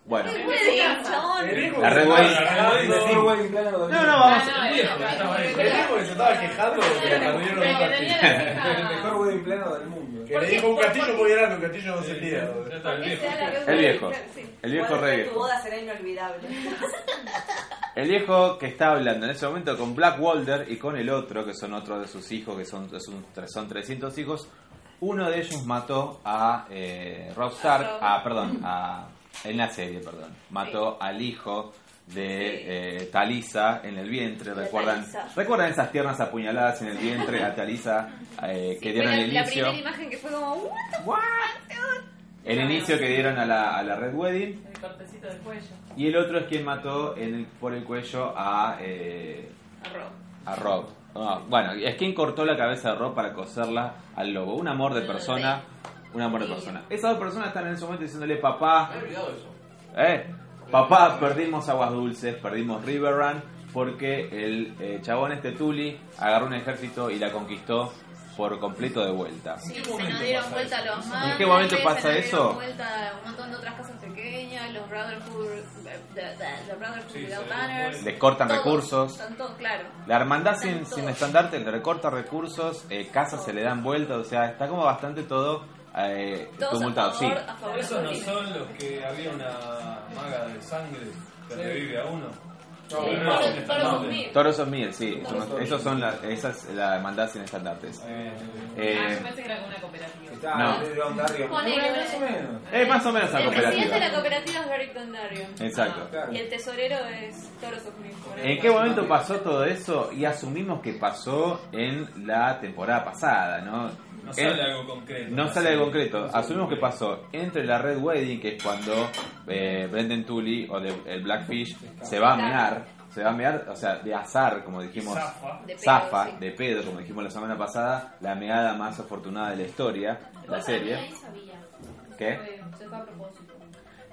Speaker 1: bueno.
Speaker 2: Red Wedding, chabón.
Speaker 8: El viejo
Speaker 1: La
Speaker 8: que se
Speaker 1: Red Ah,
Speaker 8: estaba
Speaker 1: Wedding.
Speaker 8: quejando-
Speaker 1: No, no, vamos.
Speaker 9: Ah, no,
Speaker 8: El viejo que estaba- el viejo que se estaba quejando porque le perdieron
Speaker 9: El
Speaker 8: un
Speaker 9: que
Speaker 8: castillo.
Speaker 9: tenía la
Speaker 7: El
Speaker 9: ceja-
Speaker 7: mejor wedding planner del mundo.
Speaker 8: Que le dijo un castillo muy grande, un castillo no se tira.
Speaker 5: Ya está, el
Speaker 2: Porque
Speaker 5: viejo.
Speaker 2: sea la Red
Speaker 1: El
Speaker 2: Wedding,
Speaker 1: viejo.
Speaker 2: claro, sí.
Speaker 1: El viejo
Speaker 6: Igual
Speaker 1: rey.
Speaker 6: Tu boda será inolvidable.
Speaker 1: El viejo que está hablando en ese momento con Black Walder y con el otro, que son otros de sus hijos, que son, son, son 300 hijos, uno de ellos mató a eh, Robb Stark,
Speaker 2: Robb.
Speaker 1: ah, perdón, a, en la serie, perdón, mató al hijo de eh, Talisa en el vientre,
Speaker 2: De
Speaker 1: ¿recuerdan?
Speaker 2: Talisa.
Speaker 1: ¿Recuerdan esas tiernas apuñaladas en el vientre a Talisa eh,
Speaker 2: Sí,
Speaker 1: que
Speaker 2: fue
Speaker 1: dieron
Speaker 2: la,
Speaker 1: el
Speaker 2: la
Speaker 1: inicio?
Speaker 2: primera imagen que fue como, ¿what?
Speaker 1: El inicio que dieron a la, a la Red Wedding.
Speaker 9: El cortecito del cuello. Ah,
Speaker 1: Y el otro es quien mató en el- por el cuello a... eh,
Speaker 2: A Rob.
Speaker 1: a Rob. Ah, bueno, es quien cortó la cabeza de Rob para coserla al lobo. Un amor de persona. Un amor de persona. Esas dos personas están en ese momento diciéndole, papá,
Speaker 8: olvidado eso.
Speaker 1: eh, papá, perdimos aguas dulces, perdimos River Run. porque el eh, chabón este Tuli agarró un ejército y la conquistó por completo de vuelta.
Speaker 2: Sí,
Speaker 5: qué
Speaker 2: se
Speaker 5: momento
Speaker 2: nos dieron
Speaker 5: pasa
Speaker 2: vuelta
Speaker 5: eso?
Speaker 2: los
Speaker 5: ¿En
Speaker 2: mapas.
Speaker 1: qué momento pasa
Speaker 2: se nos
Speaker 1: eso?
Speaker 2: Dieron vuelta un montón de otras casas pequeñas, los Brotherhood, eh, the, the- the Brotherhood
Speaker 5: Sí,
Speaker 2: Without
Speaker 5: se
Speaker 2: Banners.
Speaker 1: Les cortan
Speaker 2: Todos,
Speaker 1: recursos.
Speaker 2: Están todos, claro.
Speaker 1: La hermandad
Speaker 2: Están
Speaker 1: sin,
Speaker 2: todos.
Speaker 1: sin estandarte le recorta recursos, eh, casas se le dan vuelta, o sea, está como bastante todo eh,
Speaker 2: Todos
Speaker 1: tumultado.
Speaker 2: a
Speaker 1: Sí,
Speaker 2: favor, a favor.
Speaker 5: Esos no
Speaker 2: de Putin.
Speaker 5: son los que había una maga de sangre que revive a uno.
Speaker 2: Sí,
Speaker 5: no,
Speaker 2: por-
Speaker 5: no,
Speaker 2: por
Speaker 5: no,
Speaker 2: los
Speaker 5: no.
Speaker 2: mil.
Speaker 1: todos esos mil, sí. son- esos son la, esa es la hermandad sin estandartes.
Speaker 9: Ah,
Speaker 1: Eh,
Speaker 9: yo pensé que era como una cooperativa.
Speaker 7: Está
Speaker 1: No.
Speaker 7: de Ontario.
Speaker 2: Ponele,
Speaker 7: Más o menos.
Speaker 1: es más o menos la
Speaker 2: Ah, El presidente de la Ah.
Speaker 1: cooperativa.
Speaker 2: cooperativa es Garrick Dondarion.
Speaker 1: Exacto.
Speaker 7: Claro.
Speaker 2: Y el tesorero es Toro Sofni.
Speaker 1: ¿En qué momento pasó todo eso? Y asumimos que pasó en la temporada pasada, ¿no?
Speaker 5: No
Speaker 1: En-
Speaker 5: sale algo concreto.
Speaker 1: Eh, No sale de concreto.
Speaker 5: no sale
Speaker 1: Asumimos que
Speaker 5: concreto.
Speaker 1: pasó entre la Red Wedding, que es cuando eh, Brendan Tully o de- el Blackfish se va a mear, se va a mear, o sea, de azar, como dijimos,
Speaker 5: Zafa.
Speaker 2: De pedo,
Speaker 1: zafa,
Speaker 2: sí.
Speaker 1: de pedo, como dijimos la semana pasada, la meada más afortunada de la historia, de la serie. ¿Qué?
Speaker 2: Se fue a propósito.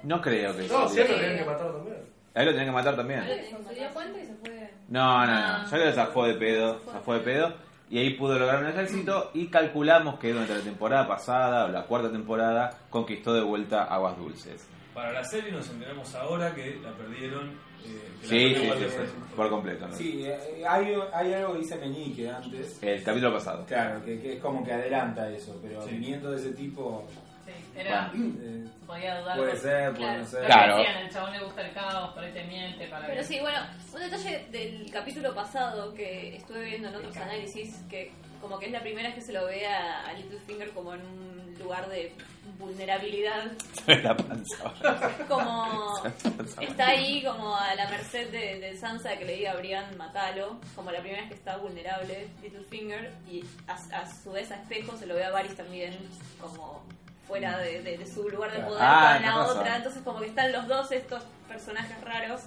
Speaker 1: No creo que
Speaker 8: No,
Speaker 1: sí.
Speaker 8: siempre tenían que matar también.
Speaker 1: A él lo tenían que matar también.
Speaker 2: Se dio cuenta y se fue.
Speaker 1: No, no,
Speaker 2: Ah.
Speaker 1: no. Ya que lo zafó de pedo, zafó de pedo. Y ahí pudo lograr un ejército y calculamos que durante la temporada pasada o la cuarta temporada conquistó de vuelta aguas dulces.
Speaker 5: Para la serie nos enteramos ahora que la perdieron. eh, que la
Speaker 1: Sí,
Speaker 5: perdió
Speaker 1: sí, sí,
Speaker 5: Walter
Speaker 1: sí,
Speaker 5: White.
Speaker 1: por completo. ¿no?
Speaker 7: Sí, eh, hay, hay algo que dice Meñique antes.
Speaker 1: El capítulo pasado.
Speaker 7: Claro, que, que es como que adelanta eso, pero
Speaker 5: Sí.
Speaker 7: viniendo de ese tipo
Speaker 9: Sí, era.
Speaker 7: eh,
Speaker 9: Podía dudar.
Speaker 7: puede
Speaker 9: por-
Speaker 7: ser, puede
Speaker 2: Claro.
Speaker 7: no
Speaker 9: Lo
Speaker 7: ser.
Speaker 9: que
Speaker 1: Claro.
Speaker 9: decían, el chabón le gusta el caos, por ahí te miente. Para
Speaker 2: Pero
Speaker 9: que-
Speaker 2: sí, bueno, un detalle del capítulo pasado que estuve viendo en otros análisis, que como que es la primera vez que se lo ve a, a Littlefinger como en un lugar de vulnerabilidad,
Speaker 1: la panza.
Speaker 2: como está ahí como a la merced de, de Sansa que le diga a Brian matalo, como la primera vez que está vulnerable Littlefinger, y a, a su vez a Espejo se lo ve a Varys también como fuera de, de- de su lugar de poder
Speaker 1: Ah,
Speaker 2: con la
Speaker 1: tenés razón.
Speaker 2: otra, entonces como que están los dos estos personajes raros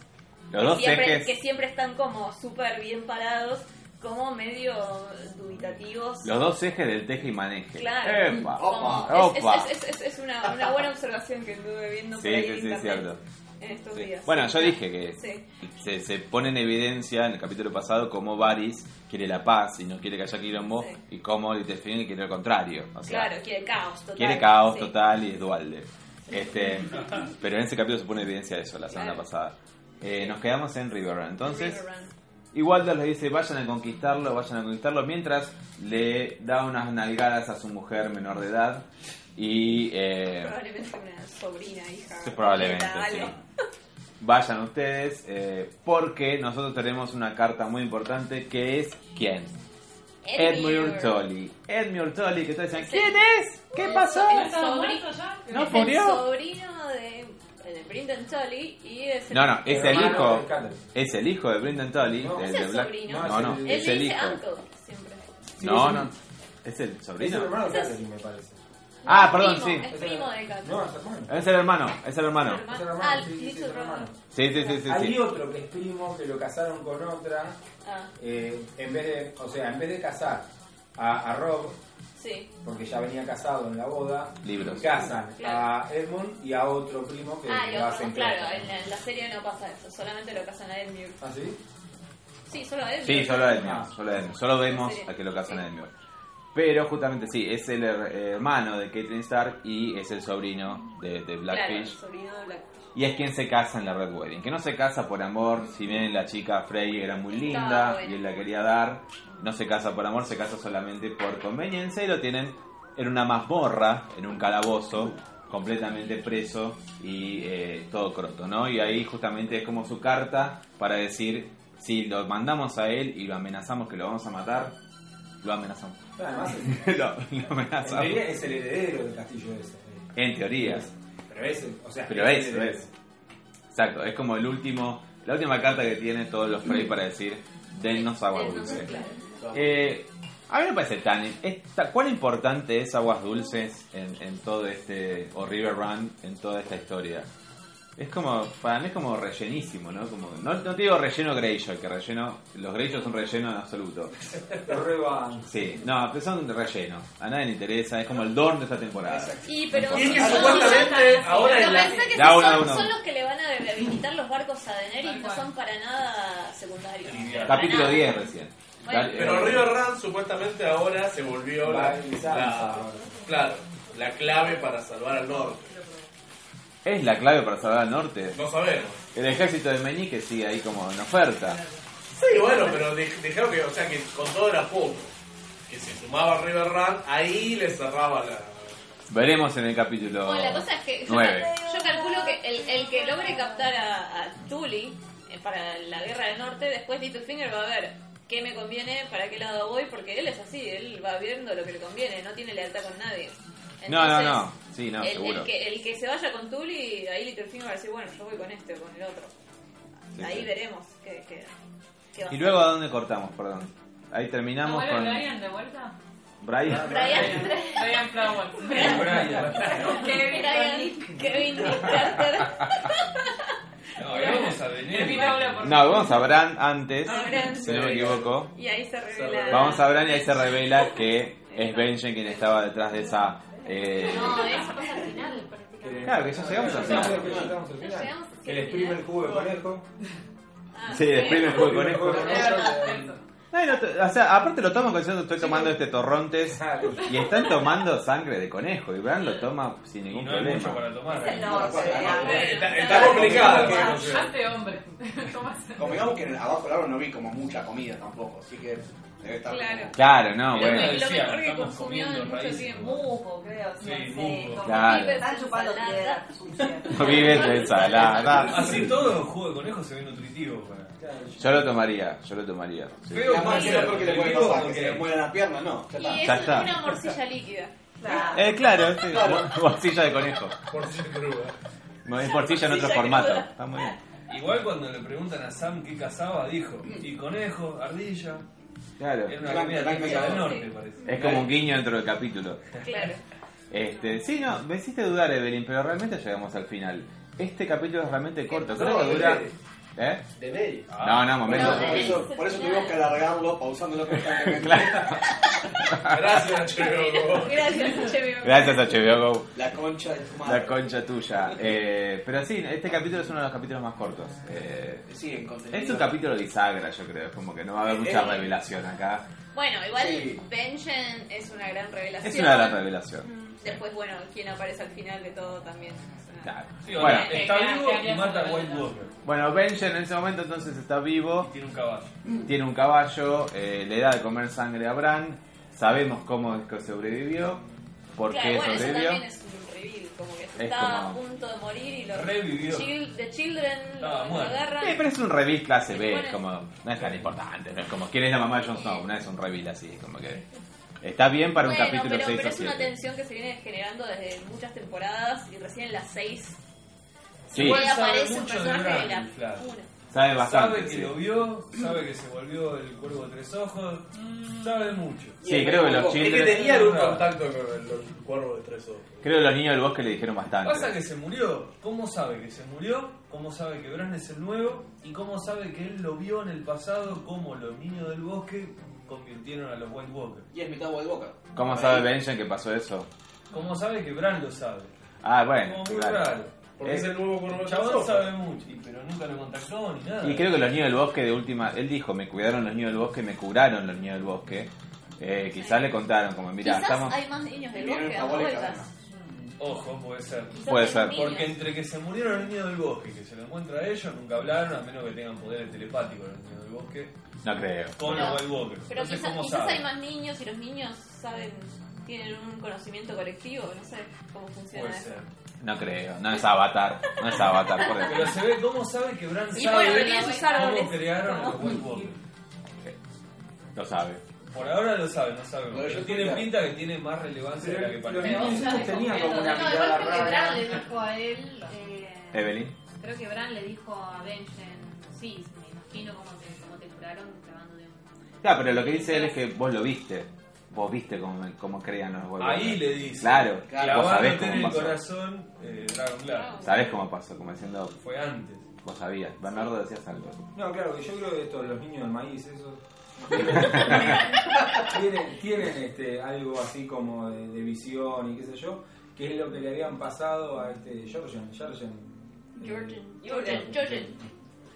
Speaker 1: Los dos
Speaker 2: siempre,
Speaker 1: ejes.
Speaker 2: que siempre están como súper bien parados, como medio dubitativos.
Speaker 1: Los dos ejes del teje y maneje.
Speaker 2: Claro. Oh,
Speaker 1: Epa.
Speaker 2: Como- es-
Speaker 1: Opa.
Speaker 2: Es, es- es- es una, una buena observación que estuve viendo
Speaker 1: Sí,
Speaker 2: por ahí
Speaker 1: sí,
Speaker 2: en
Speaker 1: sí,
Speaker 2: internet
Speaker 1: cierto.
Speaker 2: en estos
Speaker 1: Sí.
Speaker 2: días.
Speaker 1: Bueno, yo dije que
Speaker 2: Sí.
Speaker 1: se, se pone en evidencia en el capítulo pasado cómo Varys quiere la paz y no quiere que haya quilombo
Speaker 2: Sí.
Speaker 1: y cómo Littlefinger quiere lo contrario. O sea,
Speaker 2: claro, quiere caos total.
Speaker 1: quiere caos
Speaker 2: sí.
Speaker 1: total y es dualde. Este, pero en ese capítulo se pone en evidencia eso la semana
Speaker 2: Claro.
Speaker 1: pasada. Eh, nos quedamos en Riverrun. Entonces, eh.
Speaker 2: Riverrun.
Speaker 1: Y Walter les dice, vayan a conquistarlo, vayan a conquistarlo, mientras le da unas nalgadas a su mujer menor de edad y eh,
Speaker 2: Probablemente una sobrina, hija.
Speaker 1: probablemente,
Speaker 2: nieta,
Speaker 1: sí.
Speaker 2: algo.
Speaker 1: Vayan ustedes, eh, porque nosotros tenemos una carta muy importante que es ¿quién? Edmure Tully. Edmure Tully, que ustedes decían, ¿quién es? ¿Qué pasó?
Speaker 9: ¿No estaba muerto ya?
Speaker 1: ¿No
Speaker 8: pues,
Speaker 2: Es el
Speaker 1: murió?
Speaker 2: sobrino de, de Brendan Tully y es el-
Speaker 1: No, no, es el
Speaker 7: Hermano
Speaker 1: hijo,
Speaker 7: de Catelyn.
Speaker 1: es el hijo de Brendan Tully.
Speaker 7: No.
Speaker 1: del
Speaker 2: Es
Speaker 1: de
Speaker 2: el
Speaker 1: Black-
Speaker 2: sobrino.
Speaker 1: No, no,
Speaker 7: Él
Speaker 2: Él
Speaker 1: es
Speaker 2: le
Speaker 1: el
Speaker 2: dice
Speaker 1: hijo.
Speaker 2: uncle, siempre.
Speaker 7: Sí,
Speaker 1: No,
Speaker 7: es el-
Speaker 1: no, es el
Speaker 7: Es el
Speaker 1: sobrino.
Speaker 7: hermano de Catelyn, me parece.
Speaker 1: Ah,
Speaker 2: No,
Speaker 1: perdón,
Speaker 2: primo,
Speaker 1: sí.
Speaker 2: Es primo de Kat.
Speaker 7: No, es hermano.
Speaker 1: Es el hermano, es el hermano.
Speaker 7: Es el hermano,
Speaker 2: Ah,
Speaker 7: sí, sí, sí,
Speaker 2: Little
Speaker 7: es el hermano.
Speaker 2: Brother.
Speaker 1: Sí, sí, sí, sí.
Speaker 7: Hay
Speaker 1: sí.
Speaker 7: otro que es primo que lo casaron con otra.
Speaker 2: Ah,
Speaker 7: eh, en vez de, o sea, en vez de casar a, a Rob,
Speaker 2: sí.
Speaker 7: porque ya venía casado en la boda,
Speaker 1: Libros.
Speaker 7: casan
Speaker 2: Claro.
Speaker 7: a Edmund y a otro primo que
Speaker 2: Ah, y
Speaker 7: lo hacen
Speaker 2: otro, claro,
Speaker 7: clon.
Speaker 2: en la, en la serie no pasa eso, solamente lo casan a Edmure.
Speaker 7: ¿Ah, sí?
Speaker 2: Sí, solo a Edmure.
Speaker 1: Sí, solo a Edmure, solo, a Edmure. Solo vemos
Speaker 2: Sí.
Speaker 1: a que lo casan
Speaker 2: Sí.
Speaker 1: a Edmure. Pero justamente sí, es el her- hermano de Caitlyn Stark y es el sobrino de, de
Speaker 2: Claro,
Speaker 1: Blackfish.
Speaker 2: sobrino de Blackfish.
Speaker 1: Y es quien se casa en la Red Wedding. Que no se casa por amor, si bien la chica Frey era muy linda
Speaker 2: Estaba buena.
Speaker 1: y él la quería dar, no se casa por amor, se casa solamente por conveniencia y lo tienen en una mazmorra, en un calabozo, completamente preso y eh, todo croto, ¿no? Y ahí justamente es como su carta para decir, si lo mandamos a él y lo amenazamos que lo vamos a matar, lo amenazamos.
Speaker 7: No, Ah, además, en
Speaker 1: lo, lo amenazamos.
Speaker 7: teoría es el heredero del castillo ese. eh.
Speaker 1: En teoría.
Speaker 7: Pero ese, o sea,
Speaker 1: Pero
Speaker 7: es
Speaker 1: es,
Speaker 7: el
Speaker 1: lo
Speaker 7: heredero.
Speaker 1: es. Exacto, es como el último, la última carta que tiene todos los Frey para decir, dennos agua
Speaker 2: Entonces,
Speaker 1: dulce.
Speaker 2: claro.
Speaker 1: Eh, a mí me parece tan... es ta- ¿Cuán importante es aguas dulces en, en todo este... o River Run en toda esta historia? Es como, para mí es como rellenísimo, ¿no? Como, no, no te digo relleno Greyjoy, que relleno, los Greyjoy son relleno en absoluto.
Speaker 7: Lo reban.
Speaker 1: Sí, no, pero son relleno, a nadie le interesa, es como el dorn de esta temporada.
Speaker 2: Y pero
Speaker 8: Y es que
Speaker 2: son-
Speaker 8: supuestamente
Speaker 2: son-
Speaker 8: ahora
Speaker 2: pero
Speaker 8: en la-
Speaker 2: pensá que
Speaker 1: Da
Speaker 2: sí
Speaker 1: una,
Speaker 2: son,
Speaker 1: una.
Speaker 2: son los que le van a debilitar quitar los barcos a Daenerys
Speaker 9: Tal
Speaker 2: no
Speaker 9: cual.
Speaker 2: son para nada secundarios.
Speaker 5: Lineal.
Speaker 2: Para
Speaker 1: Capítulo
Speaker 2: nada.
Speaker 1: 10 recién.
Speaker 2: Bueno.
Speaker 1: Dale,
Speaker 8: Pero
Speaker 1: eh,
Speaker 8: Río Ran supuestamente ahora se volvió la,
Speaker 7: Bailizanza.
Speaker 8: la- claro, la clave para salvar al norte.
Speaker 1: Es la clave para salvar al norte.
Speaker 8: No sabemos.
Speaker 1: El ejército de Meñique sigue ahí como en oferta.
Speaker 8: Sí, bueno, pero de- dijeron que, o sea, que con todo era poco. Que si sumaba River Run, ahí le cerraba la.
Speaker 1: Veremos en el capítulo
Speaker 2: Bueno, la cosa es que yo,
Speaker 1: nueve.
Speaker 2: cal- yo calculo que el, el que logre captar a, a Tully eh, para la guerra del norte, después Littlefinger va a ver qué me conviene, para qué lado voy, porque él es así, él va viendo lo que le conviene, no tiene lealtad con nadie.
Speaker 1: No, no,
Speaker 2: Entonces,
Speaker 1: no. Sí, no,
Speaker 2: el,
Speaker 1: seguro.
Speaker 2: el que, el que se vaya con Tully, ahí Littlefinger va a decir, bueno, yo voy con este o con el otro.
Speaker 1: Sí,
Speaker 2: ahí
Speaker 1: sí.
Speaker 2: veremos qué, qué, qué va a
Speaker 1: Y
Speaker 2: hacer.
Speaker 1: luego a dónde cortamos, perdón. Ahí terminamos
Speaker 9: ¿No
Speaker 1: con
Speaker 9: vuelve Brian de vuelta?
Speaker 1: Brian.
Speaker 2: Brian,
Speaker 9: Brian Flower.
Speaker 5: Brian.
Speaker 9: Kevin
Speaker 2: Brian, Kevin Carter.
Speaker 5: No, ahora vamos a venir.
Speaker 9: Kevin habla por
Speaker 1: No, vamos a Bran antes,
Speaker 2: A Ah, Bran.
Speaker 1: si no me equivoco.
Speaker 2: Y ahí se revela.
Speaker 1: Vamos a Bran y ahí se revela que es Benjen quien estaba detrás de esa... eh,
Speaker 3: No, eso pasa al final prácticamente.
Speaker 1: Claro, que ya llegamos al
Speaker 7: Ya
Speaker 1: final.
Speaker 7: llegamos al
Speaker 3: Ya
Speaker 7: final.
Speaker 3: llegamos al
Speaker 7: Que le exprime el jugo de conejo.
Speaker 2: Ah,
Speaker 1: Sí, después me juego con esto.
Speaker 9: Es verdad, eso.
Speaker 1: Ay, no te- o sea, aparte lo tomo diciendo estoy tomando este torrontes y están tomando sangre de conejo y Bran lo toma sin
Speaker 5: Y
Speaker 1: ningún
Speaker 5: no hay mucho
Speaker 1: problema.
Speaker 5: para tomar.
Speaker 6: Es el norte.
Speaker 8: Eh,
Speaker 6: ¿eh?
Speaker 8: Está, está complicado. que no sé.
Speaker 9: Hazte hombre. Tomás.
Speaker 4: Convengamos que en el- abajo del árbol no vi como mucha comida tampoco, así que debe estar.
Speaker 2: Claro.
Speaker 1: Claro, no,
Speaker 2: Lo,
Speaker 5: Bueno,
Speaker 2: que-
Speaker 1: Ah, bueno.
Speaker 2: lo
Speaker 5: decía,
Speaker 2: mejor que
Speaker 5: estamos
Speaker 2: consumió
Speaker 5: comiendo Ah,
Speaker 2: en mucho
Speaker 5: raíces,
Speaker 2: tiempo.
Speaker 6: Musgo, creo. sí,
Speaker 5: Sí,
Speaker 6: sí,
Speaker 5: musgo.
Speaker 6: como-
Speaker 1: Claro.
Speaker 6: Están chupando piedra sucia.
Speaker 1: No vives de ensalada.
Speaker 5: Así ah, todo, el jugo de conejo se ve nutritivo. para-
Speaker 1: Yo lo tomaría, yo lo tomaría. sí.
Speaker 5: Feo
Speaker 4: La
Speaker 5: puede
Speaker 4: más que
Speaker 5: ser,
Speaker 4: lo peor que le
Speaker 5: pero
Speaker 4: puede
Speaker 5: vivo
Speaker 4: pasar, que
Speaker 5: porque-
Speaker 4: se le muera la pierna, no, ya
Speaker 2: Y
Speaker 4: está.
Speaker 1: Ya
Speaker 2: es
Speaker 1: está.
Speaker 2: una morcilla líquida.
Speaker 6: Claro.
Speaker 1: Eh, claro, sí, morcilla de conejo.
Speaker 8: Por si cruda.
Speaker 1: No, es morcilla en otro
Speaker 2: Morcilla
Speaker 1: formato.
Speaker 2: cruda.
Speaker 1: Está muy bien.
Speaker 5: Igual cuando le preguntan a Sam qué cazaba, dijo, y conejo, ardilla,
Speaker 1: Claro.
Speaker 5: era una
Speaker 4: Gran-
Speaker 5: comida
Speaker 4: gran
Speaker 5: típica del
Speaker 4: cazador.
Speaker 5: norte, parece.
Speaker 1: Es como un guiño dentro del capítulo.
Speaker 2: Claro.
Speaker 1: Este, sí, no, me hiciste dudar, Evelyn, pero realmente llegamos al final. Este capítulo es realmente corto, creo que dura. ¿Eh?
Speaker 8: De ley.
Speaker 1: No,
Speaker 5: Ah,
Speaker 1: no, momento.
Speaker 2: No,
Speaker 4: Por eso, por eso tuvimos que alargarlo, pausándolo constantemente.
Speaker 8: Gracias, Cheroco.
Speaker 2: Gracias, Chevy.
Speaker 1: Gracias a HBO Go.
Speaker 4: La concha de tu madre.
Speaker 1: La concha tuya. Eh, pero sí, este capítulo es uno de los capítulos más cortos. Eh,
Speaker 4: Sí, en contenido.
Speaker 1: es un capítulo bisagra, yo creo. Es como que no va a haber mucha
Speaker 4: Eh, eh.
Speaker 1: revelación acá.
Speaker 2: Bueno, igual
Speaker 4: Sí.
Speaker 2: Vengeance es una gran revelación.
Speaker 1: Es una gran revelación.
Speaker 2: Mm, Después, bueno, quien aparece al final de todo también. es una-
Speaker 1: Claro.
Speaker 5: Sí,
Speaker 1: Bueno,
Speaker 5: ahora está vivo y mata a White Walker.
Speaker 1: bueno, Benjen en ese momento entonces está vivo,
Speaker 5: Y tiene un caballo.
Speaker 1: tiene un caballo, eh, le da de comer sangre a Bran. Sabemos cómo es que sobrevivió, por
Speaker 2: Claro,
Speaker 1: qué
Speaker 2: bueno, eso
Speaker 1: sobrevivió.
Speaker 2: también es un reveal, como que
Speaker 1: Es
Speaker 2: estaba
Speaker 1: como-
Speaker 2: a punto de morir y lo
Speaker 5: Revivió.
Speaker 2: Chil- The Children
Speaker 5: Estaba
Speaker 2: lo, lo
Speaker 5: muerto.
Speaker 2: agarran.
Speaker 1: Sí, pero es un reveal clase B,
Speaker 2: Bueno.
Speaker 1: como no es tan importante, no es como quién es la mamá de Jon Snow, no es un reveal así, es como que está bien para un
Speaker 2: bueno,
Speaker 1: capítulo
Speaker 2: pero,
Speaker 1: 6
Speaker 2: pero
Speaker 1: o
Speaker 2: es una
Speaker 1: 7.
Speaker 2: tensión que se viene generando desde muchas temporadas y recién en las seis
Speaker 1: Sí,
Speaker 2: igual
Speaker 5: Igual sabe
Speaker 2: aparece un
Speaker 5: mucho de
Speaker 2: personaje de
Speaker 5: Bran,
Speaker 2: la
Speaker 5: claro.
Speaker 2: una.
Speaker 1: sabe bastante.
Speaker 5: sabe que
Speaker 1: sí.
Speaker 5: lo vio, sabe que se volvió el cuervo de tres ojos,
Speaker 1: Mm.
Speaker 5: sabe mucho.
Speaker 1: Sí, creo que los
Speaker 8: Es que
Speaker 1: children,
Speaker 8: tenía algún contacto con el, el cuervo de tres ojos.
Speaker 1: creo que los niños del bosque le dijeron bastante.
Speaker 5: Pasa que se murió. ¿Cómo sabe que se murió? ¿Cómo sabe que Bran es el nuevo? ¿Y cómo sabe que él lo vio en el pasado como los niños del bosque convirtieron a los White Walkers?
Speaker 4: Y es mitad de boca.
Speaker 1: ¿Cómo sabe Benjen que pasó eso?
Speaker 5: ¿Cómo sabe que Bran lo sabe?
Speaker 1: Ah, bueno,
Speaker 5: Como muy
Speaker 1: claro.
Speaker 5: raro.
Speaker 8: Porque
Speaker 1: Es-
Speaker 8: es, el nuevo cuervo de
Speaker 5: El
Speaker 8: tres
Speaker 5: chabón
Speaker 8: ojos.
Speaker 5: sabe mucho, y- pero nunca lo contactó ni nada.
Speaker 1: Y creo que los niños del bosque de última, él dijo, me cuidaron los niños del bosque, me curaron los niños del bosque. Eh, quizás le contaron, como, mira,
Speaker 2: Quizás
Speaker 1: estamos...
Speaker 2: hay más niños del
Speaker 4: Y viene
Speaker 2: bosque
Speaker 4: un
Speaker 2: dando
Speaker 4: favor de
Speaker 2: vueltas.
Speaker 4: cadena.
Speaker 5: Ojo, puede ser.
Speaker 2: Quizás
Speaker 1: Puede
Speaker 2: hay
Speaker 1: ser.
Speaker 2: niños.
Speaker 5: Porque entre que se murieron los niños del bosque y que se lo encuentra a ellos, nunca hablaron, a menos que tengan poderes telepáticos los niños del bosque,
Speaker 1: No creo.
Speaker 5: con
Speaker 2: No.
Speaker 5: los White Walkers.
Speaker 2: Pero
Speaker 5: Entonces,
Speaker 2: quizás,
Speaker 5: ¿cómo
Speaker 2: quizás
Speaker 5: sabe?
Speaker 2: hay más niños y los niños saben, tienen un conocimiento colectivo, no sé cómo funciona
Speaker 5: Puede
Speaker 2: eso.
Speaker 5: ser.
Speaker 1: No creo, no es Avatar, no es Avatar, por
Speaker 5: Pero
Speaker 1: ejemplo.
Speaker 5: se ve cómo sabe que Bran
Speaker 2: Y
Speaker 5: sabe
Speaker 2: bueno, venían sus árboles.
Speaker 5: cómo crearon a los White Walkers.
Speaker 1: Lo sabe.
Speaker 5: Por ahora lo sabe, no sabemos.
Speaker 4: Pero
Speaker 5: Pero
Speaker 4: yo
Speaker 5: tiene
Speaker 4: creo-
Speaker 5: pinta que tiene más relevancia de la que
Speaker 7: Los
Speaker 5: parece.
Speaker 7: niños estos tenían como una
Speaker 3: No, igual
Speaker 7: mirada
Speaker 3: creo que Bran
Speaker 7: rara.
Speaker 3: le dijo a él. eh,
Speaker 1: Evelyn.
Speaker 3: Creo que Bran le dijo a Benjen. Sí, me imagino cómo te, cómo te curaron clavándote un.
Speaker 1: Claro, pero lo que dice él es que vos lo viste. Vos viste cómo, cómo crean los huevos.
Speaker 5: Ahí le dice.
Speaker 1: Claro, vos sabés
Speaker 5: Clavándote en
Speaker 1: cómo
Speaker 5: el
Speaker 1: pasó.
Speaker 5: corazón, eh, Dragon Glass.
Speaker 1: Sabés cómo pasó, como diciendo,
Speaker 5: Fue antes.
Speaker 1: vos sabías. Bernardo decías algo.
Speaker 7: No, claro, que yo creo que esto, los niños del maíz, eso. tienen tienen este, algo así como de, de visión y qué sé yo, que es lo que le habían pasado a este Jorgen, Jorgen
Speaker 2: Jordan.
Speaker 6: Jordan.
Speaker 2: Jordan. Jordan.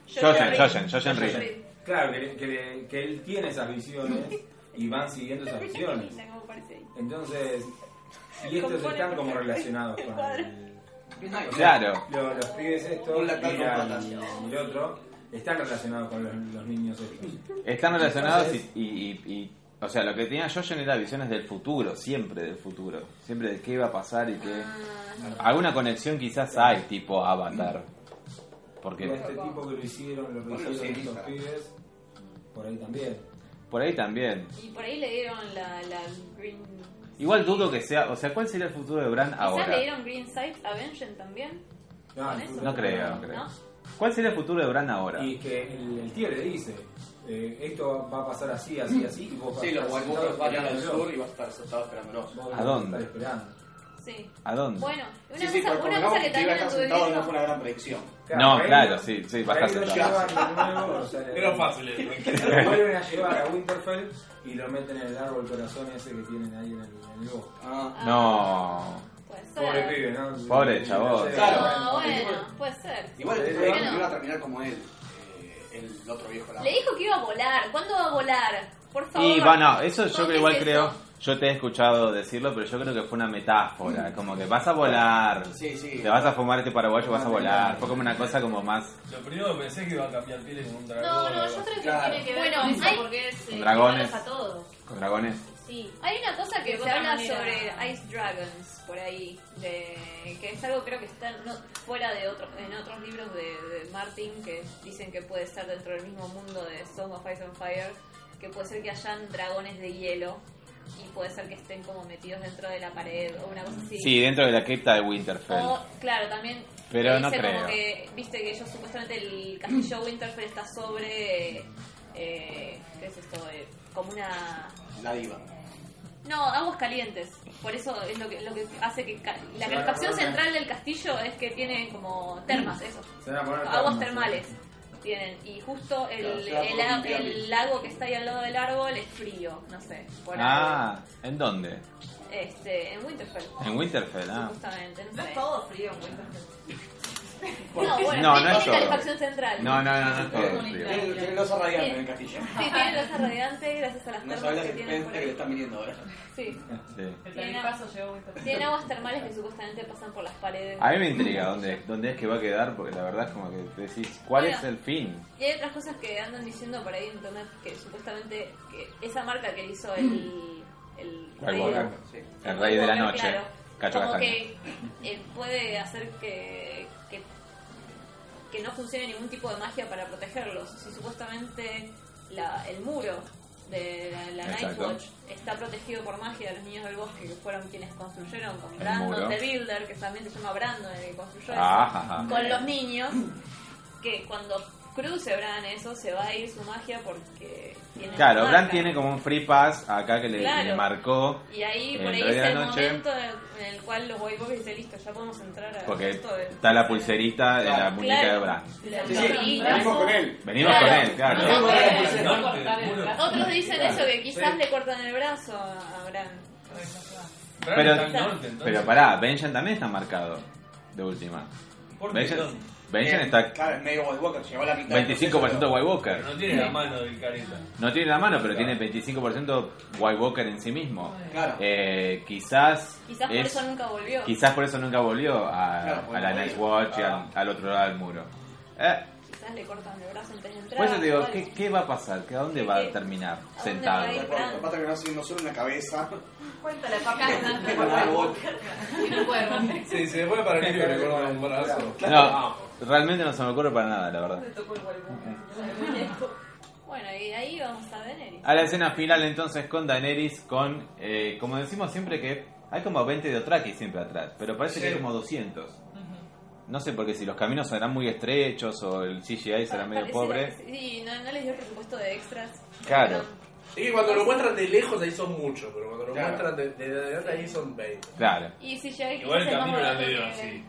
Speaker 1: Jojen, Jojen, Jojen
Speaker 2: Jordan
Speaker 1: Reed.
Speaker 2: Reed.
Speaker 7: Claro, que, le- que le- que él tiene esas visiones y van siguiendo esas visiones.
Speaker 2: Mira cómo parece ahí.
Speaker 7: Entonces, y estos
Speaker 2: Compone
Speaker 7: están como
Speaker 2: perfecto
Speaker 7: relacionados
Speaker 2: el
Speaker 7: con
Speaker 2: cuadro.
Speaker 7: el-
Speaker 1: Claro.
Speaker 7: lo- los pibes estos
Speaker 4: Un
Speaker 7: Mira
Speaker 4: latal
Speaker 7: y,
Speaker 4: con patas.
Speaker 7: y el otro están relacionados con los, los niños estos.
Speaker 1: Están relacionados y, y- y- y- O sea, lo que tenía Jojen era visiones del futuro, siempre del futuro. Siempre de qué va a pasar y qué.
Speaker 2: Ah,
Speaker 1: Alguna conexión quizás hay, tipo Avatar.
Speaker 7: Y a
Speaker 1: Porque
Speaker 7: este tipo que lo hicieron, lo que
Speaker 4: Bueno,
Speaker 7: hicieron
Speaker 4: sí,
Speaker 7: estos
Speaker 4: está.
Speaker 7: pibes, por ahí también.
Speaker 1: por ahí también.
Speaker 2: Y por ahí le dieron la, la Green.
Speaker 1: Igual dudo que sea. O sea, ¿cuál sería el futuro de Bran
Speaker 2: Quizás
Speaker 1: ahora?
Speaker 2: le dieron Green Sight a Vengeance también,
Speaker 5: Ah,
Speaker 7: No,
Speaker 2: ¿Con eso?
Speaker 1: No creo, no creo.
Speaker 2: ¿no?
Speaker 1: ¿Cuál sería el futuro de Bran ahora?
Speaker 7: Y es que el, el tío le dice, eh, esto va a pasar así, así, así, y vos
Speaker 4: Sí, los
Speaker 7: vas a estar
Speaker 4: guardias van
Speaker 7: sentado
Speaker 4: al
Speaker 7: esperándolo.
Speaker 4: sur y vas a estar sentado esperándolos.
Speaker 7: Vos
Speaker 1: ¿A
Speaker 7: vas
Speaker 1: dónde?
Speaker 7: estar esperando.
Speaker 2: Sí.
Speaker 1: ¿A dónde?
Speaker 2: Bueno, una
Speaker 4: Sí,
Speaker 2: cosa,
Speaker 4: sí, porque
Speaker 2: una cosa que
Speaker 4: que iba
Speaker 2: también
Speaker 4: a estar
Speaker 2: estuve
Speaker 4: sentado no
Speaker 2: viendo.
Speaker 4: fue una gran predicción.
Speaker 1: No,
Speaker 7: por ahí
Speaker 1: claro,
Speaker 7: lo-
Speaker 1: sí, sí,
Speaker 7: por ahí
Speaker 1: bajás
Speaker 7: lo
Speaker 1: sentado.
Speaker 7: llevan de nuevo, o sea,
Speaker 8: Era fácil. ¿eh?
Speaker 7: lo vuelven a llevar a Winterfell y lo meten en el árbol corazón ese que tienen ahí en el, en el bosque.
Speaker 4: Ah,
Speaker 1: No.
Speaker 2: Puede ser.
Speaker 7: Pobre pibe, ¿no?
Speaker 1: Pobre chabón.
Speaker 2: No,
Speaker 4: Claro.
Speaker 2: bueno, puede ser.
Speaker 4: igual
Speaker 7: Sí,
Speaker 4: el proyecto
Speaker 2: bueno.
Speaker 4: no iba a terminar como él, eh, el otro viejo. la-
Speaker 2: Le dijo que iba a volar. ¿Cuándo va a volar? Por favor.
Speaker 1: Y bueno, eso yo
Speaker 2: ¿Cómo
Speaker 1: creo
Speaker 2: es
Speaker 1: igual
Speaker 2: eso?
Speaker 1: creo, yo te he escuchado decirlo, pero yo creo que fue una metáfora, como que vas a volar,
Speaker 4: Sí, sí.
Speaker 1: te vas a fumar este paraguayo, vas a volar, fue como una cosa como más
Speaker 5: Lo primero que pensé es que iba a cambiar pieles con un dragón.
Speaker 3: No,
Speaker 5: o
Speaker 3: no,
Speaker 5: algo
Speaker 3: yo creo que
Speaker 4: Claro.
Speaker 3: tiene que ver
Speaker 2: Bueno,
Speaker 3: con eso
Speaker 2: hay-
Speaker 3: porque es eh,
Speaker 1: Dragones.
Speaker 3: iguales a todos.
Speaker 1: con dragones.
Speaker 3: Sí.
Speaker 2: Hay una cosa que
Speaker 3: De
Speaker 2: se
Speaker 3: otra
Speaker 2: habla
Speaker 3: manera.
Speaker 2: sobre Ice Dragons por ahí, de, que es algo creo que está no- fuera de otros en otros libros de, de Martin que dicen que puede estar dentro del mismo mundo de Song of Ice and Fire, que puede ser que hayan dragones de hielo y puede ser que estén como metidos dentro de la pared o una cosa así.
Speaker 1: Sí, dentro de la cripta de Winterfell.
Speaker 2: O, claro, también.
Speaker 1: Pero
Speaker 2: que
Speaker 1: no
Speaker 2: dice
Speaker 1: creo.
Speaker 2: Como que, viste que ellos supuestamente el castillo Winterfell está sobre. eh, ¿Qué es esto? Eh, como una.
Speaker 4: La diva.
Speaker 2: No, aguas calientes. Por eso es lo que, lo que hace que. ca- La
Speaker 7: Se van a
Speaker 2: calefacción
Speaker 7: poner-
Speaker 2: central del castillo es que tiene como
Speaker 4: Mm.
Speaker 2: termas, eso.
Speaker 7: Se van a poner
Speaker 2: Aguas
Speaker 7: termos.
Speaker 2: termales tienen. Y justo el,
Speaker 4: Claro, se va a
Speaker 2: el
Speaker 4: poner
Speaker 2: a-
Speaker 4: un pirámide.
Speaker 2: el lago que está ahí al lado del árbol es frío, no sé. Por algo.
Speaker 1: Ah, ¿en dónde?
Speaker 2: Este, en Winterfell.
Speaker 1: En Winterfell, ah.
Speaker 2: Justamente, no
Speaker 6: No es
Speaker 2: sé.
Speaker 6: todo frío en Winterfell.
Speaker 2: No, bueno,
Speaker 1: No,
Speaker 2: sí,
Speaker 1: no es
Speaker 2: tiene
Speaker 1: todo.
Speaker 2: calefacción central.
Speaker 1: No, no, no, no es todo
Speaker 9: Sí.
Speaker 1: frío.
Speaker 4: Tiene tiene los radiante en el castillo.
Speaker 2: Sí, tiene losa radiante gracias a las
Speaker 4: No
Speaker 2: termas
Speaker 4: sabes
Speaker 2: que
Speaker 4: la
Speaker 2: tienen por
Speaker 4: experiencia que le
Speaker 2: ahí.
Speaker 4: están viniendo ahora.
Speaker 2: Sí.
Speaker 1: Sí.
Speaker 9: El tarifazo llegó muy tarde.
Speaker 2: Tiene aguas termales que supuestamente pasan por las paredes.
Speaker 1: A mí me intriga dónde, dónde es que va a quedar, porque la verdad es como que decís, ¿cuál es el fin?
Speaker 2: Y hay otras cosas que andan diciendo por ahí en internet que supuestamente que esa marca que le hizo el... el
Speaker 1: White
Speaker 2: rey-
Speaker 1: Walker.
Speaker 4: Sí.
Speaker 1: El rey de la
Speaker 2: Walker,
Speaker 1: noche,
Speaker 2: claro,
Speaker 1: Cacho
Speaker 2: como
Speaker 1: Castaña.
Speaker 2: que eh, puede hacer que, que, que no funcione ningún tipo de magia para protegerlos. Si supuestamente la, el muro de la, la
Speaker 1: Exacto.
Speaker 2: Nightwatch está protegido por magia de los niños del bosque, que fueron quienes construyeron con
Speaker 1: muro.
Speaker 2: Brandon The Builder, que también se llama Brandon, el que construyó eso,
Speaker 1: Ah, ajá.
Speaker 2: con los niños, que cuando cruce Bran eso, se va a ir su magia porque tiene
Speaker 1: Claro,
Speaker 2: esa
Speaker 1: Bran
Speaker 2: marca.
Speaker 1: tiene como un free pass acá que le,
Speaker 2: Claro.
Speaker 1: le marcó.
Speaker 2: Y ahí
Speaker 1: El
Speaker 2: por ahí
Speaker 1: rey de
Speaker 2: está el
Speaker 1: la noche.
Speaker 2: momento en el cual los White Walkers dicen listo, ya podemos entrar a
Speaker 1: Porque
Speaker 2: esto de-
Speaker 1: está la pulserita de la
Speaker 4: Claro.
Speaker 1: muñeca de Bran.
Speaker 4: Sí, sí, venimos con él.
Speaker 1: Venimos
Speaker 2: Claro.
Speaker 1: con él, claro.
Speaker 4: No,
Speaker 9: Eh,
Speaker 4: no,
Speaker 9: se va a cortar el
Speaker 5: Otros
Speaker 9: brazo.
Speaker 2: Otros dicen
Speaker 7: Claro.
Speaker 2: eso, que quizás
Speaker 5: Sí.
Speaker 2: le cortan el brazo a a Bran.
Speaker 5: así. Bran
Speaker 1: Pero-
Speaker 5: está al norte, entonces.
Speaker 1: Pero pará, Benjen también está marcado. De última.
Speaker 5: ¿Por qué?
Speaker 1: Benjen,
Speaker 5: ¿Dónde?
Speaker 1: Benjen
Speaker 4: Eh,
Speaker 1: está
Speaker 4: Claro, es medio White Walker, llegó a la mitad. del
Speaker 1: 25% de
Speaker 4: proceso,
Speaker 1: White
Speaker 5: Pero
Speaker 1: Walker.
Speaker 5: no tiene la mano del careta.
Speaker 1: No tiene la mano, pero tiene 25% White Walker en sí mismo.
Speaker 4: pero- Claro.
Speaker 1: Eh, quizás.
Speaker 2: Quizás por
Speaker 1: es-
Speaker 2: eso nunca volvió.
Speaker 1: quizás por eso nunca volvió a,
Speaker 4: Claro,
Speaker 1: a la
Speaker 4: porque-
Speaker 1: Night Watch y al, al otro lado del muro. Eh,
Speaker 2: Quizás le cortan el brazo antes de entrar.
Speaker 1: por eso te digo,
Speaker 2: o
Speaker 1: ¿qué,
Speaker 2: algo.
Speaker 1: qué va a pasar? ¿Qué- ¿A dónde va a terminar?
Speaker 2: va
Speaker 1: Sentado.
Speaker 2: a ir?
Speaker 4: Capaz capaz terminó siendo solo una cabeza.
Speaker 6: Cuenta la paja.
Speaker 4: Con un árbol.
Speaker 9: Tiene un cuervo.
Speaker 8: Sí, se fue para el niño que corta un brazo.
Speaker 1: No, realmente no se me ocurre para nada, la verdad.
Speaker 2: Bueno, y ahí vamos a Daenerys.
Speaker 1: A la escena final entonces con Daenerys, con, eh, como decimos siempre que hay como 20 de Otraki siempre atrás, pero parece que hay como 200. No sé porque si los caminos serán muy estrechos o el CGI será medio
Speaker 2: Pareciera
Speaker 1: pobre.
Speaker 2: Ah, que Sí, no, no les dio presupuesto de extras.
Speaker 1: Claro.
Speaker 8: Es que cuando lo muestran de lejos ahí son muchos, pero cuando lo
Speaker 4: Claro.
Speaker 8: muestran de- desde adelante ahí son 20.
Speaker 1: Claro.
Speaker 2: Y si ya
Speaker 5: Igual el camino era medio así.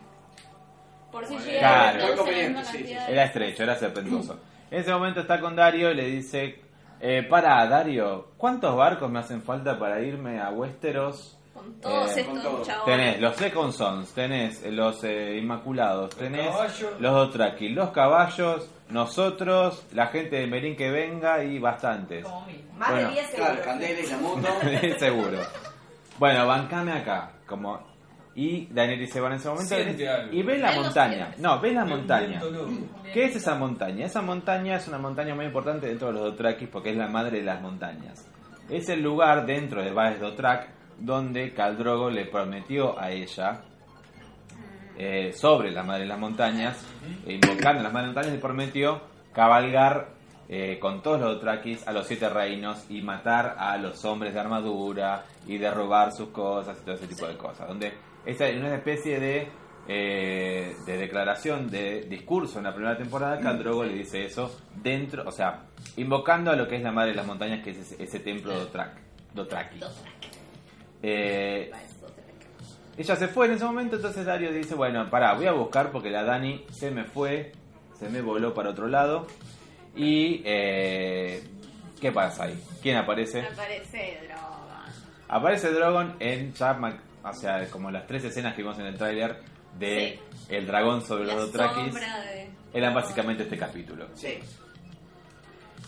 Speaker 2: Por si
Speaker 1: Claro.
Speaker 2: llega.
Speaker 4: Conveniente, sí, sí,
Speaker 1: Era estrecho, era serpentoso. En ese momento está con Dario y le dice, eh, para Dario, ¿cuántos barcos me hacen falta para irme a Westeros?
Speaker 2: con todos
Speaker 1: Eh,
Speaker 2: estos
Speaker 4: con todo.
Speaker 2: chabones.
Speaker 1: Tenés los Second Sons, tenés los eh, Inmaculados, tenés
Speaker 5: caballos.
Speaker 1: los Dothraki, los caballos, nosotros, la gente de Merín que venga y bastantes.
Speaker 9: Como mil.
Speaker 6: Más
Speaker 1: Bueno,
Speaker 6: de 10
Speaker 4: Claro,
Speaker 6: seguro.
Speaker 4: Candela y la moto.
Speaker 1: Seguro. Bueno, bancame acá. Como... Y Daenerys se va en ese momento.
Speaker 5: Siente algo.
Speaker 1: Y ves la
Speaker 2: Algo
Speaker 1: montaña.
Speaker 2: siente.
Speaker 1: No, ves la
Speaker 5: Un
Speaker 1: montaña.
Speaker 5: viento loco.
Speaker 1: ¿Qué es esa montaña? Esa montaña es una montaña muy importante dentro de los Dothrakis porque es la madre de las montañas. Es el lugar dentro de Baez Dothrak donde Caldrogo le prometió a ella eh, sobre la madre de las montañas, e invocando a las madres de las montañas, le prometió cabalgar eh, con todos los Dothrakis a los siete reinos y matar a los hombres de armadura y derrobar sus cosas y todo ese tipo de cosas. Donde esta es una especie de, eh, de declaración, de discurso en la primera temporada, Caldrogo le dice eso dentro, o sea, invocando a lo que es la madre de las montañas, que es ese, ese templo Dothrak, Dothraki. Eh, ella se fue en ese momento, entonces Dario dice, bueno, pará, voy a buscar porque la Dani se me fue, se me voló para otro lado. Y, eh, ¿qué pasa ahí? ¿Quién aparece?
Speaker 2: Aparece droga.
Speaker 1: Aparece Drogon en Chapman, o sea, como las tres escenas que vimos en el tráiler de el dragón sobre
Speaker 2: La
Speaker 1: los Dothrakis.
Speaker 2: sombra de...
Speaker 1: Eran básicamente este capítulo.
Speaker 4: Sí.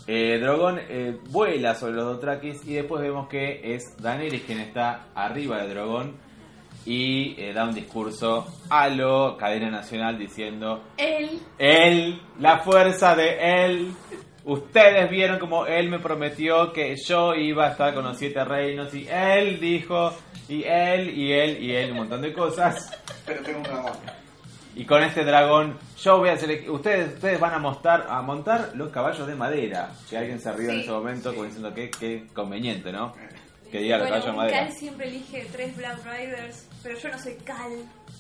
Speaker 1: Eh, Drogon eh, vuela sobre los Dothrakis y después vemos que es Daenerys quien está arriba de Drogon y eh, da un discurso a lo cadena nacional diciendo
Speaker 2: Él
Speaker 1: él, la fuerza de él. Ustedes vieron como él me prometió que yo iba a estar con los siete reinos y él dijo y él y él y él un montón de cosas.
Speaker 4: Pero tengo un dragón.
Speaker 1: Y con este dragón, yo voy a hacer. Ustedes, ustedes van a montar, a montar los caballos de madera. Que alguien se rió en
Speaker 2: Sí,
Speaker 1: ese momento,
Speaker 4: sí.
Speaker 1: como diciendo que, que conveniente, ¿no? Que diga los
Speaker 2: Bueno,
Speaker 1: caballos de madera.
Speaker 2: Cal siempre elige tres Black Riders, pero yo no soy Cal.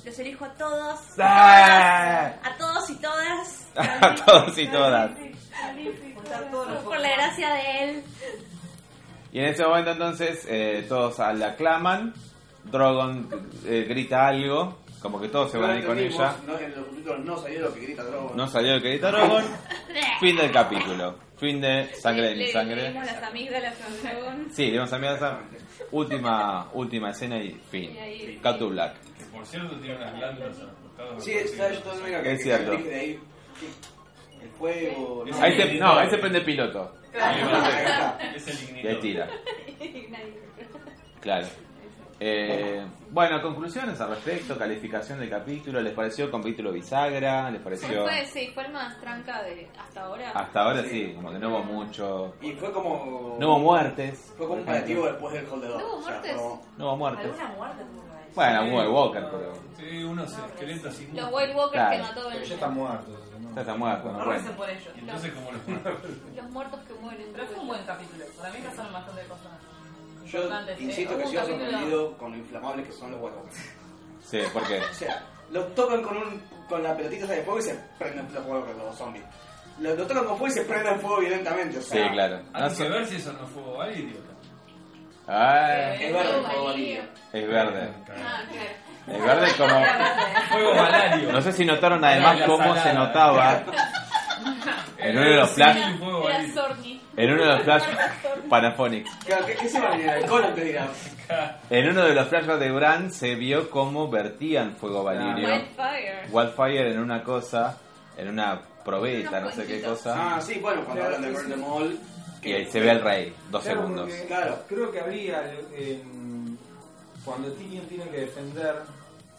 Speaker 2: Los elijo a todos.
Speaker 1: Sí.
Speaker 2: A todas, a todos y todas.
Speaker 1: ¡Ah! A todos y todas.
Speaker 6: Juntar todos los
Speaker 2: Por la gracia de él.
Speaker 1: Y en ese momento, entonces, eh, todos la aclaman. Drogon eh, grita algo, como que todos se van a ir con ella.
Speaker 4: No, en los subtítulos no salió lo que grita Drogon.
Speaker 1: No salió el que grita Drogon. Fin del capítulo. Fin de sangre de
Speaker 2: Le-
Speaker 1: mi
Speaker 2: le- Le
Speaker 1: sangre.
Speaker 2: dimos las amígdalas a Dragón.
Speaker 1: Sí, le vamos a enviar esa última, última escena y fin.
Speaker 2: Y ahí-
Speaker 1: Cut to Black.
Speaker 5: Que por cierto tiene unas glándulas a los costados.
Speaker 4: Sí, está yo todo el mega que
Speaker 1: Es cierto.
Speaker 4: que de ahí. El fuego.
Speaker 5: Es
Speaker 1: Ahí se, no, ahí se prende piloto.
Speaker 5: Ahí va.
Speaker 4: Acá.
Speaker 5: Es el
Speaker 1: Y ahí
Speaker 5: ignitor.
Speaker 1: tira. Claro. Eh, bueno, conclusiones al respecto, calificación del capítulo. ¿Les pareció capítulo bisagra? ¿Les
Speaker 2: Fue,
Speaker 1: pareció...?
Speaker 2: fue- sí, fue el más tranca de hasta ahora.
Speaker 1: Hasta ahora sí, como que no hubo mucho...
Speaker 4: Y fue como.
Speaker 1: No hubo muertes.
Speaker 4: Fue como un paliativo después del Holdedor.
Speaker 2: No hubo muertes.
Speaker 1: No hubo muertes.
Speaker 6: Alguna muerte por ahí.
Speaker 1: Bueno, hubo el Walker, pero...
Speaker 5: Sí, unos esqueletos y
Speaker 2: Los White Walkers
Speaker 1: Claro.
Speaker 2: que mató
Speaker 7: Pero
Speaker 2: Ben.
Speaker 7: ya está muerto. ¿no?
Speaker 1: Ya está muerto, no
Speaker 9: No
Speaker 1: cuenta.
Speaker 9: recen por ellos.
Speaker 5: Y entonces como los muertos.
Speaker 2: Los muertos que mueren.
Speaker 9: Pero fue un buen capítulo. Para mí pasaron bastante cosas.
Speaker 4: Yo
Speaker 9: importantes,
Speaker 4: insisto
Speaker 9: eh.
Speaker 4: que
Speaker 9: Hubo un
Speaker 4: sigo
Speaker 9: capítulo-
Speaker 4: sorprendido con lo inflamables que son los huevos.
Speaker 1: Sí, ¿por qué?
Speaker 4: O sea, los tocan con un con la pelotita esa de fuego y se prenden los huevos los zombies. Los, los tocan con fuego y se prenden fuego violentamente. O
Speaker 1: Sí,
Speaker 4: sea,
Speaker 1: claro. No
Speaker 5: Hay que
Speaker 1: sé-
Speaker 5: ver si eso no fue Bobal, idiota.
Speaker 1: Ah,
Speaker 4: Es verde, el fuego amarillo.
Speaker 1: es verde.
Speaker 3: Ah, claro.
Speaker 1: Es verde como...
Speaker 5: Fuego balario.
Speaker 1: No sé si notaron además
Speaker 5: La
Speaker 1: cómo
Speaker 5: salada.
Speaker 1: se notaba en uno de los flash...
Speaker 5: fuego
Speaker 2: Era
Speaker 5: balario.
Speaker 2: Sorni.
Speaker 1: En uno de los flash... Panafonic.
Speaker 4: Claro, ¿qué, qué se va a venir? ¿El colon te dirá?
Speaker 1: En uno de los flashbacks de Bran se vio cómo vertían fuego
Speaker 4: Ah.
Speaker 1: valirio.
Speaker 2: Wildfire.
Speaker 1: Wildfire en una cosa, en una probeta, no sé qué cosa.
Speaker 4: Ah, sí, bueno, cuando hablan de Burn the Mall.
Speaker 1: Y ahí se ve el rey, dos
Speaker 7: Claro,
Speaker 1: segundos.
Speaker 7: porque
Speaker 4: Claro.
Speaker 7: Creo que había en- cuando Tyrion tiene que defender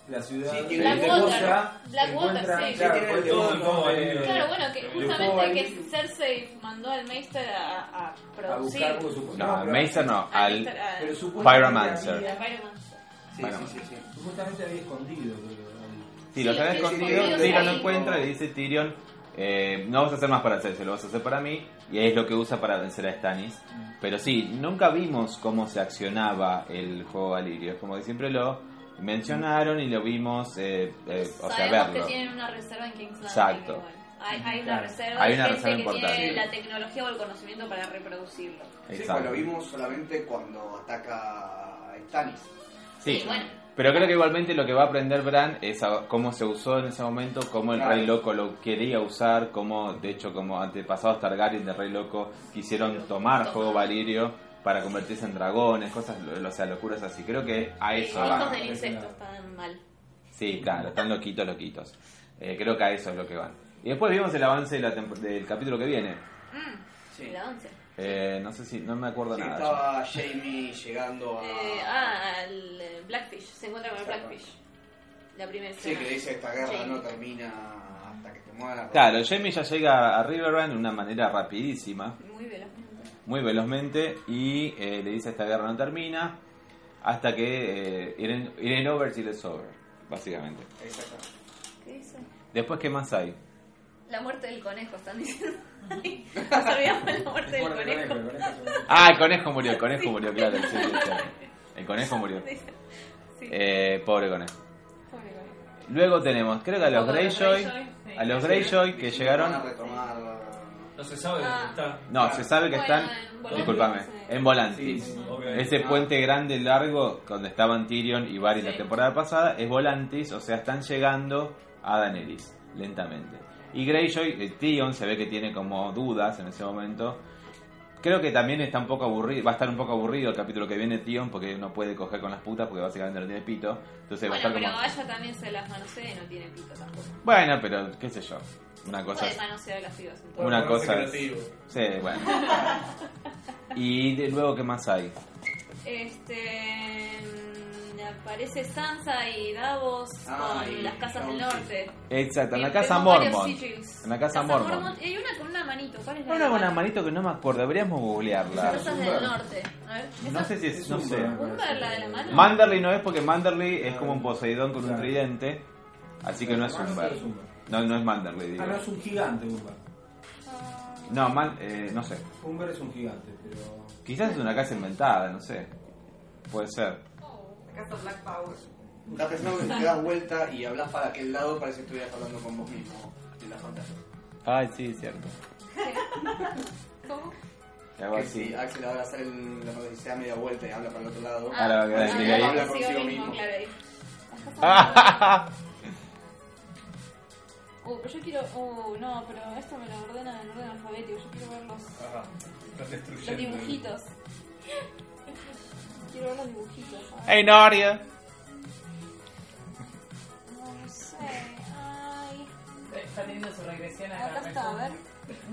Speaker 7: la ciudad
Speaker 4: Sí,
Speaker 7: de
Speaker 4: Blackwater.
Speaker 7: Cosa,
Speaker 2: Blackwater,
Speaker 7: encuentra-
Speaker 2: sí.
Speaker 7: claro,
Speaker 4: Sí, tiene
Speaker 7: fue
Speaker 4: el
Speaker 7: todo
Speaker 5: todo,
Speaker 7: el
Speaker 5: todo,
Speaker 7: monte de-
Speaker 2: Claro, bueno, que
Speaker 5: Pero
Speaker 2: justamente
Speaker 7: Juan-
Speaker 2: que Cersei mandó al Maester a, a
Speaker 7: a
Speaker 2: producir.
Speaker 7: buscar porque supuestamente-
Speaker 1: No,
Speaker 7: pero-
Speaker 1: Maester no,
Speaker 2: al
Speaker 1: al...
Speaker 2: Maester- al-
Speaker 7: pero supuestamente
Speaker 1: Pyromancer.
Speaker 7: había-
Speaker 4: Sí,
Speaker 1: Bueno.
Speaker 4: sí, sí, sí.
Speaker 7: Supuestamente había escondido. creo, ahí.
Speaker 1: Sí, lo
Speaker 2: Sí,
Speaker 1: tenés
Speaker 2: sí,
Speaker 1: escondido,
Speaker 2: sí,
Speaker 1: Tyrion
Speaker 2: sí.
Speaker 1: lo encuentra, le dice Tyrion, eh, no vas a hacer más para hacerse, lo vas a hacer para mí, y ahí es lo que usa para vencer a Stannis.
Speaker 4: Mm.
Speaker 1: Pero sí, nunca vimos cómo se accionaba el juego Valirio, es como que siempre lo mencionaron y lo vimos, eh, eh, o sea,
Speaker 2: Sabemos que
Speaker 1: verlo.
Speaker 2: tienen una reserva en King's Landing.
Speaker 1: Exacto.
Speaker 2: igual. Hay, hay una
Speaker 7: Claro.
Speaker 2: reserva,
Speaker 1: Hay
Speaker 2: de
Speaker 1: una
Speaker 2: gente
Speaker 1: reserva
Speaker 2: que
Speaker 1: importante.
Speaker 2: tiene la tecnología o el conocimiento para reproducirlo.
Speaker 4: Sí, pues lo
Speaker 1: Exacto.
Speaker 4: vimos solamente cuando ataca a Stannis.
Speaker 1: Sí,
Speaker 2: Sí, bueno.
Speaker 1: pero creo que igualmente lo que va a aprender Bran es a- cómo se usó en ese momento, cómo el
Speaker 4: Claro.
Speaker 1: Rey Loco lo quería usar, cómo, de hecho, como antepasados Targaryen del Rey Loco quisieron tomar Fuego Valirio para convertirse en dragones, cosas, lo- o sea, locuras así. Creo que a eso Ah,
Speaker 2: Los hijos
Speaker 1: van.
Speaker 2: del
Speaker 7: es
Speaker 2: insecto
Speaker 7: una-
Speaker 2: están mal.
Speaker 1: Sí, claro, están loquitos, loquitos. Eh, creo que a eso es lo que van. Y después vimos el avance de la tempo- del capítulo que viene.
Speaker 4: Sí.
Speaker 2: El avance.
Speaker 1: Eh, no sé si, no me acuerdo
Speaker 4: Sí,
Speaker 1: nada.
Speaker 4: estaba Jamie llegando a.
Speaker 2: Eh, ah, el eh, Blackfish. Se encuentra con el Blackfish. La primera
Speaker 4: Sí,
Speaker 2: escena.
Speaker 4: que dice esta guerra
Speaker 2: Jamie.
Speaker 4: no termina hasta que te mueran.
Speaker 1: Claro, Jamie ya llega a Riverrun de una manera rapidísima,
Speaker 2: Muy velozmente.
Speaker 1: muy velozmente, y eh, le dice esta guerra no termina hasta que eh, Irene, Irene over till it's over, básicamente.
Speaker 4: Exacto.
Speaker 2: ¿Qué dice?
Speaker 1: Después, ¿qué más hay?
Speaker 2: La muerte del conejo, están diciendo. Ay, Nos olvidamos de la muerte del
Speaker 7: Bueno,
Speaker 2: conejo.
Speaker 7: con esto, con esto.
Speaker 1: Ah, el conejo murió, el conejo murió, claro. sí, sí, sí. El conejo murió.
Speaker 2: Sí,
Speaker 1: Eh, pobre conejo.
Speaker 2: pobre conejo.
Speaker 1: Luego tenemos, creo que a los
Speaker 9: Poco de
Speaker 1: Greyjoy,
Speaker 9: sí.
Speaker 1: a los Greyjoy que
Speaker 4: Van a
Speaker 1: llegaron...
Speaker 4: retomar.
Speaker 5: No se sabe
Speaker 2: Ah.
Speaker 5: dónde está.
Speaker 1: No, se sabe que
Speaker 2: Bueno,
Speaker 1: están...
Speaker 2: en Volantis,
Speaker 1: Disculpame,
Speaker 2: sí.
Speaker 1: en Volantis.
Speaker 5: Ok.
Speaker 1: Ese
Speaker 4: Ah.
Speaker 1: puente grande, largo, donde estaban Tyrion y Varys la
Speaker 9: Sí.
Speaker 1: temporada pasada, es Volantis, o sea, están llegando a Daenerys, lentamente. Y Greyjoy, eh, Tyrion se ve que tiene como dudas en ese momento. Creo que también está un poco aburrido, va a estar un poco aburrido el capítulo que viene Tyrion, porque no puede coger con las putas, porque básicamente no tiene pito. Entonces va a
Speaker 2: Bueno,
Speaker 1: estar
Speaker 2: pero
Speaker 1: como...
Speaker 2: a ella también se las manosea y no tiene pito tampoco.
Speaker 1: Bueno, pero qué sé yo, una cosa...
Speaker 2: Puede manosear las fibras un poco.
Speaker 1: Una
Speaker 8: Bueno,
Speaker 1: cosa es-
Speaker 8: creativo.
Speaker 1: Sí, bueno. Y de luego, ¿qué más hay?
Speaker 2: Este. mm, Aparece Sansa y Davos
Speaker 4: Ah,
Speaker 2: con
Speaker 4: y
Speaker 2: las casas del
Speaker 4: Jon, sí.
Speaker 2: norte.
Speaker 1: Exacto, en la
Speaker 2: Y
Speaker 1: casa
Speaker 2: tengo varios
Speaker 1: Mormon.
Speaker 2: sigils.
Speaker 1: En la casa Mormon.
Speaker 2: Y hay una con una manito. ¿Cuál es la
Speaker 1: No, no,
Speaker 2: de
Speaker 1: con la
Speaker 2: mano?
Speaker 1: manito que no me acuerdo, deberíamos googlearla.
Speaker 2: Casas del norte. A ver,
Speaker 1: No
Speaker 2: ¿esa
Speaker 1: sé si es, no sé.
Speaker 2: Umber, la de la mano?
Speaker 1: Manderly no es porque Manderly es como un Poseidón con un tridente, así que no es
Speaker 7: Ah,
Speaker 1: Umber.
Speaker 7: sí, es Umber.
Speaker 1: No, no es Manderly, digo.
Speaker 7: Ah, no, es un gigante Umber.
Speaker 1: No, man- eh, no sé.
Speaker 7: Umber es un gigante, pero.
Speaker 1: Quizás es una casa inventada, no sé. Puede ser.
Speaker 6: Acá está Black Power.
Speaker 4: Estás pensando que te das vuelta y hablas para aquel lado, parece que estuvieras hablando con vos mismo en la pantalla.
Speaker 1: Ay, sí, es cierto.
Speaker 2: ¿Cómo?
Speaker 1: Que hago
Speaker 4: Que
Speaker 1: así.
Speaker 4: si Axel ahora sale en la pantalla y se da media vuelta y habla para el otro lado.
Speaker 1: Ah, Ahora va a quedar
Speaker 2: no,
Speaker 1: el delay.
Speaker 2: habla consigo
Speaker 4: Consigo
Speaker 2: mismo,
Speaker 4: mismo.
Speaker 2: claro. ahí. Uh, pero yo quiero. Uh, no, pero esto me lo ordena en orden alfabético. Yo quiero ver los,
Speaker 8: Ajá. Están
Speaker 2: los
Speaker 8: destruyendo.
Speaker 2: dibujitos. Quiero ver los dibujitos. a ver.
Speaker 1: Hey, Nadia.
Speaker 2: No, no sé. Ay.
Speaker 9: Está teniendo su regresión a
Speaker 2: Acá está, a ver.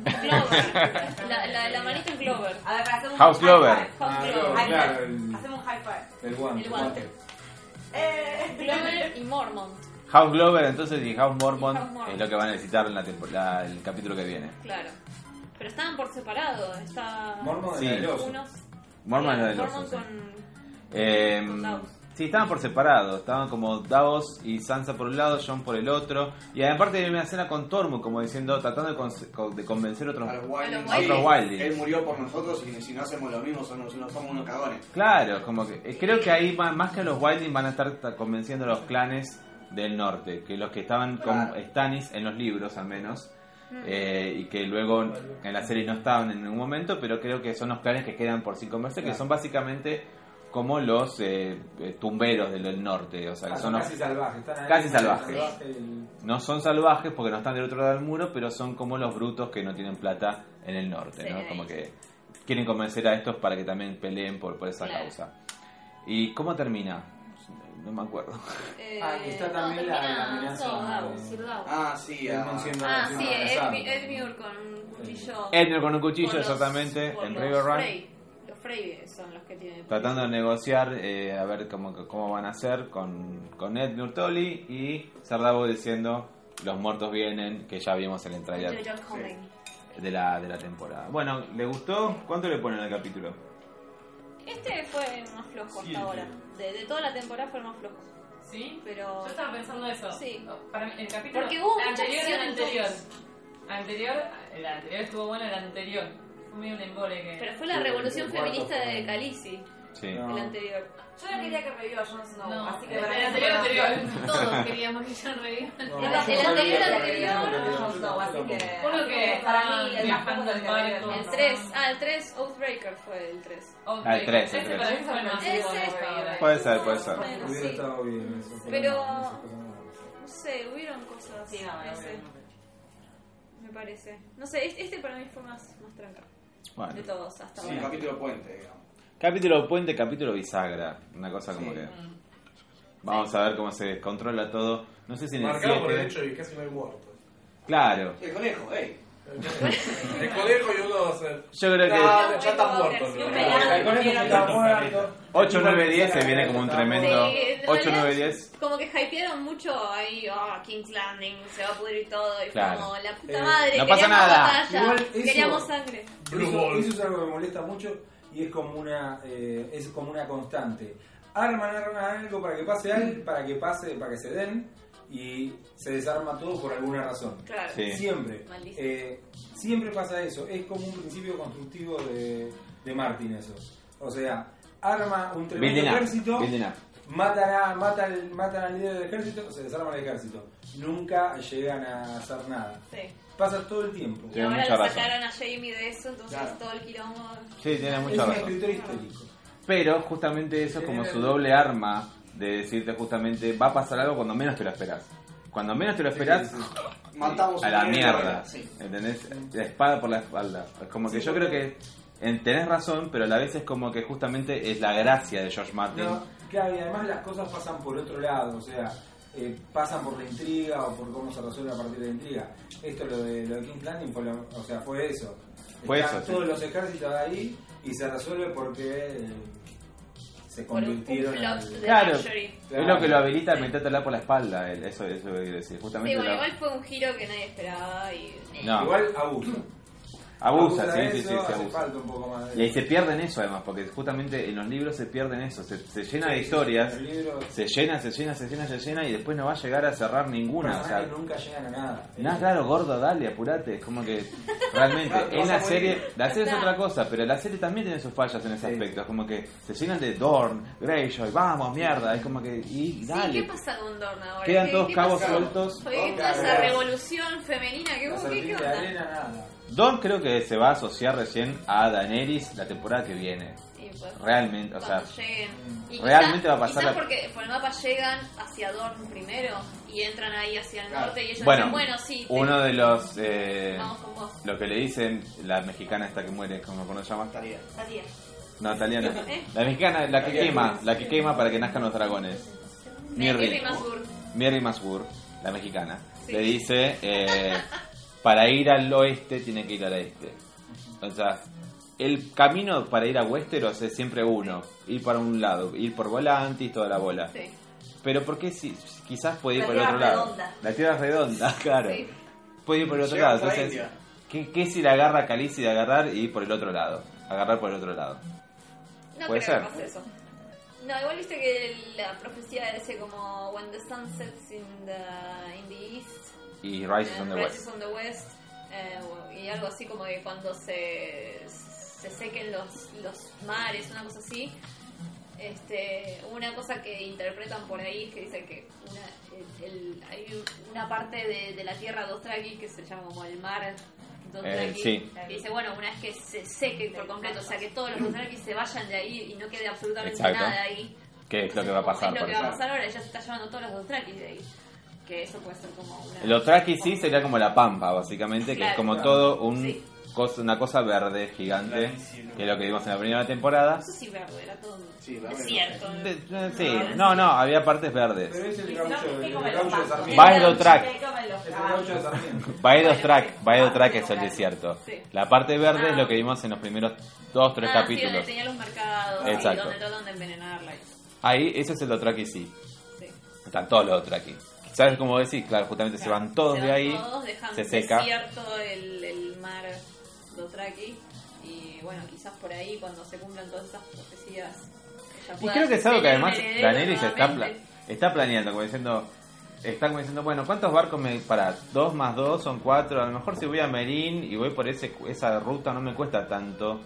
Speaker 9: Carmen.
Speaker 2: Glover. La, la, la manito en Glover.
Speaker 6: A ver, para hacer un
Speaker 1: House
Speaker 6: high
Speaker 1: Lover.
Speaker 6: five.
Speaker 2: House
Speaker 7: Ah,
Speaker 2: Glover.
Speaker 6: High
Speaker 7: Claro,
Speaker 6: five.
Speaker 7: el-
Speaker 6: Hacemos high five.
Speaker 7: El guante.
Speaker 2: El guante.
Speaker 6: Eh.
Speaker 2: Glover y Mormont.
Speaker 1: House Glover entonces y House Mormon
Speaker 2: Y House Mormon.
Speaker 1: es lo que van a necesitar en la temporada, el capítulo que viene.
Speaker 2: Claro. Pero estaban por separado. Estaba
Speaker 7: Mormon
Speaker 1: Sí.
Speaker 7: de la oso.
Speaker 2: unos.
Speaker 1: Mormon es la del oso,
Speaker 2: Mormon
Speaker 1: sí.
Speaker 2: con.
Speaker 1: Eh,
Speaker 2: Con Davos.
Speaker 1: sí, estaban por separado. Estaban como Davos y Sansa por un lado, John por el otro. Y aparte de una escena con Tormund, como diciendo, tratando de, cons- con- de convencer a otros.
Speaker 4: A los Wildings.
Speaker 2: A los
Speaker 4: Sí,
Speaker 1: Wildings.
Speaker 4: Él murió por nosotros y si no hacemos lo mismo somos unos, somos unos cagones.
Speaker 1: Claro, como que eh, creo que ahí va- más que a los Wildings van a estar ta- convenciendo a los clanes del norte, que los que estaban con
Speaker 4: Claro.
Speaker 1: Stannis en los libros al menos, eh, y que luego en la serie no estaban en ningún momento, pero creo que son los clanes que quedan por sin comerse, que
Speaker 7: Claro.
Speaker 1: son básicamente como los eh, eh, tumberos del, del norte, o sea, que
Speaker 7: Ah,
Speaker 1: son
Speaker 7: son
Speaker 1: los-
Speaker 7: casi salvajes. Están ahí,
Speaker 1: Casi salvajes.
Speaker 7: el-
Speaker 1: no son salvajes porque no están del otro lado del muro, pero son como los brutos que no tienen plata en el norte,
Speaker 2: Sí,
Speaker 1: ¿no?
Speaker 2: ahí.
Speaker 1: Como que quieren convencer a estos para que también peleen por, por esa
Speaker 2: Claro.
Speaker 1: causa. ¿Y cómo termina? No me acuerdo.
Speaker 2: Eh,
Speaker 7: Ah, y está también
Speaker 2: no,
Speaker 7: la-
Speaker 2: termina
Speaker 7: la amenaza
Speaker 2: Sir
Speaker 7: de-
Speaker 2: Davos, Sir Davos.
Speaker 4: Ah, sí,
Speaker 7: el
Speaker 4: ah,
Speaker 7: mencionó-
Speaker 2: Ah, sí,
Speaker 7: mencionó a Alessandro.
Speaker 2: Ed- Edmure con un cuchillo.
Speaker 1: Edmure con un cuchillo,
Speaker 2: Por los-
Speaker 1: exactamente,
Speaker 2: por
Speaker 1: en
Speaker 2: los
Speaker 1: River Run.
Speaker 2: Frey. Los Frey son los que tienen.
Speaker 1: Tratando de negociar, eh, a ver cómo, cómo van a hacer con, con Ed Nurtoli y Sardavo diciendo los muertos vienen, que ya vimos el entrada
Speaker 2: Yo- yo joven.
Speaker 1: de la, de la temporada. Bueno, ¿le gustó? ¿Cuánto le ponen al capítulo?
Speaker 2: Este fue el más flojo hasta
Speaker 5: Siete.
Speaker 2: ahora. De, de toda la temporada fue el más flojo.
Speaker 9: ¿Sí?
Speaker 2: Pero.
Speaker 9: Yo estaba pensando eso.
Speaker 2: Sí.
Speaker 9: Para mí, el capítulo
Speaker 2: Porque hubo mucha
Speaker 9: anterior
Speaker 2: acción
Speaker 9: al anterior.
Speaker 2: entonces.
Speaker 9: Anterior, el anterior estuvo bueno, el anterior. Fue medio un embole que.
Speaker 2: Pero fue la revolución
Speaker 7: Cuarto
Speaker 2: feminista
Speaker 7: fue-
Speaker 2: de Calisi,
Speaker 1: Sí.
Speaker 7: No.
Speaker 2: el anterior.
Speaker 6: Yo la quería que reviva Jon Snow,
Speaker 9: no,
Speaker 6: así que
Speaker 9: el,
Speaker 6: para
Speaker 9: el
Speaker 6: mí
Speaker 9: anterior,
Speaker 6: no fue nada.
Speaker 9: anterior. Todos queríamos que John reviva.
Speaker 7: No,
Speaker 2: El- el
Speaker 7: yo no
Speaker 2: anterior,
Speaker 7: la
Speaker 2: anterior,
Speaker 7: quería, no la quería,
Speaker 6: Jon Snow, así
Speaker 7: yo
Speaker 6: que.
Speaker 7: tampoco.
Speaker 9: Uno que
Speaker 6: Para mí, el más
Speaker 9: está
Speaker 6: poco
Speaker 9: viajando
Speaker 6: de
Speaker 9: en barco.
Speaker 2: El
Speaker 9: No.
Speaker 2: 3, ah, el 3, Oathbreaker fue el 3.
Speaker 9: Ok,
Speaker 1: Ah, el tres, el
Speaker 9: ese
Speaker 1: tres.
Speaker 9: para mí fue el más
Speaker 2: Ese
Speaker 9: embole
Speaker 2: es-
Speaker 9: hasta ahora.
Speaker 1: Puede ser, puede ser.
Speaker 2: Bueno,
Speaker 7: Hubiera
Speaker 2: sí.
Speaker 7: estado bien eso,
Speaker 2: Pero-
Speaker 7: no, esas cosas no.
Speaker 2: No sé, hubieron cosas.
Speaker 6: Sí,
Speaker 2: me
Speaker 6: no, no,
Speaker 2: parece,
Speaker 6: no, no.
Speaker 2: me parece. No sé, es- este para este mí fue más, más tranca.
Speaker 1: Bueno.
Speaker 2: De todos hasta
Speaker 4: Sí,
Speaker 2: ahora.
Speaker 4: capítulo puente, digamos.
Speaker 1: Capítulo puente, capítulo bisagra. Una cosa como que.
Speaker 4: Mm.
Speaker 1: Vamos a ver cómo se descontrola todo. No sé si en el
Speaker 8: Marcado por el
Speaker 1: 7.
Speaker 8: hecho de que casi no hay muertos.
Speaker 1: Claro.
Speaker 4: El conejo, ey.
Speaker 8: El conejo y uno va a ser.
Speaker 1: Yo creo que
Speaker 8: No, Ah, ya están muertos.
Speaker 2: Y un
Speaker 8: ¿no?
Speaker 2: pelado.
Speaker 7: El conejo
Speaker 2: Quiero-
Speaker 7: está muerto.
Speaker 1: 8, 9, 10 se viene como un tremendo.
Speaker 2: Sí, en
Speaker 1: 8,
Speaker 2: realidad-
Speaker 1: 9, 10.
Speaker 2: Como que hypearon mucho ahí, ah, King's Landing, se va a pudrir todo. Y
Speaker 1: Claro.
Speaker 2: como, la puta
Speaker 7: Eh,
Speaker 2: madre,
Speaker 1: no
Speaker 2: queríamos
Speaker 1: pasa nada.
Speaker 2: batalla,
Speaker 7: Igual eso-
Speaker 2: queríamos sangre.
Speaker 8: Blue
Speaker 7: Eso,
Speaker 8: Ball.
Speaker 7: eso es algo que me molesta mucho y es como una eh, es como una constante. Arman, arman algo para que pase algo, para que pase, para que se den y se desarma todo por alguna razón.
Speaker 2: Claro.
Speaker 1: Sí.
Speaker 7: Siempre.
Speaker 2: Maldito.
Speaker 7: Eh, siempre pasa eso. Es como un principio constructivo de, de Martin eso. O sea, arma un tremendo
Speaker 1: Building
Speaker 7: ejército,
Speaker 1: up. Building up.
Speaker 7: matan, a- matan al- matan al líder del ejército, se desarma el ejército. Nunca llegan a hacer nada.
Speaker 2: Sí.
Speaker 7: Pasa todo el tiempo.
Speaker 2: Y
Speaker 1: Tiene
Speaker 2: ahora
Speaker 1: mucha
Speaker 2: le
Speaker 1: razón.
Speaker 2: sacaron a Jamie de eso, entonces
Speaker 4: Claro.
Speaker 2: todo el quilombo.
Speaker 1: Sí, tiene
Speaker 7: Es
Speaker 1: mucha
Speaker 7: un
Speaker 1: razón.
Speaker 7: escritor histórico.
Speaker 1: Pero justamente eso es como su doble arma de decirte justamente va a pasar algo cuando menos te lo esperas. Cuando menos te lo esperas,
Speaker 4: Matamos
Speaker 1: a la
Speaker 4: un
Speaker 1: mierda.
Speaker 4: Sí.
Speaker 1: ¿Entendés? La espada por la espalda. Es Como que yo creo que en- tenés razón, pero a la vez es como que justamente es la gracia de George Martin.
Speaker 7: No, claro, y además las cosas pasan por otro lado, o sea, eh, pasan por la intriga o por cómo se resuelve a partir de la intriga. Esto lo de, lo de King's Landing fue, lo- o sea, fue eso.
Speaker 1: Fue
Speaker 7: Están
Speaker 1: eso, sí.
Speaker 7: todos los ejércitos ahí y se resuelve porque eh, se
Speaker 2: Por un, un
Speaker 7: convirtieron
Speaker 2: flop
Speaker 7: al-
Speaker 2: de
Speaker 1: Claro.
Speaker 2: Marjorie.
Speaker 1: Es lo que lo habilita a metértela por la espalda, él. eso, eso es lo que quiero decir.
Speaker 2: Sí,
Speaker 1: Justamente
Speaker 2: bueno,
Speaker 1: la-
Speaker 2: igual fue un giro que nadie esperaba y. eh,
Speaker 1: No,
Speaker 7: Igual abusa.
Speaker 1: abusa,
Speaker 7: de
Speaker 1: sí, sí, sí,
Speaker 7: eso,
Speaker 1: sí,
Speaker 7: hace
Speaker 1: abusa.
Speaker 7: falta un poco más de
Speaker 1: Y se pierden eso además, porque justamente en los libros se pierden eso, se, se llena de historias,
Speaker 7: El libro-
Speaker 1: se llena, se llena, se llena, se llena y después no va a llegar a cerrar ninguna. O sea,
Speaker 7: personajes nunca llegan a nada.
Speaker 1: nada claro, gordo, dale, apurate. Es como que realmente
Speaker 4: Claro, te
Speaker 1: en
Speaker 4: vas
Speaker 1: la
Speaker 4: a morir.
Speaker 1: serie, la serie es
Speaker 2: Está.
Speaker 1: otra cosa, pero la serie también tiene sus fallas en ese
Speaker 7: Sí.
Speaker 1: aspecto. Es como que se llenan de Dorn, Greyjoy, vamos, mierda. Es como que, y
Speaker 2: Sí, ¿qué
Speaker 1: dale.
Speaker 2: pasa con Dorna ahora?
Speaker 1: Quedan
Speaker 2: ¿Qué-
Speaker 1: todos
Speaker 2: qué
Speaker 1: cabos
Speaker 2: pasó?
Speaker 1: sueltos.
Speaker 2: Oye, toda esa revolución femenina que
Speaker 7: La
Speaker 2: hubo, ¿qué, qué
Speaker 7: serpiente de
Speaker 2: onda?
Speaker 7: arena, nada.
Speaker 1: Dorn creo que se va a asociar recién a Daenerys la temporada que viene.
Speaker 2: Y pues,
Speaker 1: Realmente, o sea,
Speaker 2: cuando lleguen. Y
Speaker 1: realmente
Speaker 2: quizás-
Speaker 1: va a pasar
Speaker 2: quizás
Speaker 1: la-
Speaker 2: porque por el mapa llegan hacia Dorn primero y entran ahí hacia el
Speaker 4: Claro.
Speaker 2: norte y ellos
Speaker 1: bueno,
Speaker 2: dicen, bueno, sí, te-
Speaker 1: uno de los... eh,
Speaker 2: vamos con vos.
Speaker 1: lo que le dicen la mexicana esta que muere, como cómo se llama?
Speaker 4: Estaría.
Speaker 2: Tatia.
Speaker 1: No, italiana. La mexicana, la que quema, la que quema para que nazcan los dragones. Mirri.
Speaker 2: Masur.
Speaker 1: Mary Masur, la mexicana,
Speaker 2: Sí.
Speaker 1: le dice, eh, para ir al oeste tiene que ir al este. O sea, el camino para ir a Westeros es siempre uno, ir para un lado, ir por Volantis, toda la bola.
Speaker 2: Sí.
Speaker 1: Pero ¿por qué si quizás puede ir
Speaker 6: La
Speaker 1: por el
Speaker 6: tierra
Speaker 1: otro lado?
Speaker 6: redonda.
Speaker 1: La tierra es redonda, claro.
Speaker 2: Sí.
Speaker 1: Puede ir por el otro
Speaker 4: Llega
Speaker 1: lado.
Speaker 4: hasta la
Speaker 1: Entonces,
Speaker 4: India.
Speaker 1: ¿qué, qué si la agarra a Khaleesi de agarrar y ir por el otro lado? Agarrar por el otro lado.
Speaker 2: No
Speaker 1: Puede
Speaker 2: creo
Speaker 1: ser.
Speaker 2: que pase eso. No, igual viste que la profecía dice como When the sun sets in the, in the east
Speaker 1: Y Rises on
Speaker 2: and
Speaker 1: the
Speaker 2: rises
Speaker 1: West.
Speaker 2: on the west eh, y algo así como que cuando se, se sequen los, los mares, una cosa así. Este, una cosa que interpretan por ahí es que dice que una, el- el- hay una parte de, de la tierra Dostraki que se llama como el mar Dothraki,
Speaker 1: Eh, sí.
Speaker 2: que dice, bueno, una vez que se seque por completo, o sea, que todos los Dothraki se vayan de ahí y no quede absolutamente
Speaker 1: Exacto.
Speaker 2: nada ahí.
Speaker 1: ¿Qué es lo que va a pasar?
Speaker 2: Es lo
Speaker 1: por
Speaker 2: que va a
Speaker 1: ejemplo?
Speaker 2: pasar ahora, ella se está llevando todos los Dothraki de ahí. Que eso puede ser como una...
Speaker 1: El Otraki sí sería como la pampa, básicamente, que es
Speaker 2: Claro.
Speaker 1: como todo un
Speaker 2: Sí.
Speaker 1: cosa- una cosa verde gigante,
Speaker 5: Clarísimo.
Speaker 1: que es lo que vimos en la primera temporada.
Speaker 2: No sé si verde, pues, era todo
Speaker 4: Sí, verde,
Speaker 2: desierto.
Speaker 1: De- eh, Sí, no, no, había partes
Speaker 7: Pero
Speaker 1: verdes.
Speaker 7: es el
Speaker 6: Y si no,
Speaker 7: gaucho,
Speaker 6: ¿qué
Speaker 7: el
Speaker 6: comen
Speaker 7: gaucho de
Speaker 6: los
Speaker 7: Sarmiento.
Speaker 1: Va el otro- Baedotrack.
Speaker 6: ¿Qué comen los
Speaker 7: Es el
Speaker 6: caballos?
Speaker 7: gaucho de Sarmiento.
Speaker 1: Baedotrack, Baedotrack es el
Speaker 6: claro.
Speaker 1: desierto.
Speaker 2: Sí.
Speaker 1: La parte verde es
Speaker 2: Ah.
Speaker 1: lo que vimos en los primeros dos, tres
Speaker 2: Ah, Sí, donde
Speaker 1: capítulos.
Speaker 2: tenía los mercados y
Speaker 1: Exacto.
Speaker 2: donde tratan de envenenarla. y eso.
Speaker 1: Ahí, ese es el Otraki sí.
Speaker 2: Sí.
Speaker 1: Están todos los Otraki. ¿Sabes cómo decís? Claro, justamente se van todos
Speaker 2: Se
Speaker 1: de ahí,
Speaker 2: todos, dejan
Speaker 1: se seca.
Speaker 2: desierto el, el mar Dotraki. Y bueno, quizás por ahí cuando se cumplan todas esas profecías. ella
Speaker 1: Y
Speaker 2: pueda
Speaker 1: creo que es algo que
Speaker 2: tener un
Speaker 1: además
Speaker 2: heredero
Speaker 1: Daenerys está, pla-
Speaker 2: nuevamente.
Speaker 1: está planeando, como diciendo, está como diciendo, bueno, ¿cuántos barcos me para? Dos más dos son cuatro, a lo mejor si voy a Merín y voy por ese, esa ruta no me cuesta tanto,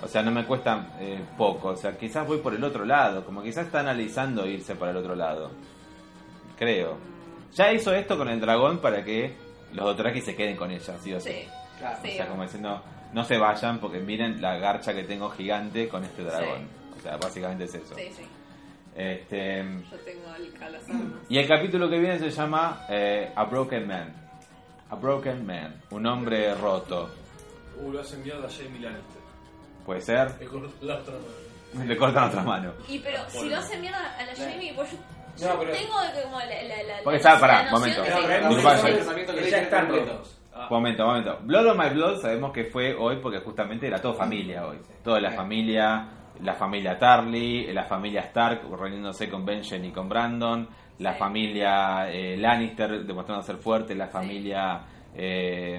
Speaker 1: o sea, no me cuesta eh, poco, o sea, quizás voy por el otro lado, como quizás está analizando irse para el otro lado, creo. Ya hizo esto con el dragón para que los Dothraki se queden con ella, sí o sí.
Speaker 2: Sí,
Speaker 4: Claro.
Speaker 1: O sea, como diciendo, no se vayan porque miren la garcha que tengo gigante con este dragón. O sea, básicamente es eso.
Speaker 2: sí, sí.
Speaker 1: Este,
Speaker 2: Yo tengo el calazón.
Speaker 1: y el capítulo que viene se llama eh, A Broken Man. A Broken Man, un hombre roto.
Speaker 5: Uh, lo hacen mierda a Jamie Lannister.
Speaker 1: Puede ser.
Speaker 8: Y con la otra.
Speaker 1: Le cortan otra mano.
Speaker 2: Y pero si lo hace mierda a la Jamie, pues yo, yo
Speaker 4: No, pero-
Speaker 2: tengo que como la. la, la
Speaker 1: Porque
Speaker 2: la-
Speaker 1: está, pará,
Speaker 2: la noción
Speaker 1: momento.
Speaker 2: de
Speaker 4: Pero
Speaker 2: que-
Speaker 4: realmente
Speaker 1: Disculpa,
Speaker 4: es un
Speaker 1: sí.
Speaker 4: pensamiento que
Speaker 7: Ya
Speaker 4: le llega
Speaker 7: están
Speaker 4: completo.
Speaker 7: rotos.
Speaker 1: Momento, momento. Blood on My Blood sabemos que fue hoy porque justamente era todo familia hoy. Toda la familia, la familia Tarly, la familia Stark reuniéndose con Benjen y con Brandon, la
Speaker 2: Sí.
Speaker 1: familia eh, Lannister demostrando ser fuerte, la familia... eh,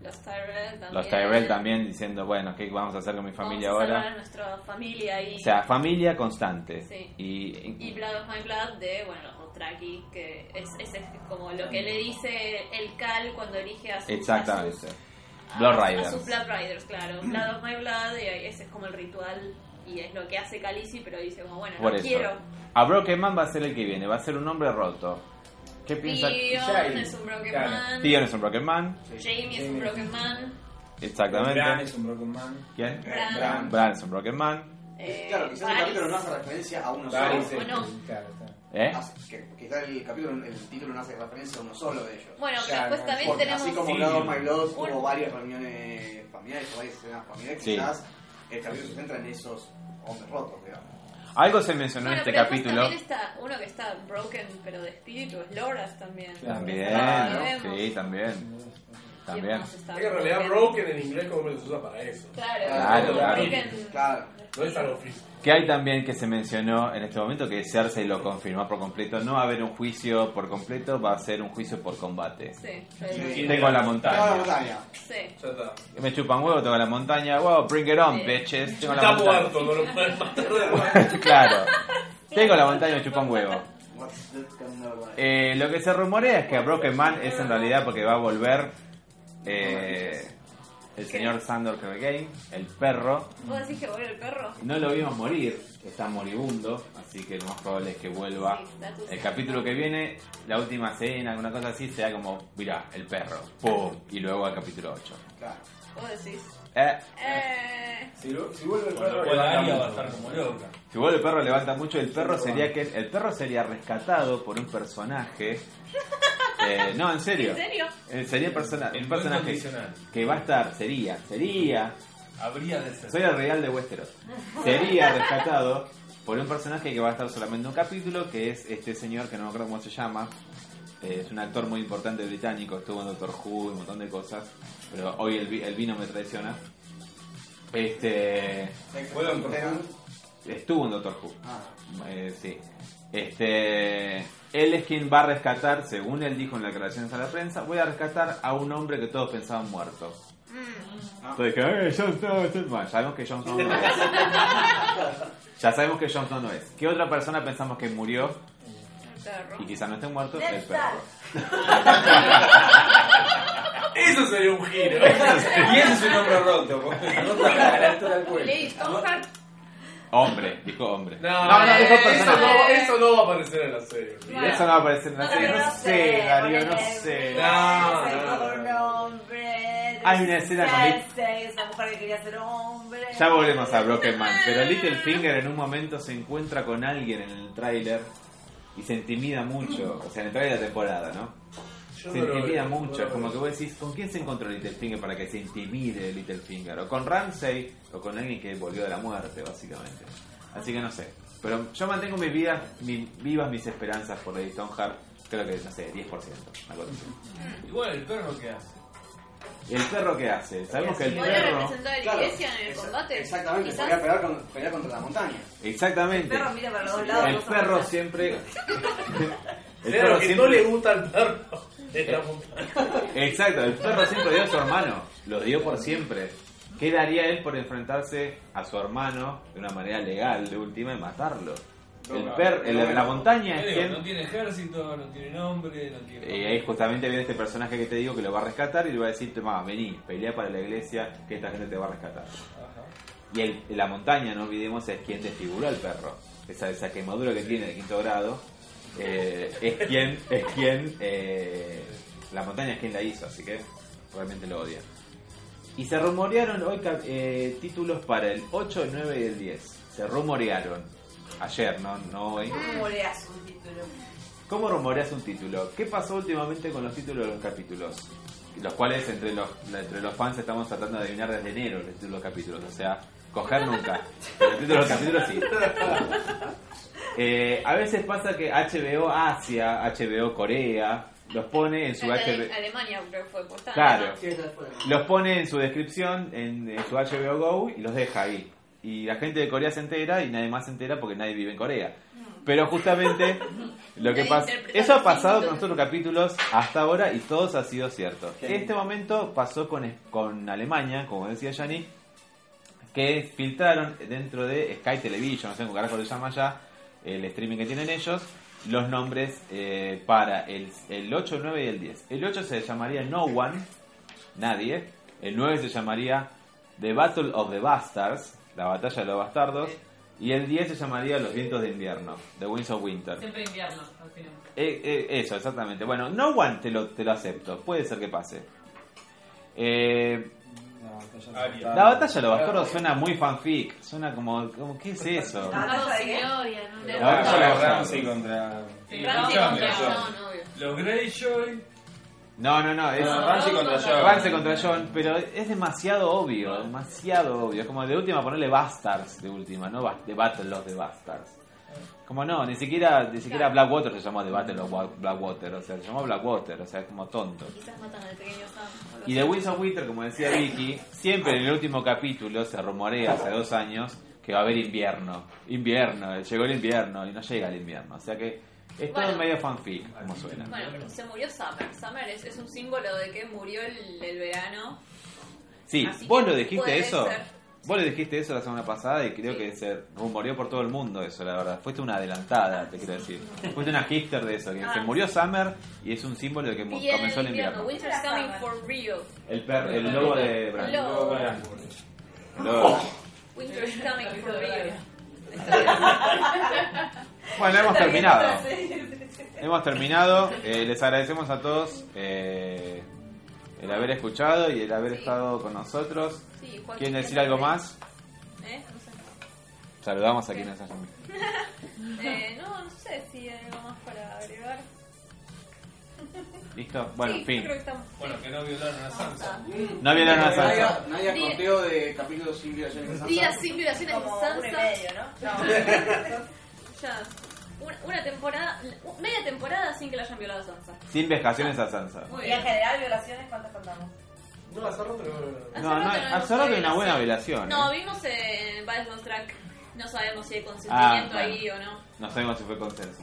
Speaker 2: Los Tyrell también.
Speaker 1: los Tyrell también diciendo, bueno, ¿qué vamos a hacer con mi familia
Speaker 2: Vamos a
Speaker 1: ahora?
Speaker 2: salvar a nuestra familia y.
Speaker 1: O sea, familia constante.
Speaker 2: Sí.
Speaker 1: Y,
Speaker 2: y Blood of My Blood de, bueno, los Dothraki, que es, es, es como lo que le dice el Cal cuando elige a su a
Speaker 1: Exactamente.
Speaker 2: sus-
Speaker 1: Blood
Speaker 2: a- A
Speaker 1: Riders.
Speaker 2: sus Blood Riders, claro. Blood of My Blood, y ese es como el ritual y es lo que hace Khaleesi, pero dice como, bueno,
Speaker 1: Por
Speaker 2: no
Speaker 1: eso.
Speaker 2: quiero.
Speaker 1: A Broken Man va a ser el que viene, va a ser un hombre roto. ¿Qué piensa?
Speaker 2: Theon es un broken
Speaker 7: Claro.
Speaker 2: man.
Speaker 1: Theon es un Broken Man.
Speaker 2: Jamie es un broken man.
Speaker 1: Exactamente.
Speaker 7: Bran es un broken man.
Speaker 1: ¿Quién?
Speaker 2: Bran.
Speaker 1: Bran. es un Broken Man.
Speaker 2: Eh,
Speaker 4: Eh, Claro, quizás el
Speaker 2: Varys.
Speaker 4: capítulo no hace referencia a uno
Speaker 7: Bran
Speaker 4: solo.
Speaker 7: es
Speaker 2: o
Speaker 7: el-
Speaker 2: no.
Speaker 7: claro, está.
Speaker 1: ¿Eh?
Speaker 4: Hace- que- Quizás el capítulo, el título no hace referencia a uno solo de ellos.
Speaker 2: Bueno, pero
Speaker 7: Ya,
Speaker 2: después
Speaker 7: no.
Speaker 2: también
Speaker 4: Porque
Speaker 2: tenemos...
Speaker 4: así como
Speaker 5: Sí.
Speaker 4: Blood of My Blood
Speaker 2: Un-
Speaker 4: hubo varias reuniones familiares, o varias escenas familiares,
Speaker 1: Sí.
Speaker 4: quizás el capítulo se centra en esos hombres rotos, digamos.
Speaker 1: Algo se mencionó
Speaker 2: Bueno,
Speaker 1: en este
Speaker 2: pero después
Speaker 1: capítulo.
Speaker 2: también está uno que está broken, pero de espíritu, es Loras también.
Speaker 7: Claro.
Speaker 1: También,
Speaker 2: Ah, ¿no?
Speaker 1: sí, también.
Speaker 2: ¿Quién
Speaker 1: También.
Speaker 2: más está
Speaker 8: Es que en realidad broken en inglés como que se usa para eso.
Speaker 2: Claro,
Speaker 1: Claro,
Speaker 2: claro.
Speaker 1: claro.
Speaker 2: Broken.
Speaker 4: Claro.
Speaker 8: No es algo físico.
Speaker 1: Que hay también que se mencionó en este momento que Cersei lo confirmó por completo. No va a haber un juicio por completo, va a ser un juicio por combate.
Speaker 2: Sí,
Speaker 4: Sí.
Speaker 2: sí,
Speaker 1: Tengo la
Speaker 4: Toda la
Speaker 7: Ah,
Speaker 1: montaña.
Speaker 4: montaña.
Speaker 2: sí.
Speaker 8: Ya está.
Speaker 1: Me chupan huevo, tengo la montaña. Wow, bring it on,
Speaker 2: Sí.
Speaker 1: bitches. Tengo la
Speaker 8: Está
Speaker 1: montaña.
Speaker 8: muerto, no lo pueden matar de nuevo.
Speaker 1: Claro. Tengo la montaña, me chupan huevo.
Speaker 4: What's that kind of-
Speaker 1: Eh, lo que se rumorea es que Broken Man es en realidad porque va a volver eh, el señor Sandor Clegane, el perro.
Speaker 2: ¿Vos decís que vuelve el perro?
Speaker 1: No lo vimos morir, está moribundo, así que lo más probable es que vuelva.
Speaker 2: Sí, está tu-
Speaker 1: El capítulo que viene, la última cena, alguna cosa así, sea como, mirá, el perro, pum, y luego al capítulo 8.
Speaker 4: Claro.
Speaker 2: Vos decís.
Speaker 1: Eh,
Speaker 2: Eh,
Speaker 7: Si, vu- si vuelve el
Speaker 5: Cuando
Speaker 7: perro,
Speaker 5: pueda Arya va a
Speaker 7: levanta
Speaker 5: estar
Speaker 7: mucho.
Speaker 5: como loca.
Speaker 1: si vuelve el perro, levanta mucho, el perro sería que el perro sería rescatado por un personaje. Eh, no, en serio.
Speaker 2: ¿En serio?
Speaker 1: Eh, Sería el, persona- el
Speaker 5: En buen
Speaker 1: personaje
Speaker 5: condicional.
Speaker 1: que va a estar, sería, sería,
Speaker 5: Habría de ser.
Speaker 1: soy el real de Westeros, sería rescatado por un personaje que va a estar solamente en un capítulo, que es este señor que no me acuerdo cómo se llama, Eh, es un actor muy importante británico, estuvo en Doctor Who, y un montón de cosas, pero hoy el, vi- el vino me traiciona. Este
Speaker 7: Puedo encontrar.
Speaker 1: estuvo en Doctor Who.
Speaker 4: Ah.
Speaker 1: Eh, sí. Este, él es quien va a rescatar, según él dijo en la declaración a la prensa, voy a rescatar a un hombre que todos pensaban muerto. Entonces dije, "Eh, Jon Snow, Jon Snow". Bueno, sabemos que Jon Snow no es. ya sabemos que Jon Snow no es. ¿Qué otra persona pensamos que murió
Speaker 2: El perro.
Speaker 1: y quizá no esté muerto?
Speaker 6: Ned
Speaker 1: El perro.
Speaker 8: Eso sería un giro.
Speaker 7: Y ese es un hombre roto, porque el roto está a la altura del cuello.
Speaker 2: Lady Stoneheart.
Speaker 1: Hombre, dijo hombre.
Speaker 8: No,
Speaker 1: no, no, dijo
Speaker 8: eso,
Speaker 1: personaje.
Speaker 8: no, eso no va a aparecer en la serie.
Speaker 1: Y Eso no va a aparecer en la
Speaker 2: No,
Speaker 1: serie.
Speaker 2: pero
Speaker 1: No
Speaker 2: no
Speaker 1: sé,
Speaker 6: sé,
Speaker 1: Darío, no
Speaker 6: ponele-
Speaker 1: sé.
Speaker 8: No,
Speaker 6: Ese
Speaker 8: no,
Speaker 6: pobre hombre.
Speaker 1: Hay una escena con Lit-
Speaker 6: Cersei, Esa mujer que quería ser hombre.
Speaker 1: Ya volvemos a Broken Man, pero Littlefinger en un momento se encuentra con alguien en el tráiler y se intimida mucho, o sea, en el tráiler de la temporada, ¿no?
Speaker 8: Yo
Speaker 1: se
Speaker 8: no lo
Speaker 1: intimida
Speaker 8: veo,
Speaker 1: mucho,
Speaker 8: no
Speaker 1: es
Speaker 8: lo
Speaker 1: como
Speaker 8: veo.
Speaker 1: que vos decís, ¿con quién se encontró Littlefinger para que se intimide Littlefinger? O con Ramsey, o con alguien que volvió de la muerte, básicamente. Así que no sé. Pero yo mantengo mis vidas, mi- vivas mis esperanzas por Lady Stoneheart, creo que, no sé, 10%. una cosa así.
Speaker 5: Igual el perro que hace.
Speaker 1: ¿Y el perro qué hace? Sabemos que el
Speaker 2: Podría
Speaker 1: perro...
Speaker 2: representar a la
Speaker 4: Claro,
Speaker 2: iglesia en el
Speaker 4: exa-
Speaker 2: combate.
Speaker 4: Exactamente,
Speaker 2: Quizás.
Speaker 4: podría pelear, con- pelear contra la montaña.
Speaker 6: El
Speaker 1: Exactamente.
Speaker 6: perro mira para los dos lados.
Speaker 1: El
Speaker 6: no se
Speaker 1: perro
Speaker 6: mueve.
Speaker 1: siempre. El
Speaker 8: Era lo
Speaker 1: perro
Speaker 8: que no le
Speaker 1: siempre.
Speaker 8: gusta al perro. Es
Speaker 5: Eh,
Speaker 8: la montaña.
Speaker 1: Exacto, el perro siempre dio a su hermano. Lo dio por siempre. ¿Qué daría él por enfrentarse a su hermano de una manera legal, de última, y matarlo? El perro, la montaña
Speaker 5: Yo
Speaker 1: es
Speaker 5: digo, No
Speaker 1: quien.
Speaker 5: tiene ejército, no tiene nombre, no tiene.
Speaker 1: Y Eh, ahí justamente viene este personaje que te digo que lo va a rescatar y le va a decir: Tomá, vení, pelea para la iglesia que esta gente te va a rescatar.
Speaker 5: Ajá.
Speaker 1: Y el- la montaña, no olvidemos, es quien desfiguró al perro. Esa, esa quemadura que tiene de quinto grado eh, es quien. Es quien eh, la montaña es quien la hizo, así que realmente lo odia. Y se rumorearon hoy cap- eh, títulos para el 8, el 9 y el 10. Se rumorearon. Ayer, no, no hoy.
Speaker 6: ¿Cómo moleas un título?
Speaker 1: ¿Cómo rumoreas un título? ¿Qué pasó últimamente con los títulos de los capítulos? Los cuales entre los, entre los fans estamos tratando de adivinar desde enero los títulos de los capítulos. O sea, Coger nunca. Pero el título del capítulo sí. Eh, a veces pasa que HBO Asia, HBO Corea, los pone en su
Speaker 2: La de
Speaker 1: HBO.
Speaker 2: Alemania creo que fue puesta.
Speaker 1: Claro.
Speaker 4: Sí, está fuera.
Speaker 1: Los pone en su descripción, en, en su HBO Go y los deja ahí. Y la gente de Corea se entera y nadie más se entera porque nadie vive en Corea. Pero justamente lo que
Speaker 2: Nadie
Speaker 1: pasa...
Speaker 2: interpreta
Speaker 1: Eso ha
Speaker 2: los
Speaker 1: pasado con
Speaker 2: títulos.
Speaker 1: otros capítulos hasta ahora y todos ha sido cierto.
Speaker 4: Qué
Speaker 1: Este momento pasó con, es- con Alemania, como decía Yanni, que filtraron dentro de Sky Television, no sé cómo carajo le llama ya, el streaming que tienen ellos, los nombres eh, para el, el 8, el 9 y el 10. El 8 se llamaría No One, nadie. El 9 se llamaría The Battle of the Bastards, la batalla de los bastardos. Y el 10 se llamaría Los vientos de invierno, The Winds of Winter.
Speaker 9: Siempre invierno, al final.
Speaker 1: Eh, eh, eso, exactamente. Bueno, No One te lo, te lo acepto, puede ser que pase. Eh, la batalla de los bastardos suena muy fanfic, suena como, como ¿qué es eso?
Speaker 6: Ah,
Speaker 3: Bastardos
Speaker 6: ¿sabe
Speaker 3: sin
Speaker 6: qué?
Speaker 3: gloria, ¿no?
Speaker 1: La
Speaker 7: Ahora
Speaker 1: batalla de los
Speaker 7: Ramsey
Speaker 1: bastardos.
Speaker 7: contra.
Speaker 9: Sí,
Speaker 2: Ramsey
Speaker 9: no,
Speaker 2: contra
Speaker 9: no,
Speaker 2: John, obvio.
Speaker 5: Los Greyjoy.
Speaker 1: No, no, no, es
Speaker 7: No, Ramsey contra Joe.
Speaker 1: Ramsey contra John, pero es demasiado obvio, demasiado obvio. Es como de última ponerle Bastards de última, no Bas- de Battle of the Bastards. Como no, ni siquiera, ni siquiera Blackwater se llamó The Battle of Wa- Blackwater, o sea, se llamó Blackwater, o sea, es como tonto.
Speaker 2: Quizás matan al pequeño Sam. o algo
Speaker 1: Y
Speaker 2: así.
Speaker 1: de Winds of Winter, como decía Vicky, siempre en el último capítulo se rumorea hace dos años que va a haber invierno. Invierno, llegó el invierno y no llega el invierno. O sea que es todo
Speaker 2: Bueno.
Speaker 1: medio fanfic, como suena.
Speaker 2: Bueno, se murió Summer. Summer es, es un símbolo de que murió el, el verano.
Speaker 1: Sí,
Speaker 2: Así
Speaker 1: vos
Speaker 2: que
Speaker 1: lo dijiste
Speaker 2: puede
Speaker 1: eso.
Speaker 2: ser.
Speaker 1: Vos le dijiste eso la semana pasada y creo
Speaker 2: Sí.
Speaker 1: que se rumoreó por todo el mundo eso, la verdad. Fuiste una adelantada, te quiero decir. Fuiste una hipster de eso. Que
Speaker 2: Ah.
Speaker 1: se murió Summer y es un símbolo de que mu-
Speaker 2: Y el
Speaker 1: comenzó el invierno.
Speaker 2: Winter's coming for real.
Speaker 1: El, per- el lobo de
Speaker 2: El
Speaker 1: Bran.
Speaker 2: lobo.
Speaker 1: Lobo.
Speaker 2: Winter is coming for real.
Speaker 1: Bueno, hemos terminado.
Speaker 6: Sí.
Speaker 1: Hemos terminado. Eh, les agradecemos a todos eh, el haber escuchado y el haber
Speaker 2: Sí.
Speaker 1: estado con nosotros.
Speaker 2: Sí, Joaquín,
Speaker 1: ¿Quieren decir algo más?
Speaker 2: ¿Eh? No, sé.
Speaker 1: Saludamos a quienes hayan visto.
Speaker 2: Eh, no, no sé si hay algo más para agregar.
Speaker 1: ¿Listo? Bueno,
Speaker 2: sí,
Speaker 1: fin.
Speaker 2: yo creo que estamos.
Speaker 5: Bueno, que no violaron a
Speaker 2: Ah,
Speaker 5: Samsung.
Speaker 1: No vieron a Sansa.
Speaker 4: Nadia, Nadia
Speaker 2: Día-
Speaker 4: conteo de capítulos sin violaciones de Sansa.
Speaker 2: Días sin violaciones de
Speaker 6: Como uno y
Speaker 2: Sansa.
Speaker 6: medio, ¿no?
Speaker 2: Ya. Una, una temporada, u- media temporada sin que la hayan violado a Sansa.
Speaker 1: Sin vejaciones a Sansa.
Speaker 2: Muy
Speaker 6: Y en
Speaker 2: bien.
Speaker 6: general, violaciones, ¿cuántas contamos?
Speaker 8: No, hace rato que no-
Speaker 1: No, no,
Speaker 2: Hace rato no
Speaker 1: hace rato
Speaker 2: vemos
Speaker 1: una buena violación.
Speaker 2: No,
Speaker 1: ¿eh?
Speaker 2: vimos eh, en Bad Bones Track. No sabemos si hay consentimiento
Speaker 1: Ah, bueno.
Speaker 2: ahí o no.
Speaker 1: No sabemos si fue consenso.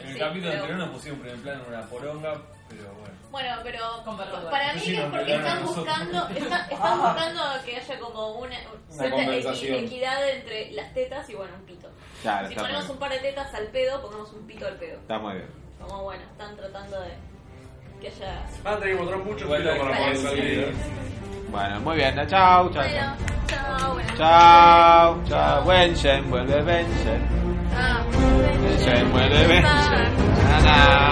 Speaker 5: En el
Speaker 2: Sí,
Speaker 5: capítulo
Speaker 2: pero-
Speaker 5: anterior nos pusieron en primer plano una poronga, pero bueno.
Speaker 2: Bueno, pero
Speaker 9: Con Bergoglio.
Speaker 2: para mí
Speaker 5: Sí,
Speaker 2: es
Speaker 5: nos
Speaker 2: porque están
Speaker 5: violaron a nosotros.
Speaker 2: buscando, está- están buscando que haya como una, cierta
Speaker 7: compensación.
Speaker 2: equi- equidad entre las tetas y bueno, un pito.
Speaker 1: Claro,
Speaker 2: si
Speaker 1: está muy
Speaker 2: ponemos
Speaker 1: bien.
Speaker 2: un par de tetas al pedo, pongamos un pito al pedo.
Speaker 1: Está muy bien.
Speaker 2: Como bueno, están tratando de que haya...
Speaker 8: Van a tener Ah, que encontrar mucho
Speaker 5: Igual
Speaker 8: pito
Speaker 5: hay
Speaker 8: para
Speaker 5: que
Speaker 8: poder
Speaker 5: decir-
Speaker 8: salir. ¿eh?
Speaker 1: Bueno, muy bien. Chao, chao.
Speaker 2: Bueno, chao, bueno.
Speaker 1: Chao, chao. Wenchen, vuelve Wenchen.
Speaker 2: Ah,
Speaker 1: Wenchen, vuelve Wenchen. Na, na.